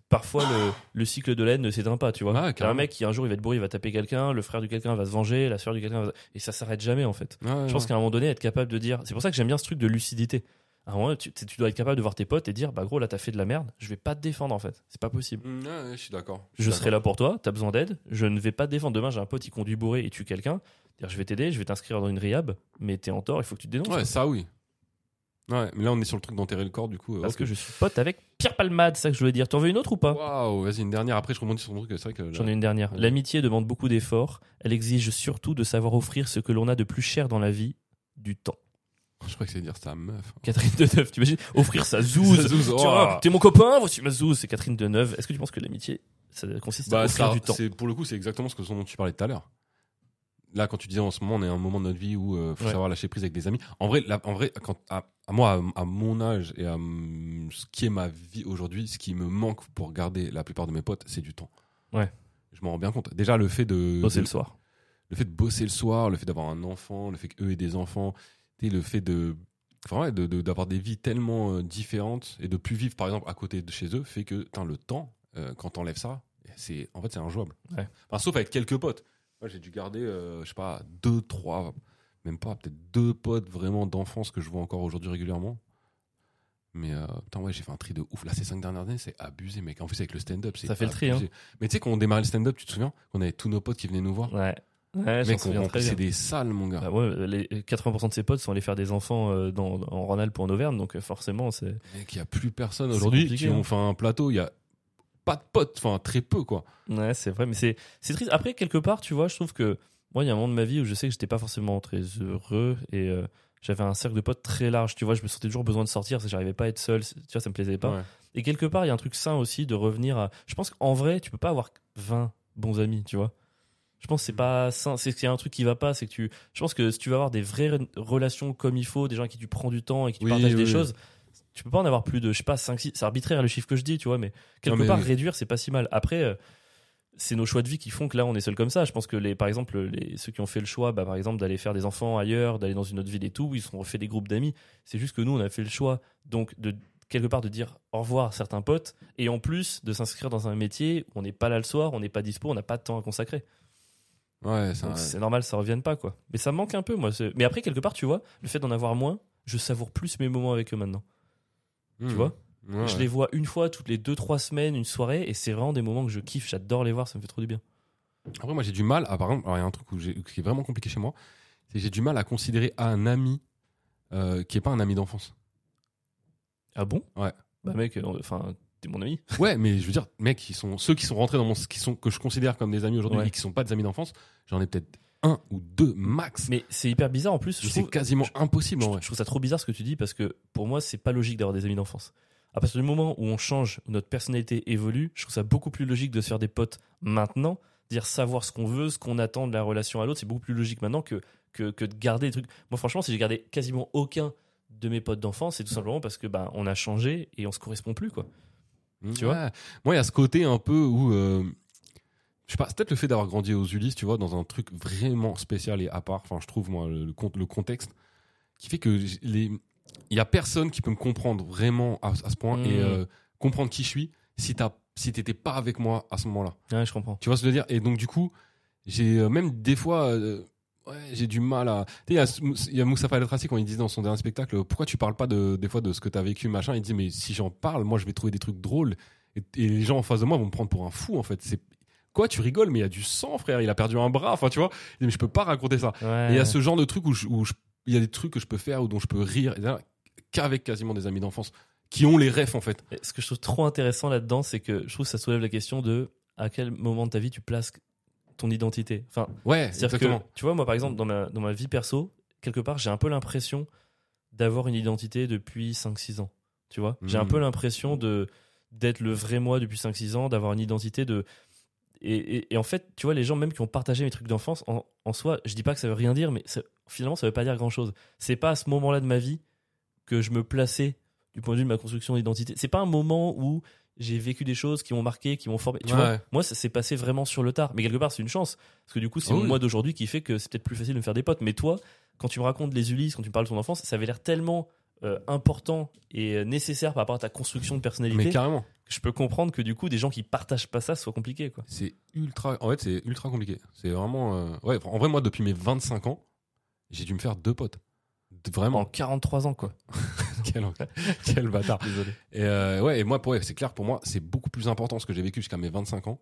Speaker 1: parfois le, le cycle de laine ne s'éteint pas, tu vois.
Speaker 2: Ah,
Speaker 1: T'as un
Speaker 2: carrément.
Speaker 1: mec qui un jour il va être bourré, il va taper quelqu'un, le frère du quelqu'un va se venger, la soeur du quelqu'un va... Et ça s'arrête jamais en fait.
Speaker 2: Ouais,
Speaker 1: Je pense
Speaker 2: ouais.
Speaker 1: qu'à un moment donné, être capable de dire. C'est pour ça que j'aime bien ce truc de lucidité. À un moment, tu, tu dois être capable de voir tes potes et dire Bah gros, là, t'as fait de la merde, je vais pas te défendre en fait. C'est pas possible.
Speaker 2: Mm, ouais, ouais, je suis d'accord.
Speaker 1: Je serai là pour toi, t'as besoin d'aide, je ne vais pas te défendre. Demain, j'ai un pote qui conduit bourré et tue quelqu'un. Dire, Je vais t'aider, je vais t'inscrire dans une riab, mais t'es en tort, il faut que tu te dénonces.
Speaker 2: Ouais, ça oui. Ouais, mais là on est sur le truc d'enterrer le corps du coup. euh,
Speaker 1: Parce
Speaker 2: ok.
Speaker 1: que je suis pote avec Pierre Palmade, c'est ça que je voulais dire. T'en veux une autre ou pas
Speaker 2: Waouh, vas-y une dernière. Après je rebondis sur le truc. C'est vrai que. là-
Speaker 1: J'en ai une dernière.
Speaker 2: Ouais.
Speaker 1: L'amitié demande beaucoup d'efforts. Elle exige surtout de savoir offrir ce que l'on a de plus cher dans la vie, du temps.
Speaker 2: Je crois que c'est dire sa meuf.
Speaker 1: Catherine Deneuve, t'imagines Offrir sa zouze.
Speaker 2: Sa zouze,
Speaker 1: Tiens,
Speaker 2: oh.
Speaker 1: t'es mon copain, voici ma zouze. C'est Catherine Deneuve. Est-ce que tu penses que l'amitié, ça consiste à
Speaker 2: Bah,
Speaker 1: offrir
Speaker 2: ça,
Speaker 1: du temps
Speaker 2: c'est pour le coup c'est exactement ce que ce dont tu parlais tout à l'heure. Là quand tu disais en ce moment on est à un moment de notre vie où euh, faut
Speaker 1: Ouais.
Speaker 2: savoir lâcher prise avec des amis. En vrai, là, en vrai quand à, à moi à, à mon âge et à mm, ce qui est ma vie aujourd'hui, ce qui me manque pour garder la plupart de mes potes, c'est du temps.
Speaker 1: Ouais.
Speaker 2: Je m'en rends bien compte. Déjà le fait de.
Speaker 1: Bosser
Speaker 2: de-
Speaker 1: le soir.
Speaker 2: le fait de bosser le soir, le fait d'avoir un enfant, le fait qu'eux aient des enfants, tu sais, le fait de Enfin, ouais, de- de- d'avoir des vies tellement euh, différentes et de plus vivre, par exemple, à côté de chez eux, fait que putain, le temps, euh, quand t'enlèves ça, c'est en fait, c'est injouable.
Speaker 1: Ouais.
Speaker 2: Enfin, sauf avec quelques potes. Moi, j'ai dû garder, euh, je sais pas, deux, trois, même pas, peut-être deux potes vraiment d'enfance que je vois encore aujourd'hui régulièrement. Mais euh, putain, ouais, j'ai fait un tri de ouf. Là, ces cinq dernières années, c'est abusé, mec. En plus, avec le stand-up, c'est.
Speaker 1: Ça fait le tri, hein.
Speaker 2: abusé. Mais tu sais, quand on démarrait le stand-up, tu te souviens, on avait tous nos potes qui venaient nous voir.
Speaker 1: Ouais. Ouais, j'en
Speaker 2: mec,
Speaker 1: souviens
Speaker 2: on
Speaker 1: très bien.
Speaker 2: remplissait des salles, mon gars.
Speaker 1: Bah ouais, les 80% de ses potes sont allés faire des enfants euh, dans, en Rhône-Alpes ou en Auvergne, donc euh, forcément, c'est.
Speaker 2: Mec, il n'y a plus personne
Speaker 1: C'est
Speaker 2: aujourd'hui
Speaker 1: compliqué,
Speaker 2: qui
Speaker 1: hein.
Speaker 2: ont fait un plateau. Il n'y a pas de potes, enfin très peu quoi.
Speaker 1: Ouais, c'est vrai, mais c'est c'est triste. Après, quelque part, tu vois, je trouve que moi, il y a un moment de ma vie où je sais que j'étais pas forcément très heureux et euh, j'avais un cercle de potes très large. Tu vois, je me sentais toujours besoin de sortir parce que j'arrivais pas à être seul. c'est- Tu vois, ça me plaisait pas.
Speaker 2: Ouais.
Speaker 1: Et quelque part, il y a un truc sain aussi de revenir à. Je pense qu'en vrai, tu peux pas avoir 20 bons amis, tu vois. Je pense que
Speaker 2: Mm.
Speaker 1: c'est pas sain. C'est qu'il y a un truc qui va pas. C'est que tu. Je pense que si tu veux avoir des vraies re- relations comme il faut, des gens avec qui tu prends du temps et qui te
Speaker 2: Oui,
Speaker 1: partagent des
Speaker 2: oui.
Speaker 1: choses, tu peux pas en avoir plus de, je sais pas, 5, 6. C'est arbitraire le chiffre que je dis, tu vois, mais quelque
Speaker 2: mais
Speaker 1: part,
Speaker 2: oui.
Speaker 1: réduire, c'est pas si mal. Après. euh, c'est nos choix de vie qui font que là on est seul comme ça. Je pense que les, par exemple, les, ceux qui ont fait le choix, bah, par exemple d'aller faire des enfants ailleurs, d'aller dans une autre ville et tout, ils se sont refait des groupes d'amis. C'est juste que nous on a fait le choix donc de quelque part de dire au revoir à certains potes et en plus de s'inscrire dans un métier où on n'est pas là le soir, on n'est pas dispo, on n'a pas de temps à consacrer.
Speaker 2: Ouais, c'est
Speaker 1: Donc
Speaker 2: un-
Speaker 1: c'est normal, ça revienne pas quoi. Mais ça me manque un peu moi. c'est- Mais après quelque part, tu vois, le fait d'en avoir moins, je savoure plus mes moments avec eux maintenant.
Speaker 2: Mmh.
Speaker 1: Tu vois
Speaker 2: Ouais,
Speaker 1: Je
Speaker 2: ouais.
Speaker 1: les vois une fois toutes les deux trois semaines, une soirée et c'est vraiment des moments que je kiffe. J'adore les voir, ça me fait trop du bien.
Speaker 2: Après, moi j'ai du mal. À, par exemple, alors, il y a un truc où j'ai- qui est vraiment compliqué chez moi, c'est que j'ai du mal à considérer un ami euh, qui est pas un ami d'enfance.
Speaker 1: Ah bon
Speaker 2: Ouais.
Speaker 1: Bah mec, euh, enfin t'es mon ami.
Speaker 2: Ouais, mais je veux dire, mec, ils sont ceux qui sont rentrés dans mon, qui sont que je considère comme des amis aujourd'hui
Speaker 1: Ouais.
Speaker 2: et qui sont pas des amis d'enfance. J'en ai peut-être un ou deux max. Mais,
Speaker 1: Mais c'est hyper bizarre en plus. Je
Speaker 2: c'est
Speaker 1: trouve,
Speaker 2: quasiment impossible en
Speaker 1: je,
Speaker 2: vrai.
Speaker 1: je trouve ça trop bizarre ce que tu dis parce que pour moi, c'est pas logique d'avoir des amis d'enfance. À partir du moment où on change, où notre personnalité évolue, je trouve ça beaucoup plus logique de se faire des potes maintenant, dire savoir ce qu'on veut, ce qu'on attend de la relation à l'autre, c'est beaucoup plus logique maintenant que, que, que de garder des trucs. Moi, franchement, si j'ai gardé quasiment aucun de mes potes d'enfance, c'est tout simplement parce que bah, on a changé et on se correspond plus quoi. Tu vois
Speaker 2: Mmh. Ouais. Moi, il y a ce côté un peu où. euh, je sais pas, c'est peut-être le fait d'avoir grandi aux Ulysses, tu vois, dans un truc vraiment spécial et à part. Enfin, je trouve, moi, le, le con- le contexte qui fait que j- les. Il y a personne qui peut me comprendre vraiment à, à ce point
Speaker 1: Mhm.
Speaker 2: et euh, comprendre qui je suis si t'as si t'étais pas avec moi à ce moment-là.
Speaker 1: Ouais, je comprends.
Speaker 2: Tu vois ce que je veux dire Et donc, du coup, j'ai euh, même des fois. euh, ouais, j'ai du mal à. Tu sais, il y a ce- il y a, Moussa Moustapha Latrassi quand il dit dans son dernier spectacle euh, Pourquoi tu parles pas de, des fois de ce que t'as vécu, machin Il dit Mais si j'en parle, moi, je vais trouver des trucs drôles. Et, et les gens en face de moi vont me prendre pour un fou, en fait. C'est. Quoi, tu rigoles, mais il y a du sang, frère. Il a perdu un bras. Enfin, tu vois. Il dit, Mais je peux pas raconter ça. Et il y a ce genre de truc où je- où je- il y a des trucs que je peux faire ou dont je peux rire etc., qu'avec quasiment des amis d'enfance qui ont les refs, en fait.
Speaker 1: Et Ce que je trouve trop intéressant là-dedans, c'est que je trouve que ça soulève la question de à quel moment de ta vie tu places ton identité. Enfin,
Speaker 2: Ouais,
Speaker 1: c'est-à-dire
Speaker 2: exactement.
Speaker 1: que, tu vois, moi par exemple, dans ma, dans ma vie perso, quelque part, j'ai un peu l'impression d'avoir une identité depuis 5-6 ans. Tu vois J'ai un
Speaker 2: Mhm.
Speaker 1: peu l'impression de d'être le vrai moi depuis 5-6 ans, d'avoir une identité de. Et, et- et en fait, tu vois, les gens même qui ont partagé mes trucs d'enfance, en, en soi, je dis pas que ça veut rien dire, mais ça- finalement, ça veut pas dire grand-chose. C'est pas à ce moment-là de ma vie que je me plaçais du point de vue de ma construction d'identité. C'est pas un moment où j'ai vécu des choses qui m'ont marqué, qui m'ont formé. Tu
Speaker 2: Ouais.
Speaker 1: vois, moi, ça s'est passé vraiment sur le tard. Mais quelque part, c'est une chance. Parce que du coup, c'est
Speaker 2: Ah
Speaker 1: mon
Speaker 2: oui.
Speaker 1: moi d'aujourd'hui qui fait que c'est peut-être plus facile de me faire des potes. Mais toi, quand tu me racontes les Ulysses, quand tu me parles de ton enfance, ça avait l'air tellement euh, important et euh, nécessaire par rapport à ta construction de personnalité
Speaker 2: Mais carrément.
Speaker 1: que je peux comprendre que du coup, des gens qui partagent pas ça, ce soit compliqué. Quoi.
Speaker 2: C'est ultra. En fait, c'est ultra compliqué. C'est vraiment. euh, Ouais, en vrai, moi, depuis mes 25 ans, j'ai dû me faire deux potes. De-
Speaker 1: En
Speaker 2: Vraiment.
Speaker 1: 43 ans, quoi. Oh.
Speaker 2: quel, quel bâtard.
Speaker 1: Désolé.
Speaker 2: Et euh, ouais, et moi, pour- ouais, c'est clair, pour moi, c'est beaucoup plus important ce que j'ai vécu jusqu'à mes 25 ans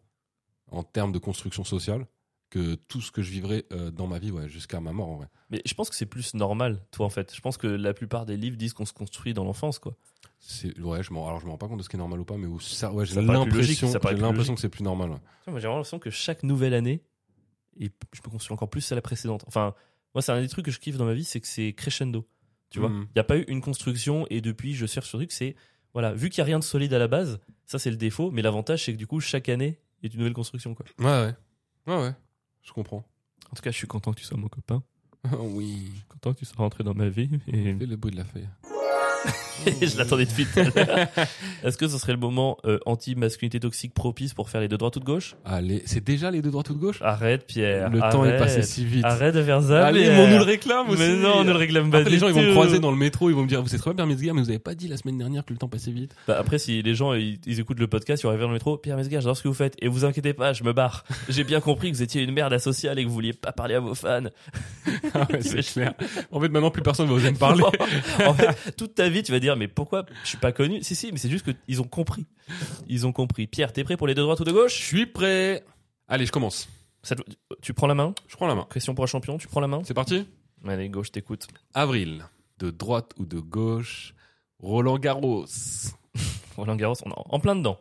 Speaker 2: en termes de construction sociale que tout ce que je vivrai euh, dans ma vie, ouais, jusqu'à ma mort, en vrai.
Speaker 1: Mais je pense que c'est plus normal, toi, en fait. Je pense que la plupart des livres disent qu'on se construit dans l'enfance, quoi.
Speaker 2: C'est- Ouais, je m'en- alors je me rends pas compte de ce qui est normal ou pas, mais où ça, ouais, j'ai
Speaker 1: Ça paraît plus logique,
Speaker 2: l'impression
Speaker 1: ça paraît
Speaker 2: j'ai
Speaker 1: plus
Speaker 2: l'impression
Speaker 1: logique.
Speaker 2: que c'est plus normal. ouais.
Speaker 1: Tu vois, Moi, j'ai vraiment l'impression que chaque nouvelle année, et p- je me construis encore plus à la précédente. Enfin, moi, c'est un des trucs que je kiffe dans ma vie, c'est que c'est crescendo. Tu vois, il
Speaker 2: Mhm.
Speaker 1: n'y a pas eu une construction et depuis, je cherche sur truc. C'est voilà, vu qu'il n'y a rien de solide à la base, ça c'est le défaut, mais l'avantage c'est que du coup, chaque année est une nouvelle construction. Quoi.
Speaker 2: Ouais, ouais. Ouais, ouais. Je comprends.
Speaker 1: En tout cas, je suis content que tu sois mon copain,
Speaker 2: oui.
Speaker 1: content que tu sois rentré dans ma vie. Et...
Speaker 2: Fais le bruit de la feuille.
Speaker 1: Et je l'attendais depuis tout à l'heure. Est-ce que ce serait le moment euh, anti-masculinité toxique propice pour faire les deux droits tout de gauche
Speaker 2: Allez, c'est déjà les deux droits, tout de gauche
Speaker 1: Arrête, Pierre.
Speaker 2: Le temps est
Speaker 1: Eh, arrête.
Speaker 2: passé si vite.
Speaker 1: Arrête de faire ça.
Speaker 2: Allez,
Speaker 1: Pierre.
Speaker 2: mais on nous le réclame aussi.
Speaker 1: Mais non, on ne le réclame pas.
Speaker 2: Après, les
Speaker 1: du
Speaker 2: gens, ils vont me
Speaker 1: tout.
Speaker 2: croiser dans le métro, ils vont me dire, vous êtes très bien Metzger, mais vous avez pas dit la semaine dernière que le temps passait vite.
Speaker 1: Bah, après, si les gens ils, ils écoutent le podcast, ils arrivent dans le métro. Pierre Mesgar, j'adore ce que vous faites. Et vous inquiétez pas, je me barre. J'ai bien compris que vous étiez une merde asociale et que vous vouliez pas parler à vos fans.
Speaker 2: Ah ouais, c'est clair. En fait, maintenant, plus personne va oser me parler.
Speaker 1: en fait, toute ta vie, tu vas dire, mais pourquoi je suis pas connu Si, si, mais c'est juste qu'ils ont compris. Ils ont compris. Pierre, t'es prêt pour les deux droites ou de
Speaker 2: Je
Speaker 1: gauche
Speaker 2: suis prêt. Allez, je commence.
Speaker 1: Ça te- Tu prends la main
Speaker 2: Je prends la main.
Speaker 1: Question pour un champion, tu prends la main
Speaker 2: C'est parti
Speaker 1: Allez, gauche, t'écoute.
Speaker 2: Avril. De droite ou de gauche Roland Garros.
Speaker 1: Roland Garros, on est en en plein dedans.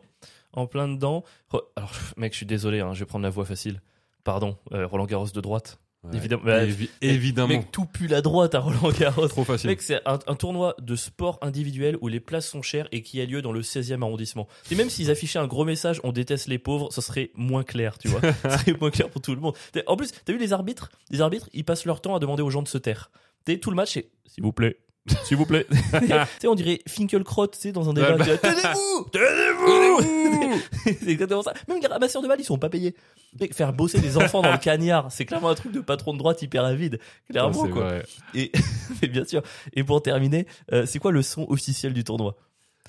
Speaker 1: En plein dedans. Re- Alors, pff, mec, je suis désolé, hein, je vais prendre la voie facile. Pardon, euh, Roland Garros de droite.
Speaker 2: Ouais.
Speaker 1: Évidemment. Bah,
Speaker 2: Évi- évidemment.
Speaker 1: Mec, tout pue la droite à Roland Garros.
Speaker 2: Trop facile.
Speaker 1: Mec, c'est un, un tournoi de sport individuel où les places sont chères et qui a lieu dans le 16e arrondissement. Et même s'ils affichaient un gros message on déteste les pauvres, ça serait moins clair, tu vois. ça serait moins clair pour tout le monde. T'as- En plus, t'as vu les arbitres Les arbitres, ils passent leur temps à demander aux gens de se taire. T'es tout le match, c'est s'il vous plaît. S'il vous plaît. tu sais, on dirait Finkelkraut, tu sais, dans un débat.
Speaker 2: Ouais, bah-
Speaker 1: tu vois, Tenez-vous Ah. Tenez-vous C'est exactement ça. Même les ramasseurs de balles, ils sont pas payés. Mec, faire bosser des enfants dans le cagnard, c'est clairement un truc de patron de droite hyper avide.
Speaker 2: Ouais,
Speaker 1: Clairement,
Speaker 2: c'est
Speaker 1: quoi.
Speaker 2: vrai.
Speaker 1: Et mais bien sûr. Et pour terminer, euh, c'est quoi le son officiel du tournoi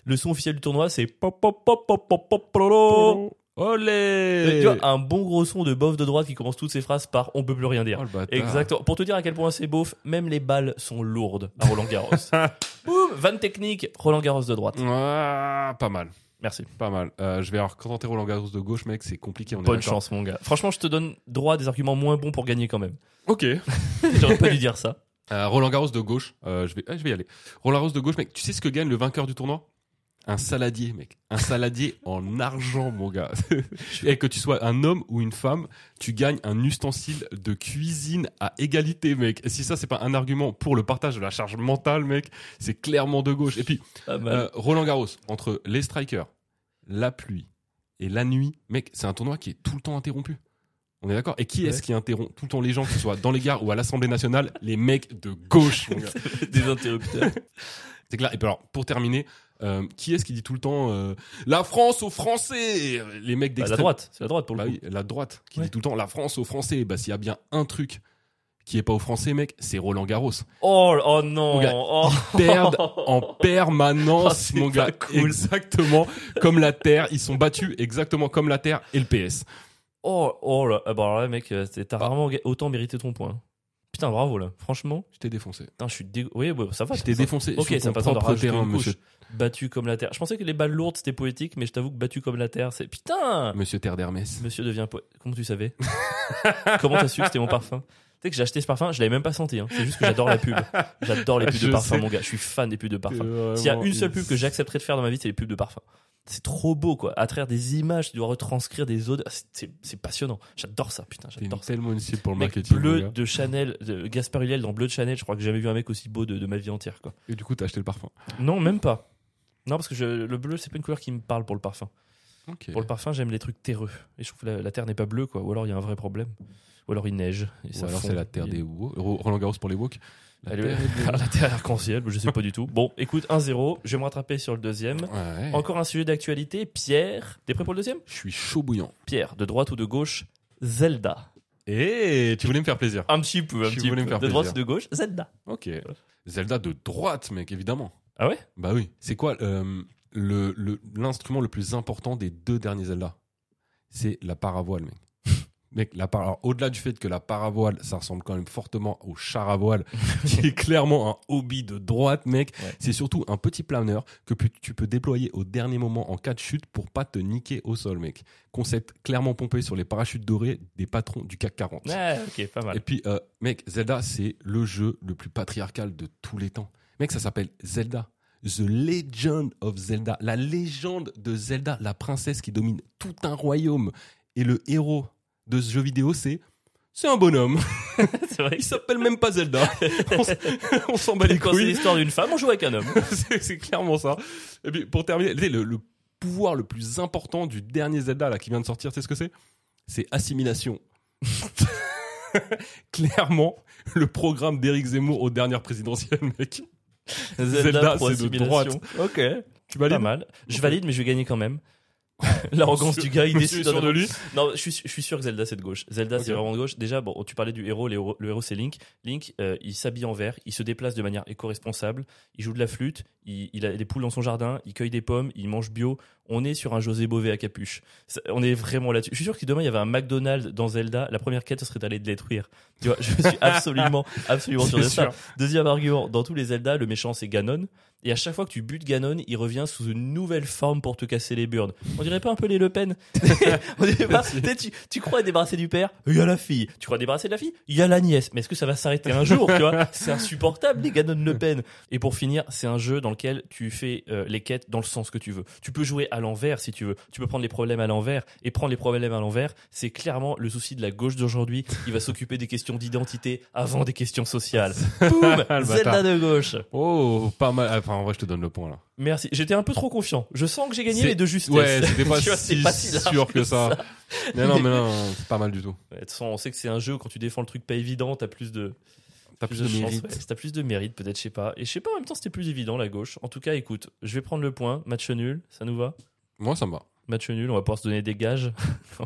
Speaker 1: Le son officiel du tournoi, c'est pop pop pop pop pop pop prolo.
Speaker 2: Olé
Speaker 1: Oh. Tu vois, ah. un bon gros son de bof de droite qui commence toutes ses phrases par on peut plus rien dire.
Speaker 2: Oh, le bâtard.
Speaker 1: Exactement. Pour te dire à quel point c'est beauf, même les balles sont lourdes à Roland Garros. Boum, van technique, Roland Garros de droite.
Speaker 2: Ah, pas mal,
Speaker 1: Merci.
Speaker 2: pas mal. Euh, je vais alors contenter Roland Garros de gauche, mec, c'est compliqué. On est
Speaker 1: Bonne
Speaker 2: d'accord.
Speaker 1: chance, mon gars. Franchement, je te donne droit à des arguments moins bons pour gagner quand même.
Speaker 2: Ok.
Speaker 1: J'aurais pas dû dire ça.
Speaker 2: Euh, Roland Garros de gauche, euh, je, vais, ah, je vais y aller. Roland Garros de gauche, mec, tu sais ce que gagne le vainqueur du tournoi Un saladier, mec. Un saladier en argent, mon gars. Et que tu sois un homme ou une femme, tu gagnes un ustensile de cuisine à égalité, mec. Et si ça, c'est pas un argument pour le partage de la charge mentale, mec, c'est clairement de gauche. Et puis,
Speaker 1: Pas mal.
Speaker 2: euh, Roland Garros, entre les strikers, la pluie et la nuit, mec, c'est un tournoi qui est tout le temps interrompu. On est d'accord Et qui est-ce
Speaker 1: Ouais.
Speaker 2: qui interrompt tout le temps les gens, que ce soit dans les gares ou à l'Assemblée nationale Les mecs de gauche, mon gars.
Speaker 1: Des Bah, interrupteurs.
Speaker 2: C'est clair. Et puis alors, pour terminer, euh, qui est-ce qui dit tout le temps euh, La France aux Français Les mecs
Speaker 1: Bah, la
Speaker 2: d'extrême
Speaker 1: droite, c'est la droite pour le
Speaker 2: Bah
Speaker 1: coup.
Speaker 2: oui, la droite qui
Speaker 1: Ouais.
Speaker 2: dit tout le temps la France aux Français. Bah, s'il y a bien un truc qui est pas aux Français, mec, c'est Roland Garros.
Speaker 1: Oh, oh non.
Speaker 2: Mon gars,
Speaker 1: Oh.
Speaker 2: Perdent en
Speaker 1: Ah,
Speaker 2: permanence,
Speaker 1: c'est
Speaker 2: mon
Speaker 1: pas
Speaker 2: gars.
Speaker 1: cool.
Speaker 2: Exactement comme la Terre. Ils sont battus exactement comme la Terre et le PS.
Speaker 1: Oh, oh là, ah bah alors là, mec, euh, t'as
Speaker 2: Bah.
Speaker 1: rarement ga- autant mérité ton point. hein. Putain, bravo là. Franchement,
Speaker 2: Je t'ai défoncé.
Speaker 1: putain, je suis dégo... Oui, ouais, ça va.
Speaker 2: Je t'ai
Speaker 1: ça-
Speaker 2: défoncé.
Speaker 1: Ok,
Speaker 2: sur
Speaker 1: ça
Speaker 2: ton
Speaker 1: passe en
Speaker 2: propre
Speaker 1: rajouter
Speaker 2: terrain,
Speaker 1: une couche.
Speaker 2: monsieur,
Speaker 1: Battu comme la terre. Je pensais que les balles lourdes c'était poétique, mais je t'avoue que battu comme la terre, c'est putain.
Speaker 2: monsieur Terre d'Hermès.
Speaker 1: Monsieur devient poète. Comment tu savais Comment t'as su que c'était mon parfum Tu sais que j'ai acheté ce parfum, je l'avais même pas senti. hein. C'est juste que j'adore la pub. J'adore les pubs de
Speaker 2: Je
Speaker 1: parfum,
Speaker 2: sais.
Speaker 1: mon gars. Je suis fan des pubs de parfum. S'il y a une seule pub que j'accepterais de faire dans ma vie, c'est les pubs de parfum. C'est trop beau, quoi. À travers des images, tu dois retranscrire des odeurs. C'est- C'est c'est passionnant. J'adore ça, putain,
Speaker 2: T'es
Speaker 1: j'adore ça.
Speaker 2: tellement une cible pour le
Speaker 1: Mec,
Speaker 2: marketing. mon
Speaker 1: bleu
Speaker 2: gars.
Speaker 1: de Chanel, de Gaspard Huliel dans bleu de Chanel, je crois que j'ai jamais vu un mec aussi beau de, de ma vie entière, quoi.
Speaker 2: Et du coup, t'as acheté le parfum.
Speaker 1: Non, même pas. Non, parce que je- le bleu, c'est pas une couleur qui me parle pour le parfum.
Speaker 2: Ok.
Speaker 1: Pour le parfum, j'aime les trucs terreux. Et je trouve que la, la terre n'est pas bleue, quoi. Ou alors il y a un vrai problème. Ou alors il neige. Et
Speaker 2: Ou
Speaker 1: ça
Speaker 2: alors
Speaker 1: fond.
Speaker 2: c'est la Terre des wo- Ro- Roland Garros pour les woke. La
Speaker 1: Elle-
Speaker 2: Terre est
Speaker 1: Ah, la terre arc-en-ciel, je sais pas du tout. Bon, écoute, 1-0, je vais me rattraper sur le deuxième.
Speaker 2: Ouais.
Speaker 1: Encore un sujet d'actualité. Pierre, t'es prêt pour le deuxième
Speaker 2: Je suis chaud bouillant.
Speaker 1: Pierre, de droite ou de gauche, Zelda.
Speaker 2: Et tu voulais me faire plaisir.
Speaker 1: Un petit peu, un
Speaker 2: Tu
Speaker 1: petit peu.
Speaker 2: voulais me faire
Speaker 1: De droite ou de gauche,
Speaker 2: plaisir.
Speaker 1: Zelda.
Speaker 2: Ok. Zelda de droite, mec, évidemment.
Speaker 1: Ah ouais
Speaker 2: Bah oui. C'est quoi euh, le- le- l'instrument le, plus important des deux derniers Zelda C'est la paravoile, mec. Mec, la par- alors, au-delà du fait que la paravoile, ça ressemble quand même fortement au char à voile, qui est clairement un hobby de droite, mec,
Speaker 1: Ouais.
Speaker 2: c'est surtout un petit planeur que pu- tu peux déployer au dernier moment en cas de chute pour pas te niquer au sol, mec. Concept clairement pompé sur les parachutes dorés des patrons du CAC 40.
Speaker 1: Ouais, Ah, ok, pas mal.
Speaker 2: Et puis, euh, mec, Zelda, c'est le jeu le plus patriarcal de tous les temps. Mec, ça s'appelle Zelda. The Legend of Zelda. La légende de Zelda, la princesse qui domine tout un royaume. Et le héros de ce jeu vidéo, c'est. C'est un bonhomme.
Speaker 1: C'est vrai.
Speaker 2: Il s'appelle même pas Zelda. On s- On s'en bat les
Speaker 1: Quand c'est
Speaker 2: couilles.
Speaker 1: l'histoire d'une femme, on joue avec un homme.
Speaker 2: c'est c'est clairement ça. Et puis pour terminer, tu sais, le, le pouvoir le plus important du dernier Zelda là, qui vient de sortir, tu sais ce que c'est C'est assimilation. clairement, le programme d'Éric Zemmour aux dernières présidentielles, mec.
Speaker 1: Zelda,
Speaker 2: Zelda,
Speaker 1: pro
Speaker 2: c'est de
Speaker 1: assimilation. Ok,
Speaker 2: Tu
Speaker 1: pas mal. Je valide, mais je vais gagner quand même. L'arrogance du gars, il décide
Speaker 2: sur de lui.
Speaker 1: Non, je suis, je suis sûr que Zelda c'est de gauche. Zelda c'est
Speaker 2: Ok.
Speaker 1: vraiment de gauche. Déjà, bon, tu parlais du héros, le héros, le héros, c'est Link. Link, euh, il s'habille en vert, il se déplace de manière éco-responsable, il joue de la flûte, il, il a des poules dans son jardin, il cueille des pommes, il mange bio. On est sur un José Bové à capuche. Ça- on est vraiment là-dessus. Je suis sûr que si demain il y avait un McDonald's dans Zelda, la première quête ce serait d'aller le détruire. Tu vois, je suis absolument, absolument sûr de
Speaker 2: C'est
Speaker 1: ça.
Speaker 2: sûr.
Speaker 1: Deuxième argument, dans tous les Zelda, le méchant c'est Ganon. Et à chaque fois que tu butes Ganon, il revient sous une nouvelle forme pour te casser les burnes. On dirait pas un peu les Le Pen On dirait pas- tu, sais, tu- tu crois débarrasser du père, il y a la fille. Tu crois débarrasser de la fille, il y a la nièce. Mais est-ce que ça va s'arrêter un jour tu vois C'est insupportable les Ganon Le Pen. Et pour finir, c'est un jeu dans lequel tu fais euh, les quêtes dans le sens que tu veux. Tu peux jouer à l'envers si tu veux. Tu peux prendre les problèmes à l'envers. Et prendre les problèmes à l'envers, c'est clairement le souci de la gauche d'aujourd'hui qui va s'occuper des questions d'identité avant des questions sociales. Boum
Speaker 2: Le
Speaker 1: Zelda
Speaker 2: bâtard.
Speaker 1: de gauche.
Speaker 2: Oh, pas mal. Enfin, en vrai, je te donne le point là.
Speaker 1: Merci. J'étais un peu trop confiant. Je sens que j'ai gagné
Speaker 2: C'est-
Speaker 1: les deux justesses.
Speaker 2: Ouais, c'était pas,
Speaker 1: Tu vois, c'est
Speaker 2: si,
Speaker 1: pas si large
Speaker 2: sûr
Speaker 1: que
Speaker 2: que ça. Non, non, mais non, c'est pas mal du tout.
Speaker 1: Ouais, De toute façon, on sait que c'est un jeu où quand tu défends le truc pas évident, t'as plus de
Speaker 2: T'as plus de
Speaker 1: chance,
Speaker 2: mérite.
Speaker 1: ouais. T'as plus de mérite, peut-être, je sais pas. Et je sais pas, en même temps, c'était plus évident la gauche. En tout cas, écoute, je vais prendre le point. Match nul, ça nous va
Speaker 2: Moi, ça me va.
Speaker 1: Match nul, on va pouvoir se donner des gages.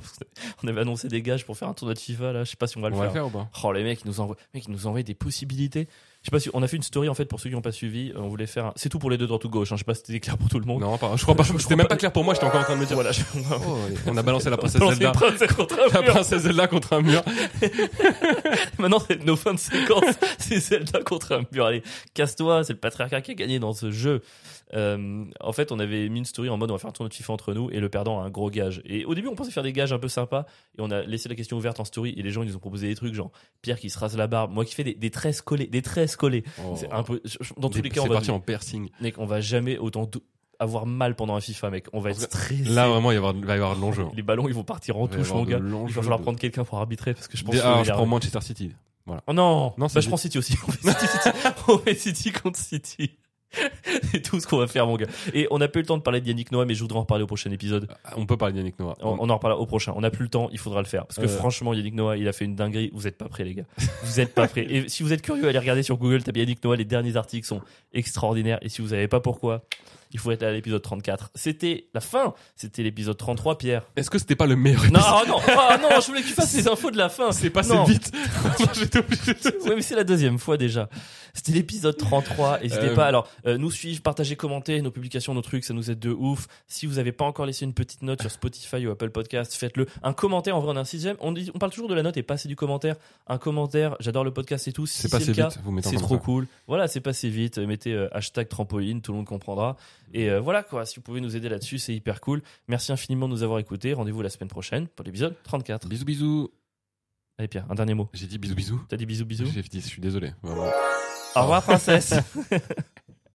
Speaker 1: on avait annoncé des gages pour faire un tournoi de FIFA là. Je sais pas si on va
Speaker 2: On
Speaker 1: le
Speaker 2: va
Speaker 1: faire.
Speaker 2: le faire ou pas
Speaker 1: Oh les mecs ils nous envoient, mec, ils nous envoient des possibilités. Je sais pas si on a fait une story en fait pour ceux qui n'ont pas suivi. On voulait faire, un- c'est tout pour les deux dans tout gauche. hein. Je sais pas si c'était clair pour tout le monde.
Speaker 2: Non, pas. Je crois pas.
Speaker 1: Je crois
Speaker 2: C'était même
Speaker 1: pas.
Speaker 2: pas clair pour moi. J'étais encore en train de me dire.
Speaker 1: Voilà, je-
Speaker 2: Oh, allez, on a balancé la princesse
Speaker 1: Balancer
Speaker 2: Zelda.
Speaker 1: une princesse contre un
Speaker 2: La
Speaker 1: mur.
Speaker 2: princesse Zelda contre un mur.
Speaker 1: Maintenant, c'est nos fins de séquence, c'est Zelda contre un mur. Allez, casse-toi, c'est le patriarcat qui a gagné dans ce jeu. Euh, en fait, on avait mis une story en mode on va faire un tournoi de FIFA entre nous et le perdant a un gros gage. Et au début, on pensait faire des gages un peu sympas et on a laissé la question ouverte en story et les gens ils nous ont proposé des trucs genre Pierre qui se rase la barbe, moi qui fais des, des tresses collées, des tresses collées. C'est un peu, je- je- Oh. dans tous les cas, on
Speaker 2: Oh. C'est
Speaker 1: va,
Speaker 2: parti en piercing.
Speaker 1: mec, on va jamais autant dou- avoir mal pendant un FIFA, mec. On va être stressé.
Speaker 2: Là, vraiment, il va y avoir- il va y avoir de l'enjeu. hein.
Speaker 1: les ballons ils vont partir en
Speaker 2: Il va y
Speaker 1: touche,
Speaker 2: avoir
Speaker 1: mon
Speaker 2: de
Speaker 1: gars.
Speaker 2: l'enjeu
Speaker 1: Il va falloir
Speaker 2: de-
Speaker 1: prendre quelqu'un pour arbitrer parce que je pense
Speaker 2: Des-
Speaker 1: que
Speaker 2: ah,
Speaker 1: les-
Speaker 2: je prends Manchester City.
Speaker 1: Oh non,
Speaker 2: Non,
Speaker 1: Bah,
Speaker 2: c'est
Speaker 1: je prends City aussi. On fait City, City. On fait City contre City. C'est tout ce qu'on va faire, mon gars. Et on n'a pas eu le temps de parler de Yannick Noah, mais je voudrais en reparler au prochain épisode.
Speaker 2: Ah, On peut parler de Yannick Noah.
Speaker 1: On, on en reparlera au prochain. On n'a plus le temps, il faudra le faire. Parce que
Speaker 2: Euh.
Speaker 1: franchement, Yannick Noah, il a fait une dinguerie. Vous n'êtes pas prêts, les gars. Vous n'êtes pas prêts. Et si vous êtes curieux, allez regarder sur Google, tapez Yannick Noah. Les derniers articles sont extraordinaires. Et si vous n'avez pas pourquoi, il faut être à l'épisode 34. C'était la fin. C'était l'épisode 33, Pierre.
Speaker 2: Est-ce que c'était pas le meilleur
Speaker 1: Non,
Speaker 2: épisode
Speaker 1: oh non, oh non, je voulais que tu fasses les infos de la fin.
Speaker 2: C'est passé
Speaker 1: Non.
Speaker 2: vite. J'étais obligé de-
Speaker 1: Oui, mais c'est la deuxième fois déjà. C'était l'épisode 33. N'hésitez
Speaker 2: Euh,
Speaker 1: pas. Alors, euh, nous suivre, partagez, commenter nos publications, nos trucs, ça nous aide de ouf. Si vous n'avez pas encore laissé une petite note sur Spotify ou Apple Podcast, faites-le. Un commentaire, en vrai, on a un sixième. On, dit, on parle toujours de la note et pas assez du commentaire. Un commentaire, j'adore le podcast et tout. Si c'est
Speaker 2: C'est passé
Speaker 1: le cas,
Speaker 2: vite. Vous mettez
Speaker 1: c'est
Speaker 2: en
Speaker 1: trop
Speaker 2: commentaire.
Speaker 1: cool. Voilà, c'est passé vite. Mettez euh, hashtag trampoline, tout le monde comprendra. Et euh, voilà quoi, si vous pouvez nous aider là-dessus, c'est hyper cool. Merci infiniment de nous avoir écoutés. Rendez-vous la semaine prochaine pour l'épisode 34.
Speaker 2: Bisous, bisous.
Speaker 1: Allez Pierre, un dernier mot.
Speaker 2: J'ai dit bisous, bisous.
Speaker 1: T'as dit bisous bisous.
Speaker 2: J'ai dit, je suis désolé. Vraiment.
Speaker 1: Au revoir princesse.